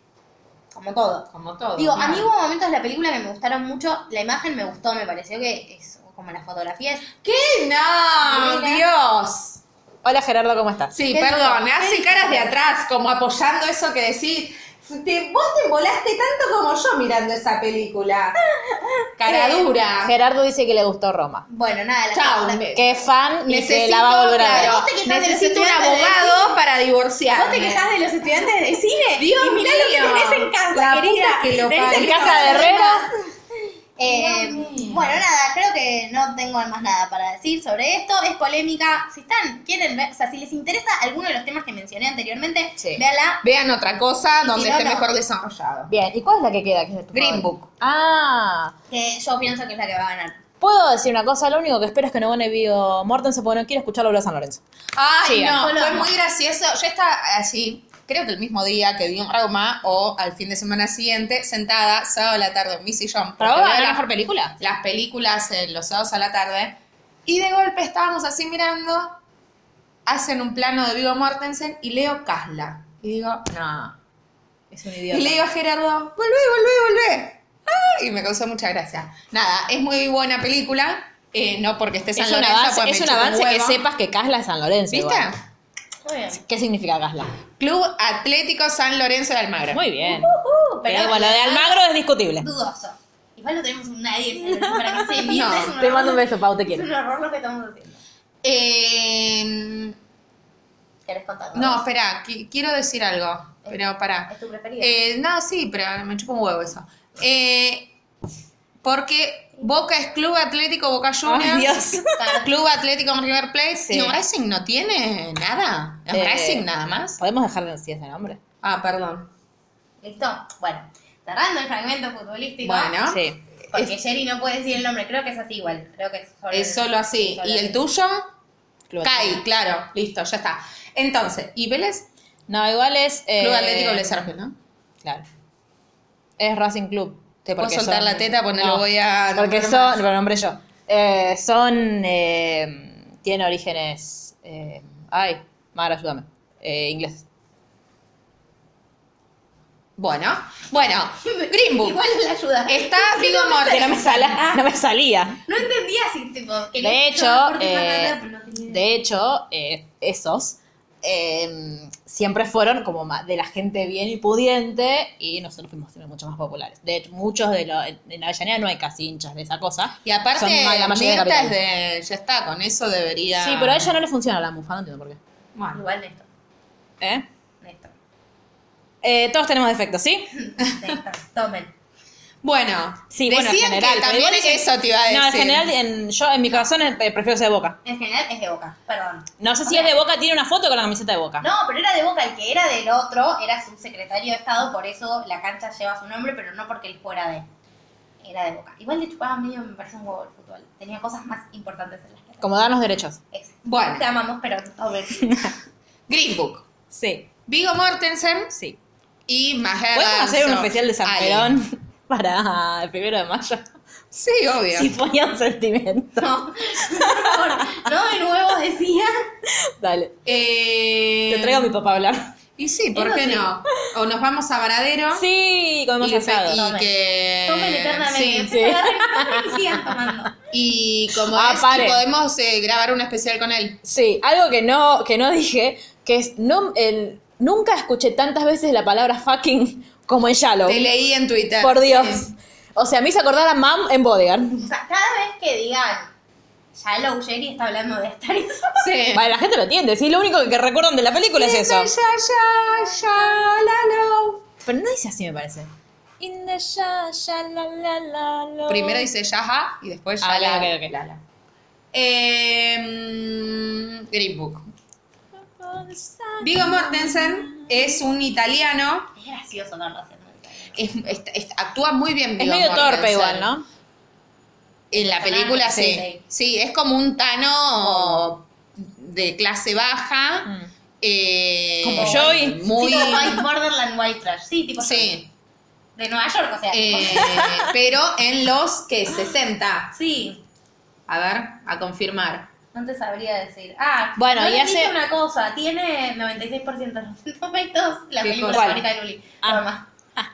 B: como todo.
C: Como todo.
B: Digo, a
C: claro.
B: mí hubo momentos de la película que me gustaron mucho, la imagen me gustó, me pareció que es como la fotografía es...
C: ¿Qué? No,
B: Mira.
C: Ah, Dios.
A: Hola Gerardo, ¿cómo estás?
C: Sí,
B: ¿Qué dijo?
C: perdón, me hace caras de atrás, como apoyando eso que decís. Te- vos te volaste tanto como yo mirando esa *laughs* película. Cara dura.
A: Eh, Gerardo dice que le gustó Roma.
B: Bueno, nada, la
C: Chao.
B: la-
C: me-
A: Que es fan y que
C: Necesito,
A: la va a volver a ver.
C: claro,
B: Vos te quejás de los
C: necesito un
B: estudiantes de
C: abogado para divorciar.
B: Vos te quejás de los estudiantes de cine.
C: Dios
B: y mirá lo
C: mío.
B: que tenés en casa,
C: La puta
B: querida.
C: que lo
B: Tenés
C: parió.
A: En casa de Herrera,
B: Eh, bueno, nada, creo que no tengo más nada para decir sobre esto. Es polémica. Si están, quieren ver, o sea, si les interesa alguno de los temas que mencioné anteriormente,
C: Sí.
B: véala.
C: Vean otra cosa
B: Y
C: donde
B: si no,
C: esté
B: no.
C: mejor desarrollado.
A: Bien, ¿y cuál es la que queda? que es de tu
C: Green
A: favorita?
C: Book.
A: Ah,
B: Que yo pienso que es la que va a ganar.
A: puedo decir una cosa, lo único que espero es que no gane Vigo Mortensen porque no quiero escucharlo hablar de San Lorenzo.
C: Ay,
A: Sí,
C: no,
B: yo lo
C: fue
B: amo.
C: muy gracioso. Yo estaba así, creo que el mismo día que vi un Roma o al fin de semana siguiente, sentada, sábado a la tarde en mi sillón.
A: ¿Para
C: porque
A: vos va a
C: veo
A: ganar
C: las-
A: mejor película?
C: las películas eh, los sábados a la tarde. Y de golpe estábamos así mirando, hacen un plano de Vigo Mortensen y leo Casla. Y digo, no.
A: Es un
C: Y le digo a Gerardo, volvé, volvé, volvé. Ah, y me causó mucha gracia. Nada, es muy buena película, eh, no porque esté San
A: Es un
C: Lorenzo,
A: avance,
C: pues me
A: es un
C: chupa
A: avance que
C: huevo.
A: sepas que Casla es San Lorenzo.
C: ¿Viste?
A: igual.
B: Muy bien.
A: ¿Qué significa Casla?
C: Club Atlético San Lorenzo de Almagro.
A: Muy bien.
B: Uh,
A: Pero bueno, lo de Almagro es discutible.
B: dudoso. Igual no tenemos nadie
C: *laughs*
B: en el grupo para que se emita,
C: No,
B: es un
A: Te
B: horror.
A: mando un beso, Pau, te
B: Es un
A: quiero.
B: horror lo que estamos haciendo.
C: Eh,
B: ¿Querés contarnos?
C: no, espera, qui- quiero decir algo, pero pará.
B: Es tu preferida.
C: Eh, no, sí, pero me chupa un huevo eso. Eh, porque Boca es Club Atlético Boca Juniors.
A: Dios.
C: Club Atlético River Plate. Y Racing no tiene nada. Es
A: Eh,
C: Racing nada más.
A: ¿Podemos dejar de decir ese nombre?
C: Ah, perdón.
B: ¿Listo? Bueno, cerrando el fragmento futbolístico.
C: Bueno,
A: Sí.
B: Porque Jerry no puede decir el nombre, creo que es así igual. Creo que es solo,
C: es solo así.
B: solo
C: ¿Y el
B: así.
C: tuyo?
A: Club
C: Kai,
A: Atlético.
C: claro. Listo, ya está. Entonces, ¿y Vélez?
A: No, igual es. eh,
C: Club Atlético Vélez Argel, ¿no?
A: Claro. Es Racing Club.
C: Te puedo
A: Porque
C: soltar
A: son-
C: la teta, pues no, lo
A: No,
C: voy a.
A: Porque
C: nombrar
A: son.
C: más.
A: Lo nombré yo. Eh, son.
C: *laughs*
A: eh, tienen orígenes. eh, ay, Mar, ayúdame. Eh, inglés.
C: Bueno, bueno, Green
B: *laughs*
C: Book.
B: Igual la ayuda.
C: Está Viggo
A: Que no me,
C: Mortensen.
A: sala- no me salía.
B: No entendía si tipo, quería
A: De
B: que yo me
A: hecho,
B: acuerde más
A: eh,
B: rápido, pero no tenía idea.
A: de hecho, eh, esos eh, siempre fueron como ma- de la gente bien y pudiente y nosotros fuimos siempre mucho más populares. De hecho, muchos de los en Avellaneda no hay casi hinchas de esa cosa.
C: Y aparte,
A: Son ma- la mayoría de
C: Mirta es
A: capitales.
C: de. Ya está, con eso debería.
A: Sí, pero a ella no le funciona la mufa, no entiendo por qué.
C: Bueno.
B: Igual Néstor.
A: ¿Eh?
B: Néstor.
A: Eh, todos tenemos defectos, ¿sí?
B: Néstor. Tomen.
C: Bueno,
A: Sí, bueno, en
C: decían
A: general.
C: que
A: pero
C: también
A: igual es-
C: eso te iba a decir.
A: No, en general, en- yo en mi corazón eh, prefiero ser de Boca.
B: En general es de boca, perdón.
A: No sé si es de Boca, tiene una foto con la camiseta de Boca.
B: No, pero era de Boca, el que era del otro era subsecretario de Estado, por eso la cancha lleva su nombre, pero no porque él fuera de. Era de Boca. Igual le chupaba medio, me parece un huevo el fútbol. Tenía cosas más importantes en las que.
A: Como darnos derechos.
B: Exacto.
C: Bueno.
B: Te amamos, pero. A ver.
C: Green Book.
A: Sí,
C: Vigo Mortensen
A: sí.
C: y Maher
A: ¿Podemos hacer un
C: Damson.
A: especial de San
C: Ali.
A: Perón *laughs* para el primero de mayo?
C: Sí, obvio.
A: Si ponía un sentimiento.
B: No. no, de nuevo decía.
A: Dale.
C: Eh,
A: Te traigo a mi papá a hablar.
C: Y sí, ¿por
B: Eso
C: qué
B: sí.
C: no? O nos vamos a Varadero.
A: Sí, comemos
C: Y que,
A: asado.
C: y que-
B: Tomen
C: sí.
B: eternamente.
A: Eh, sí.
B: Se agarren y sigan tomando.
C: Y como
A: Ah,
C: es, y
A: paren.
C: podemos eh, grabar un especial con él.
A: Sí, algo que no, que no *laughs* dije, que es no, el- nunca escuché tantas veces la palabra fucking como en Shallow.
C: Te leí en Twitter.
A: Por Dios.
C: Sí.
A: O sea, me hizo acordar a Mam en Bodyguard.
B: O sea, cada vez que digan. Ya lo Jerry está hablando de estar y sola".
C: Sí.
A: *laughs* Vale, la gente lo entiende, sí, lo único que recuerdan de la película es eso. Pero no dice así, me parece. In the sha- sha- la- la- la- lo.
C: Primero dice Yaha y después
A: Ah,
C: Yala.
A: ok, ok.
C: Lala. Eh, mm, Green Book. Vigo Mortensen es un italiano.
B: *laughs* Es gracioso verlo haciendo. italiano.
C: es- es- es- actúa muy bien.
A: Es
C: Viggo
A: medio torpe
C: Mortensen.
A: igual, ¿no? Ah,
C: En la película sí.
B: Sí.
C: sí. es como un Tano de clase baja.
A: Mm.
C: eh,
A: Como Joey. *laughs*
C: Muy.
B: Sí, tipo white borderland white trash. Sí, tipo
C: Sí.
B: de Nueva York, o sea.
C: eh, pero en los que 60.
B: Sí,
C: A ver, a confirmar.
B: no te sabría decir. Ah,
A: Bueno,
B: no
A: y
B: les
A: hace-
B: dije una cosa, tiene 96% de los tomatoes, la
C: ¿Qué
B: película
C: cosa?
B: favorita de Luli.
A: Ah.
B: Nada más.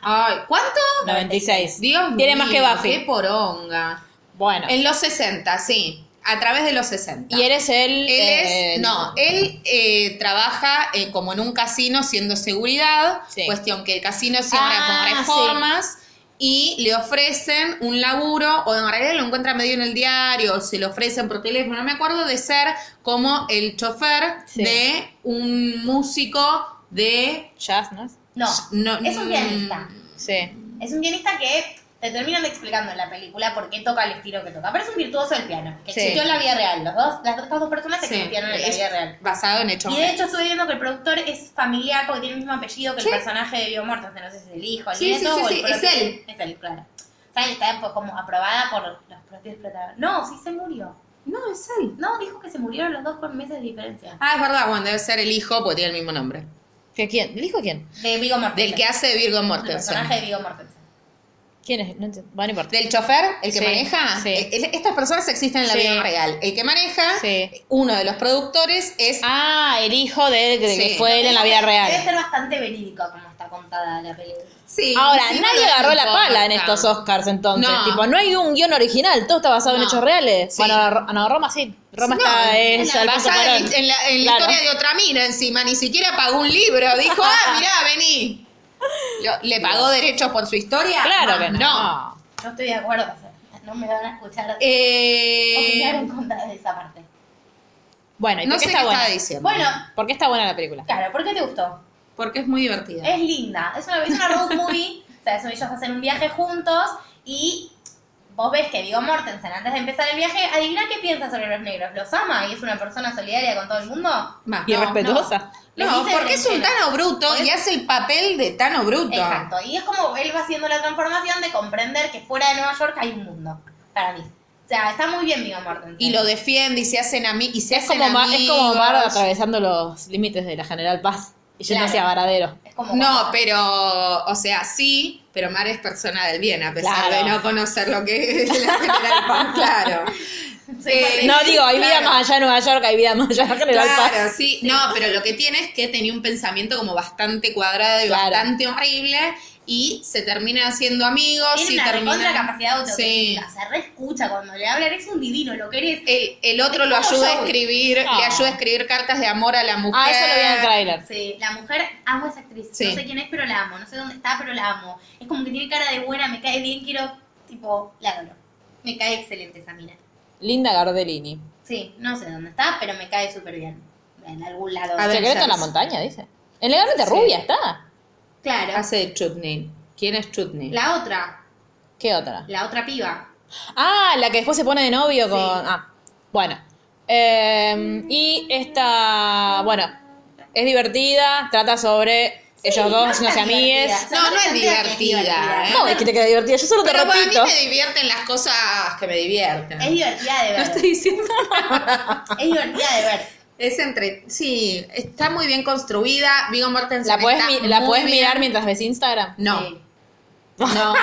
C: Ay, ¿cuánto?
A: 96.
C: Dios
A: Tiene más que
C: mío,
A: Buffy.
C: Qué poronga.
A: Bueno.
C: En los 60, sí. A través de los 60.
A: Y eres el.
C: Él
A: eh,
C: es, no, él eh, trabaja eh, como en un casino siendo seguridad,
A: Sí.
C: cuestión que el casino se ahora
A: Ah, sí.
C: con reformas y le ofrecen un laburo, o en realidad lo encuentra medio en el diario, o se lo ofrecen por teléfono, no me acuerdo de ser como el chofer
A: Sí.
C: de un músico de...
A: Jazz, ¿no? es?
B: No,
C: no, mm,
B: es un pianista.
A: Sí.
B: Es un pianista que te terminan explicando en la película por qué toca el estilo que toca. Pero es un virtuoso del piano, que
C: Sí.
B: existió en la vida real. Los dos, las dos, estas dos personas
C: Sí,
B: existieron en la
C: es
B: vida real.
C: basado en hechos
B: Y de hecho estuve viendo que el productor es familiar porque tiene el mismo apellido que
C: Sí.
B: el personaje de Bio Mortensen, no sé si es el hijo, el
C: Sí, sí,
B: nieto
C: sí,
B: o el
C: sí,
B: propio-
C: es él.
B: Es él, claro. O sea, está pues, como aprobada por los propios protagonistas. No, sí se murió.
C: No, es él.
B: No, dijo que se murieron los dos con meses de diferencia.
C: Ah, es verdad, bueno, debe ser el hijo, porque tiene el mismo nombre.
A: ¿Que quién? ¿El hijo quién?
B: De Vigo Mortensen.
C: Del que hace de Virgo
B: El
C: Mortensen.
B: personaje de Vigo Mortensen.
A: ¿Quién es? No entiendo. Bueno, no importa.
C: Del chofer, el que
A: Sí,
C: maneja.
A: sí.
C: Eh, eh, Estas personas existen en la
A: Sí.
C: vida real. El que maneja,
A: Sí.
C: uno de los productores es.
A: Ah, el hijo de él que
C: Sí.
A: fue él en la vida
B: Debe
A: real.
B: ser bastante verídico como está contada la película.
C: Sí,
A: Ahora,
C: encima
A: nadie
C: no le
A: agarró la
C: importa.
A: pala en estos Oscars entonces.
C: No.
A: Tipo, no hay un guión original, todo está basado en
C: No.
A: hechos reales.
C: Sí.
A: Bueno, Ro- no, Roma sí. Roma
C: No,
A: está es
C: la-
A: Alfonso
C: basada en,
A: Cuarón.
C: en la, en la
A: Claro.
C: historia de otra mina encima, ni siquiera pagó un libro.
A: *laughs*
C: Dijo, ah, mirá, vení. Lo- ¿Le pagó derechos por su historia?
A: Claro que no.
B: No estoy de acuerdo, o sea, no me van a escuchar opinar en
C: Eh,
B: contra de esa parte.
A: Bueno, ¿y
C: no
A: por
C: sé
A: qué
C: qué
A: está buena?
C: estaba diciendo.
B: Bueno,
A: ¿Por qué está buena la película?
B: claro, ¿por qué te gustó?
C: Porque es muy divertida.
B: Es linda, es una, es una road movie, o sea, eso, ellos hacen un viaje juntos y vos ves que Vigo Mortensen antes de empezar el viaje, adivina qué piensa sobre los negros, ¿los ama y es una persona solidaria con todo el mundo?
C: Más,
A: Y
C: no.
A: respetuosa.
B: Les
C: No,
B: dice
C: porque es un
B: entero.
C: tano bruto
B: Por
C: y
B: eso-
C: hace el papel de tano bruto.
B: Exacto, y es como él va haciendo la transformación de comprender que fuera de Nueva York hay un mundo, para mí. O sea, está muy bien Vigo Mortensen.
C: Y lo defiende y se hacen a mí y se
A: Es
C: hacen
A: como, Mar, es
C: amigos.
A: como Mar atravesando los límites de la General Paz y yendo
B: Claro.
A: hacia Varadero.
B: Es como
C: No, pero, o sea, sí, pero Mar es persona del bien, a pesar
A: Claro.
C: de no conocer lo que es la General
A: *laughs*
C: Paz, claro. Eh,
B: Soy parte de-
A: No, digo, hay vida
C: Claro.
A: más allá de Nueva York, hay vida más allá de la General Paz.
C: Claro, sí. No, pero lo que tiene es que tenía un pensamiento como bastante cuadrado y
A: Claro.
C: bastante horrible. y se terminan haciendo amigos
B: Tiene
C: y
B: una recontra
C: terminan...
B: capacidad
C: Sí.
B: autocrítica, se reescucha cuando le hablan, es un divino, lo querés.
C: El, el otro
B: Es
C: lo
B: como
C: ayuda a
B: Joey.
C: escribir,
A: Ah.
C: le ayuda a escribir cartas de amor a la mujer.
A: Ah, eso lo vi en el tráiler.
B: Sí, la mujer, amo a esa actriz,
C: Sí.
B: no sé quién es, pero la amo, no sé dónde está, pero la amo. Es como que tiene cara de buena, me cae bien, quiero, tipo, la adoro. Me cae excelente esa mina.
A: Linda Gardelini.
B: Sí, no sé dónde está, pero me cae súper bien. En algún lado.
C: A ver,
A: Secreto en la
C: Avengers.
A: montaña, dice. En legalmente
C: Ah, Sí.
A: rubia está.
B: claro.
C: Hace de Chutney. ¿Quién es Chutney?
B: La otra,
A: ¿Qué otra?
B: la otra piba.
A: Ah, la que después se pone de novio con. Ah, bueno. Eh, y esta. Bueno, es divertida, trata sobre ellos dos, no
C: *laughs*
A: se amigues.
C: No, no es divertida, ¿eh?
A: No, es que te queda divertida. Yo solo te
C: Pero para mí
A: repito.
C: me divierten las cosas que me divierten.
B: Es divertida de ver.
C: *laughs* diciendo
B: Es divertida de ver.
C: Es entre... Sí, está muy bien construida. Vigo Mortensen
A: La puedes,
C: está
A: mi- la
C: muy
A: puedes
C: bien.
A: mirar mientras ves Instagram.
C: No.
B: Sí.
C: No, no,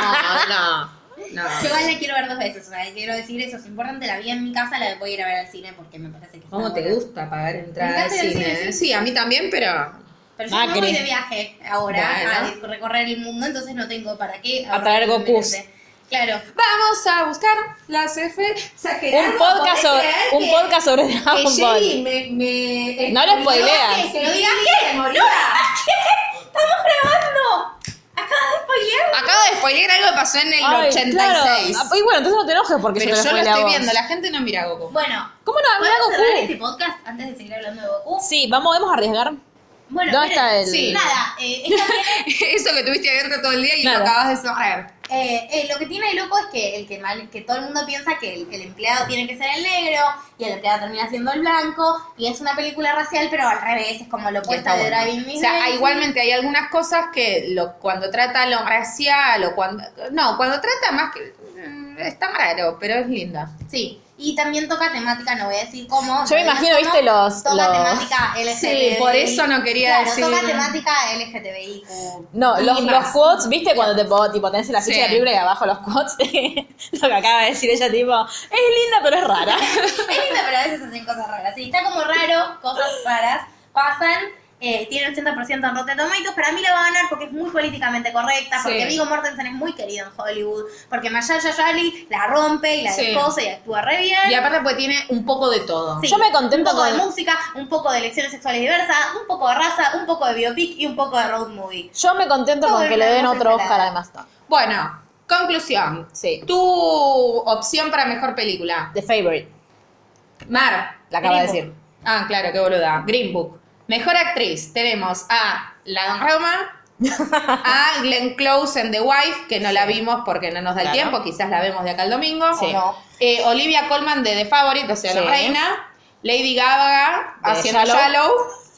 B: Yo
C: no.
B: igual la quiero ver dos veces, o sea, quiero decir eso, es importante, la vi en mi casa, la voy a ir a ver al cine porque me parece que está
C: ¿Cómo te
B: buena.
C: gusta pagar
B: Me
C: entrada al
B: encanta ir al
C: cine? eh?
B: cine, sí.
C: Sí, a mí también, pero...
B: Pero yo no
A: Macri.
B: voy de viaje ahora
C: Bueno.
B: a recorrer el mundo, entonces no tengo para qué.
A: A traer
B: ahorrar
A: Gokus.
B: el merece. Claro.
C: Vamos a buscar las F.
A: Un podcast sobre, un podcast sobre
C: Ah,
A: Dragon Ball.
C: me, me
A: No lo spoileas.
B: No digas que, no digas que, *laughs* estamos grabando. Acabas de spoilear.
C: Acabo de spoilear algo que pasó en el
A: Ay,
C: 86.
A: Ah, Y bueno, entonces no te enojes porque
C: Pero
A: yo,
C: yo,
A: te lo
C: lo
A: spoileo a
C: estoy
A: vos.
C: viendo, la gente no mira a Goku.
B: Bueno,
A: ¿Cómo no? Mira
B: ¿podemos cerrar
A: Goku.
B: este podcast antes de seguir hablando de Goku?
A: Sí, vamos, vamos a arriesgar.
B: Bueno, eh,
A: ¿Dónde
B: miren,
A: está el-
C: Sí.
B: Nada, eh, esta tiene-
C: *laughs* Eso que tuviste abierto todo el día y
A: Nada.
C: lo acabas de cerrar.
B: *laughs* Eh, eh, lo que tiene de loco es que el que mal- que todo el mundo piensa que el, el empleado tiene que ser el negro y el empleado termina siendo el blanco y es una película racial pero al revés es como lo
C: Y
B: opuesto
C: está
B: de
C: bueno.
B: Driving Miss
C: O sea,
B: Daisy.
C: igualmente hay algunas cosas que lo, cuando trata lo racial o cuando... No, cuando trata más que... mm, Está raro, pero es linda.
B: sí y también toca temática no voy a decir cómo
A: Yo me
B: no digas
A: imagino,
B: cómo,
A: viste, los-
B: toca
A: los-
B: temática LGTBI
C: Sí, por eso no quería
B: Claro,
C: decir-
B: toca temática LGTBI
A: No, los, los
C: más.
A: quotes, ¿viste? Cuando te pongo, tipo, tenés la ficha
C: Sí.
A: de la película y abajo los quotes. *laughs* lo que acaba de decir ella, tipo, es linda pero es rara.
B: es linda pero *laughs* a veces hacen cosas raras sí está como raro cosas raras pasan eh, tiene 80% en Rotten Tomatoes, para mí la va a ganar porque es muy políticamente correcta, porque
C: Sí.
B: Vigo Mortensen es muy querido en Hollywood, porque Mahershala Jolie la rompe y la
C: Sí.
B: descosa y actúa re bien.
C: Y aparte porque tiene un poco de todo.
B: Sí,
A: Yo me contento
B: un poco de
A: con-
B: música, un poco de elecciones sexuales diversas, un poco de raza, un poco de biopic y un poco de road movie.
A: Yo me contento
B: Todo
A: con
B: el
A: que le den
B: mundo
A: otro
B: enterado.
A: Oscar además. ¿no?
C: Bueno, conclusión.
A: Sí.
C: Tu opción para mejor película.
A: The Favorite,
C: Mar.
A: la acaba de
B: Green
A: decir.
C: Ah, claro, qué boluda. Green Book. Mejor actriz. Tenemos a La Don Roma, a Glenn Close en The Wife, que no la vimos porque no nos da el
A: Claro.
C: tiempo, quizás la vemos de acá el domingo.
A: Sí.
C: O no. Eh, Olivia Colman de The Favorite, o sea, la
A: Sí.
C: reina. Lady Gaga
A: De
C: haciendo
A: Shallow.
C: Shallow.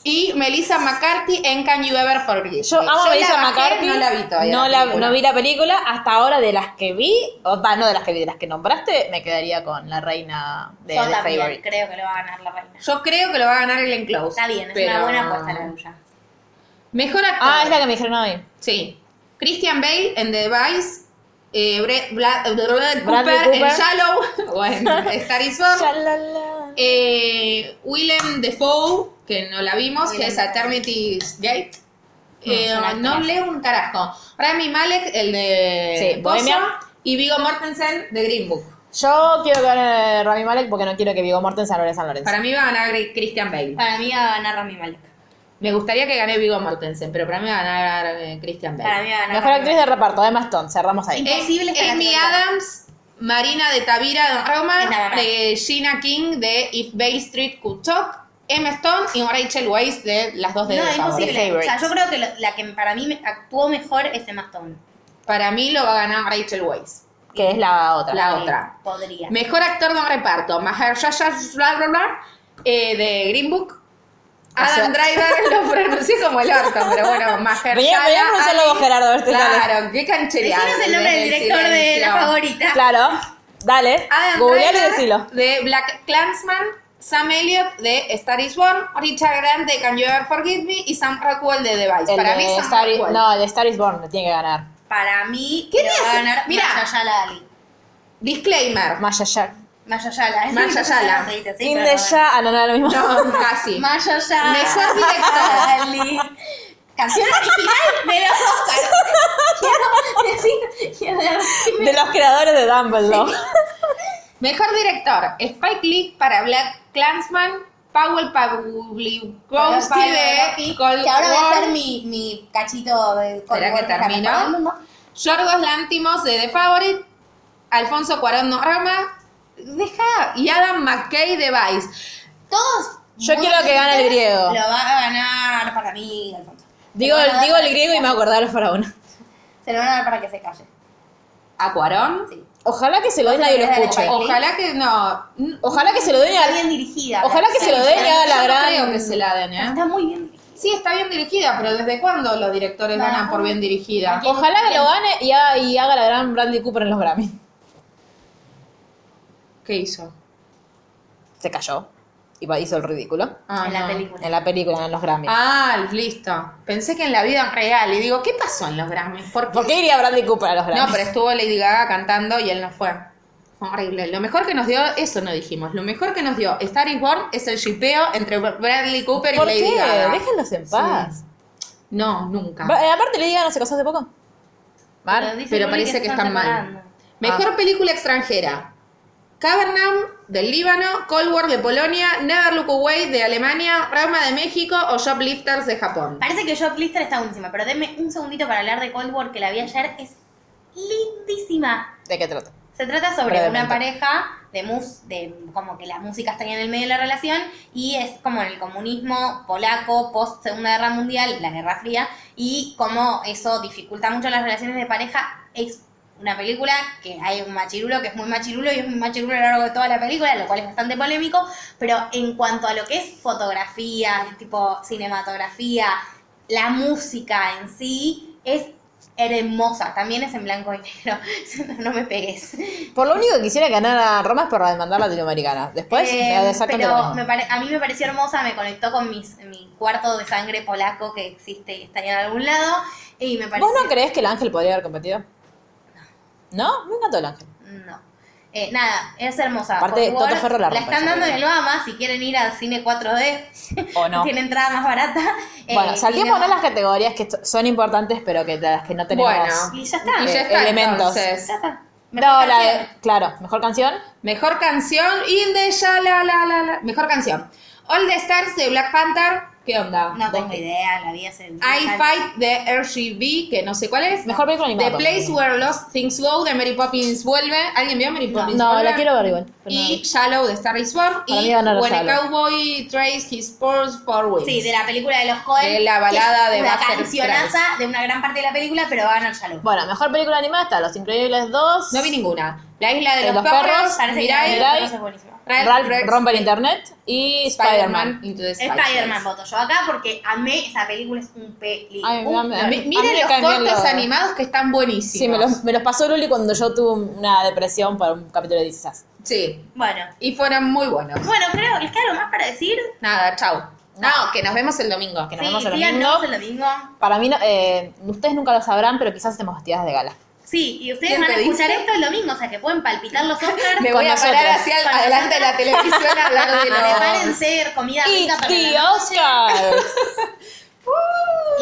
C: Y Melissa McCarthy en Can You Ever Forgive.
A: Yo amo a
C: la
A: Melissa
C: bajé,
A: McCarthy.
C: No la vi todavía.
A: No,
C: la
A: la-
C: película.
A: no vi la película. Hasta ahora, de las que vi, o va, no de las que vi, de las que nombraste, me quedaría con la reina de
B: Yo
A: The
B: también
A: Favorite.
B: creo que lo va a ganar la reina.
C: Yo creo que lo va a ganar Glenn Close.
B: Está bien, es una
C: pero-
B: buena apuesta la tuya.
C: Mejor actor.
A: Ah, es la que me dijeron hoy.
C: Sí. Christian Bale en The Vice. Eh, Bre- Bla- Bradley
A: Bradley
C: Cooper, en
A: Cooper.
B: *laughs*
C: Shallow. Bueno, Star is Born. Eh, Willem Dafoe, que no la vimos, que
B: Willem
C: es
B: Dafoe.
C: Eternity's Gate. Eh,
B: no la
C: no
B: conozco.
C: leo un carajo. Rami Malek, el de
A: Sí,
C: Pozo,
A: Bohemia.
C: Y Vigo Mortensen de Green Book.
A: Yo quiero que gane Rami Malek porque no quiero que Vigo Mortensen gane San Lorenzo.
C: Para mí va a ganar Gr- Christian Bale.
B: Para mí va a ganar Rami Malek.
C: Me gustaría que gane Vigo Mortensen, pero para mí va a ganar eh, Christian Bale.
B: Para mí va a ganar
A: Mejor
B: Rami
A: actriz de
B: Malek.
A: reparto, Emma Stone, cerramos ahí.
B: Sí. Imposible que la
C: Amy
B: tenga.
C: Adams, Marina de Tavira de Roma,
B: Es la mamá.
C: de Gina King de If Bay Street Could Talk, Emma Stone y Rachel Weisz de las dos de
B: No,
C: The
B: es
C: Favourite.
B: imposible. O sea, yo creo que lo- la que para mí me- actuó mejor es Emma Stone.
C: Para mí lo va a ganar Rachel Weisz,
A: Que es la otra.
C: la otra.
B: Eh, Podría.
C: Mejor actor de un reparto, Mahershala bla, bla, bla, eh, de Green Book. Adam Driver *laughs* lo pronuncié como el orto, pero bueno, Mahershala.
A: Venía- venía a pronunciarlo
C: Ali.
A: vos, Gerardo, a ver si
C: Claro, qué canchereado.
B: Decinos el nombre del director de La Favorita.
A: Claro, dale.
C: Adam
A: Googlealo y
C: Driver
A: decilo.
C: de Black Clansman, Sam Elliott de Star is Born, Richard Grant de Can You Ever Forgive Me y Sam Rockwell de The Vice.
A: El
C: Para
A: de
C: mí Sam
A: Star is-
C: Rockwell.
A: No, el de Star is Born lo tiene que ganar.
B: Para mí,
C: ¿Qué
B: lo
C: le
B: va a
C: hace?
B: ganar
C: Mirá.
B: Mayayala Ali.
C: *laughs* Disclaimer.
A: Maya Jack.
B: Mayayala.
C: Mayayala.
B: Se dice así,
A: Sin
B: pero
A: de
B: bueno.
A: ya. Ah, no, no era lo mismo.
C: No, casi.
B: Mayayala
C: Mejor director.
B: *laughs* Ali. Canción original de los Oscars. Quiero decir, quiero
A: *laughs*
B: decir-
A: De los creadores de Dumbledore.
C: Mejor director, Spike Lee para Black Clansman, Powell Pawlikowski de
B: Pavlovsky,
C: Cold
B: que ahora va a
C: War,
B: ser mi, mi cachito de Cold
C: ¿Será que
B: War para
C: terminó?
B: todo el mundo.
C: Yorgos Lantimos de The Favorite, Alfonso Cuarón Norama, deja, y Adam McKay de Vice.
B: Todos.
A: Yo
B: muy
A: quiero que gane el
B: felices,
A: griego.
B: Lo va a ganar para mí, Alfonso.
A: *laughs* Digo,
B: Se lo van a dar
A: digo
B: para
A: el
B: que
A: griego
B: se
A: y me
B: calle.
A: acordaba los faraones.
B: Se lo van a dar para que se calle.
C: ¿A Cuarón?
A: Ojalá que se lo den nadie lo escuche.
C: Ojalá que no.
A: Ojalá que se lo den
B: Está bien
A: a...
B: dirigida.
A: Ojalá que se lo den a
C: Yo
A: la
C: no
A: gran...
C: creo que se la den, ¿eh?
B: Está muy bien dirigida.
C: Sí, está bien dirigida, pero ¿desde cuándo los directores
B: Ajá.
C: ganan por bien dirigida?
B: Aquí-
A: Ojalá que lo gane y, ha- y haga la gran Bradley Cooper en los Grammy.
C: ¿Qué hizo?
A: Se cayó. Y va- hizo el ridículo.
C: Ah,
B: en la
C: no.
B: película.
A: En la película, en los Grammy.
C: Ah, listo. Pensé que en la vida real. Y digo, ¿qué pasó en los Grammys? ¿Por qué?
A: ¿Por qué iría Bradley Cooper a los Grammy?
C: No, pero estuvo Lady Gaga cantando y él no fue. Horrible. Lo mejor que nos dio, eso no dijimos, lo mejor que nos dio Star is Born es el shipeo entre Bradley Cooper y
A: ¿Por
C: Lady
A: qué?
C: Gaga.
A: Déjenlos en paz.
C: No, nunca.
A: Va- eh, aparte, Lady Gaga no se casó hace poco. Mar.
B: dicen
C: pero
B: Luli
C: parece que
B: se
C: están mal.
B: separando.
A: Ah.
C: Mejor película extranjera. Cavernam del Líbano, Cold War de Polonia, Never Look Away de Alemania, Rama de México o Shoplifters de Japón.
B: Parece que Shoplister está buenísima, pero denme un segundito para hablar de Cold War que la vi ayer. Es lindísima.
A: ¿De qué trata?
B: Se trata sobre
A: Brevemente.
B: una pareja de mus, de como que las músicas están en el medio de la relación y es como en el comunismo polaco post Segunda Guerra Mundial, la Guerra Fría y cómo eso dificulta mucho las relaciones de pareja. Es una película que hay un machirulo que es muy machirulo y es un machirulo a lo largo de toda la película, lo cual es bastante polémico, pero en cuanto a lo que es fotografía, tipo cinematografía, la música en sí es hermosa, también es en blanco y negro, *laughs* no me pegues.
A: Por lo único que quisiera ganar a Roma es por demandar latinoamericana. Después,
B: Eh,
A: me desatan de lo
B: pero
A: mismo.
B: me pare- a mí me pareció hermosa, me conectó con mis, mi cuarto de sangre polaco que existe y está ahí en algún lado. Y me pareció.
A: ¿Vos no crees que el ángel podría haber competido? No, me encantó el ángel.
B: No. Eh, nada, es hermosa.
A: Aparte,
B: Por favor,
A: Toto Ferro la rompe,
B: están
A: esa
B: dando en el
A: película.
B: Obama si quieren ir al cine 4D.
A: O no.
B: Tiene entrada más barata. Eh,
A: Bueno,
B: y no-
A: saltemos no las categorías que so- son importantes, pero que de las que no tenemos.
C: Bueno.
B: Y ya está.
C: Y ya
A: Eh,
C: está,
A: elementos.
C: entonces.
B: Ya está. Mejor
A: No, la de-
B: canción.
A: claro, mejor canción.
C: Mejor canción, Inde, ya, la, la, la, la. Mejor canción. All the Stars de Black Panther. ¿Qué onda?
B: No tengo idea, la vi hace.
C: I Fight de RGB, que no sé cuál es.
A: Mejor película
C: The
A: animada.
C: Place Where Lost Things Go de Mary Poppins Vuelve. ¿Alguien vio Mary Poppins
A: No,
C: Vuelve?
A: la quiero ver igual. pero no la
C: Y
A: vi.
C: Shallow de Star Is Born.
A: Para
C: Y
A: mí ganó la
C: When a
A: Shallow.
C: Cowboy Trails His Spurs for Wings.
B: Sí, de la película de los Coen.
C: De la balada
B: que es
C: de
B: Una
C: Buster
B: cancionaza de una gran parte de la película, pero va a ganar Shallow.
A: Bueno, mejor película animada está Los Increíbles 2.
C: No vi ninguna. La Isla de
A: De
C: los,
A: los
C: Perros,
A: Perros,
B: Parece que
C: Mirai,
B: la
A: Mirai,
B: película es buenísima.
C: Ralph,
A: Ralph
C: Rex,
A: rompe el internet y
C: Spider-Man
A: Spider-Man.
C: Into the
B: Spider-Man
C: Spider-Man.
B: voto yo acá porque amé esa película, es un Uh, peli.
A: Ay,
B: un-
A: dame-
C: Mi-
A: a mí
C: Miren
A: me
C: los
A: caen bien
C: cortos
A: los-
C: animados que están buenísimos.
A: Sí, me los, me los pasó Luli cuando yo tuve una depresión para un capítulo de 16.
C: Sí,
B: Bueno,
C: y fueron muy buenos.
B: bueno, creo, ¿les queda algo más para decir?
C: Nada, chau. No, que nos vemos el domingo.
A: Que nos
B: Sí,
A: vemos el
B: síganos
A: domingo.
B: el domingo.
A: Para mí, no- eh, ustedes nunca lo sabrán, pero quizás estemos vestidas de gala.
B: Sí, y ustedes
C: ¿Quién
B: van a
C: te
B: escuchar
C: dice?
B: esto el domingo, o sea que pueden palpitar los Oscars.
C: *laughs* Me
A: Con
C: voy a
A: nosotras.
C: parar hacia el-
B: Con
C: adelante de la televisión a hablar de los...
B: Prepárense comida
A: Y oh.
B: rica para la
A: tío
B: noche.
A: Oscar.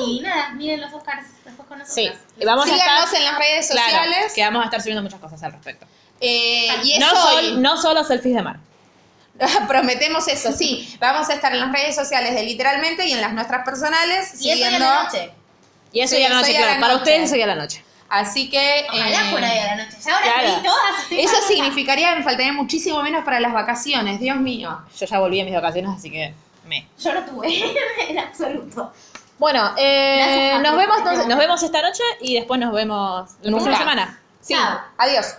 B: Y nada, miren los Oscars después con nosotros.
A: *laughs* Sí, y vamos a
C: Síganos
A: estar
C: en las redes
A: claro,
C: sociales.
A: que vamos a estar subiendo muchas cosas al respecto.
C: Eh, y
A: No,
C: eso
A: sol- no solo selfies de mar.
C: *laughs* prometemos eso, sí. Vamos a estar en las redes sociales de literalmente y en las nuestras personales
B: Y eso ya
C: siguiendo.
B: la noche.
A: Y eso
C: Sí,
A: ya a la noche,
C: soy a la
A: claro. Para
C: noche.
A: ustedes eso ya a la noche.
C: Así que
B: Ojalá
C: eh,
B: fuera de la noche. Ya ahora
A: claro.
B: estoy todas. estoy
C: eso
B: maluca.
C: significaría que me faltaría muchísimo menos para las vacaciones, Dios mío.
A: Yo ya volví a mis vacaciones, así que me.
B: Yo no tuve, *laughs* en absoluto.
A: Bueno, eh,
B: Gracias,
A: nos vemos
B: Facu, por este
A: entonces- nos vemos esta noche y después nos vemos la próxima
C: Nunca.
A: semana.
C: Sí,
B: Chao.
C: adiós.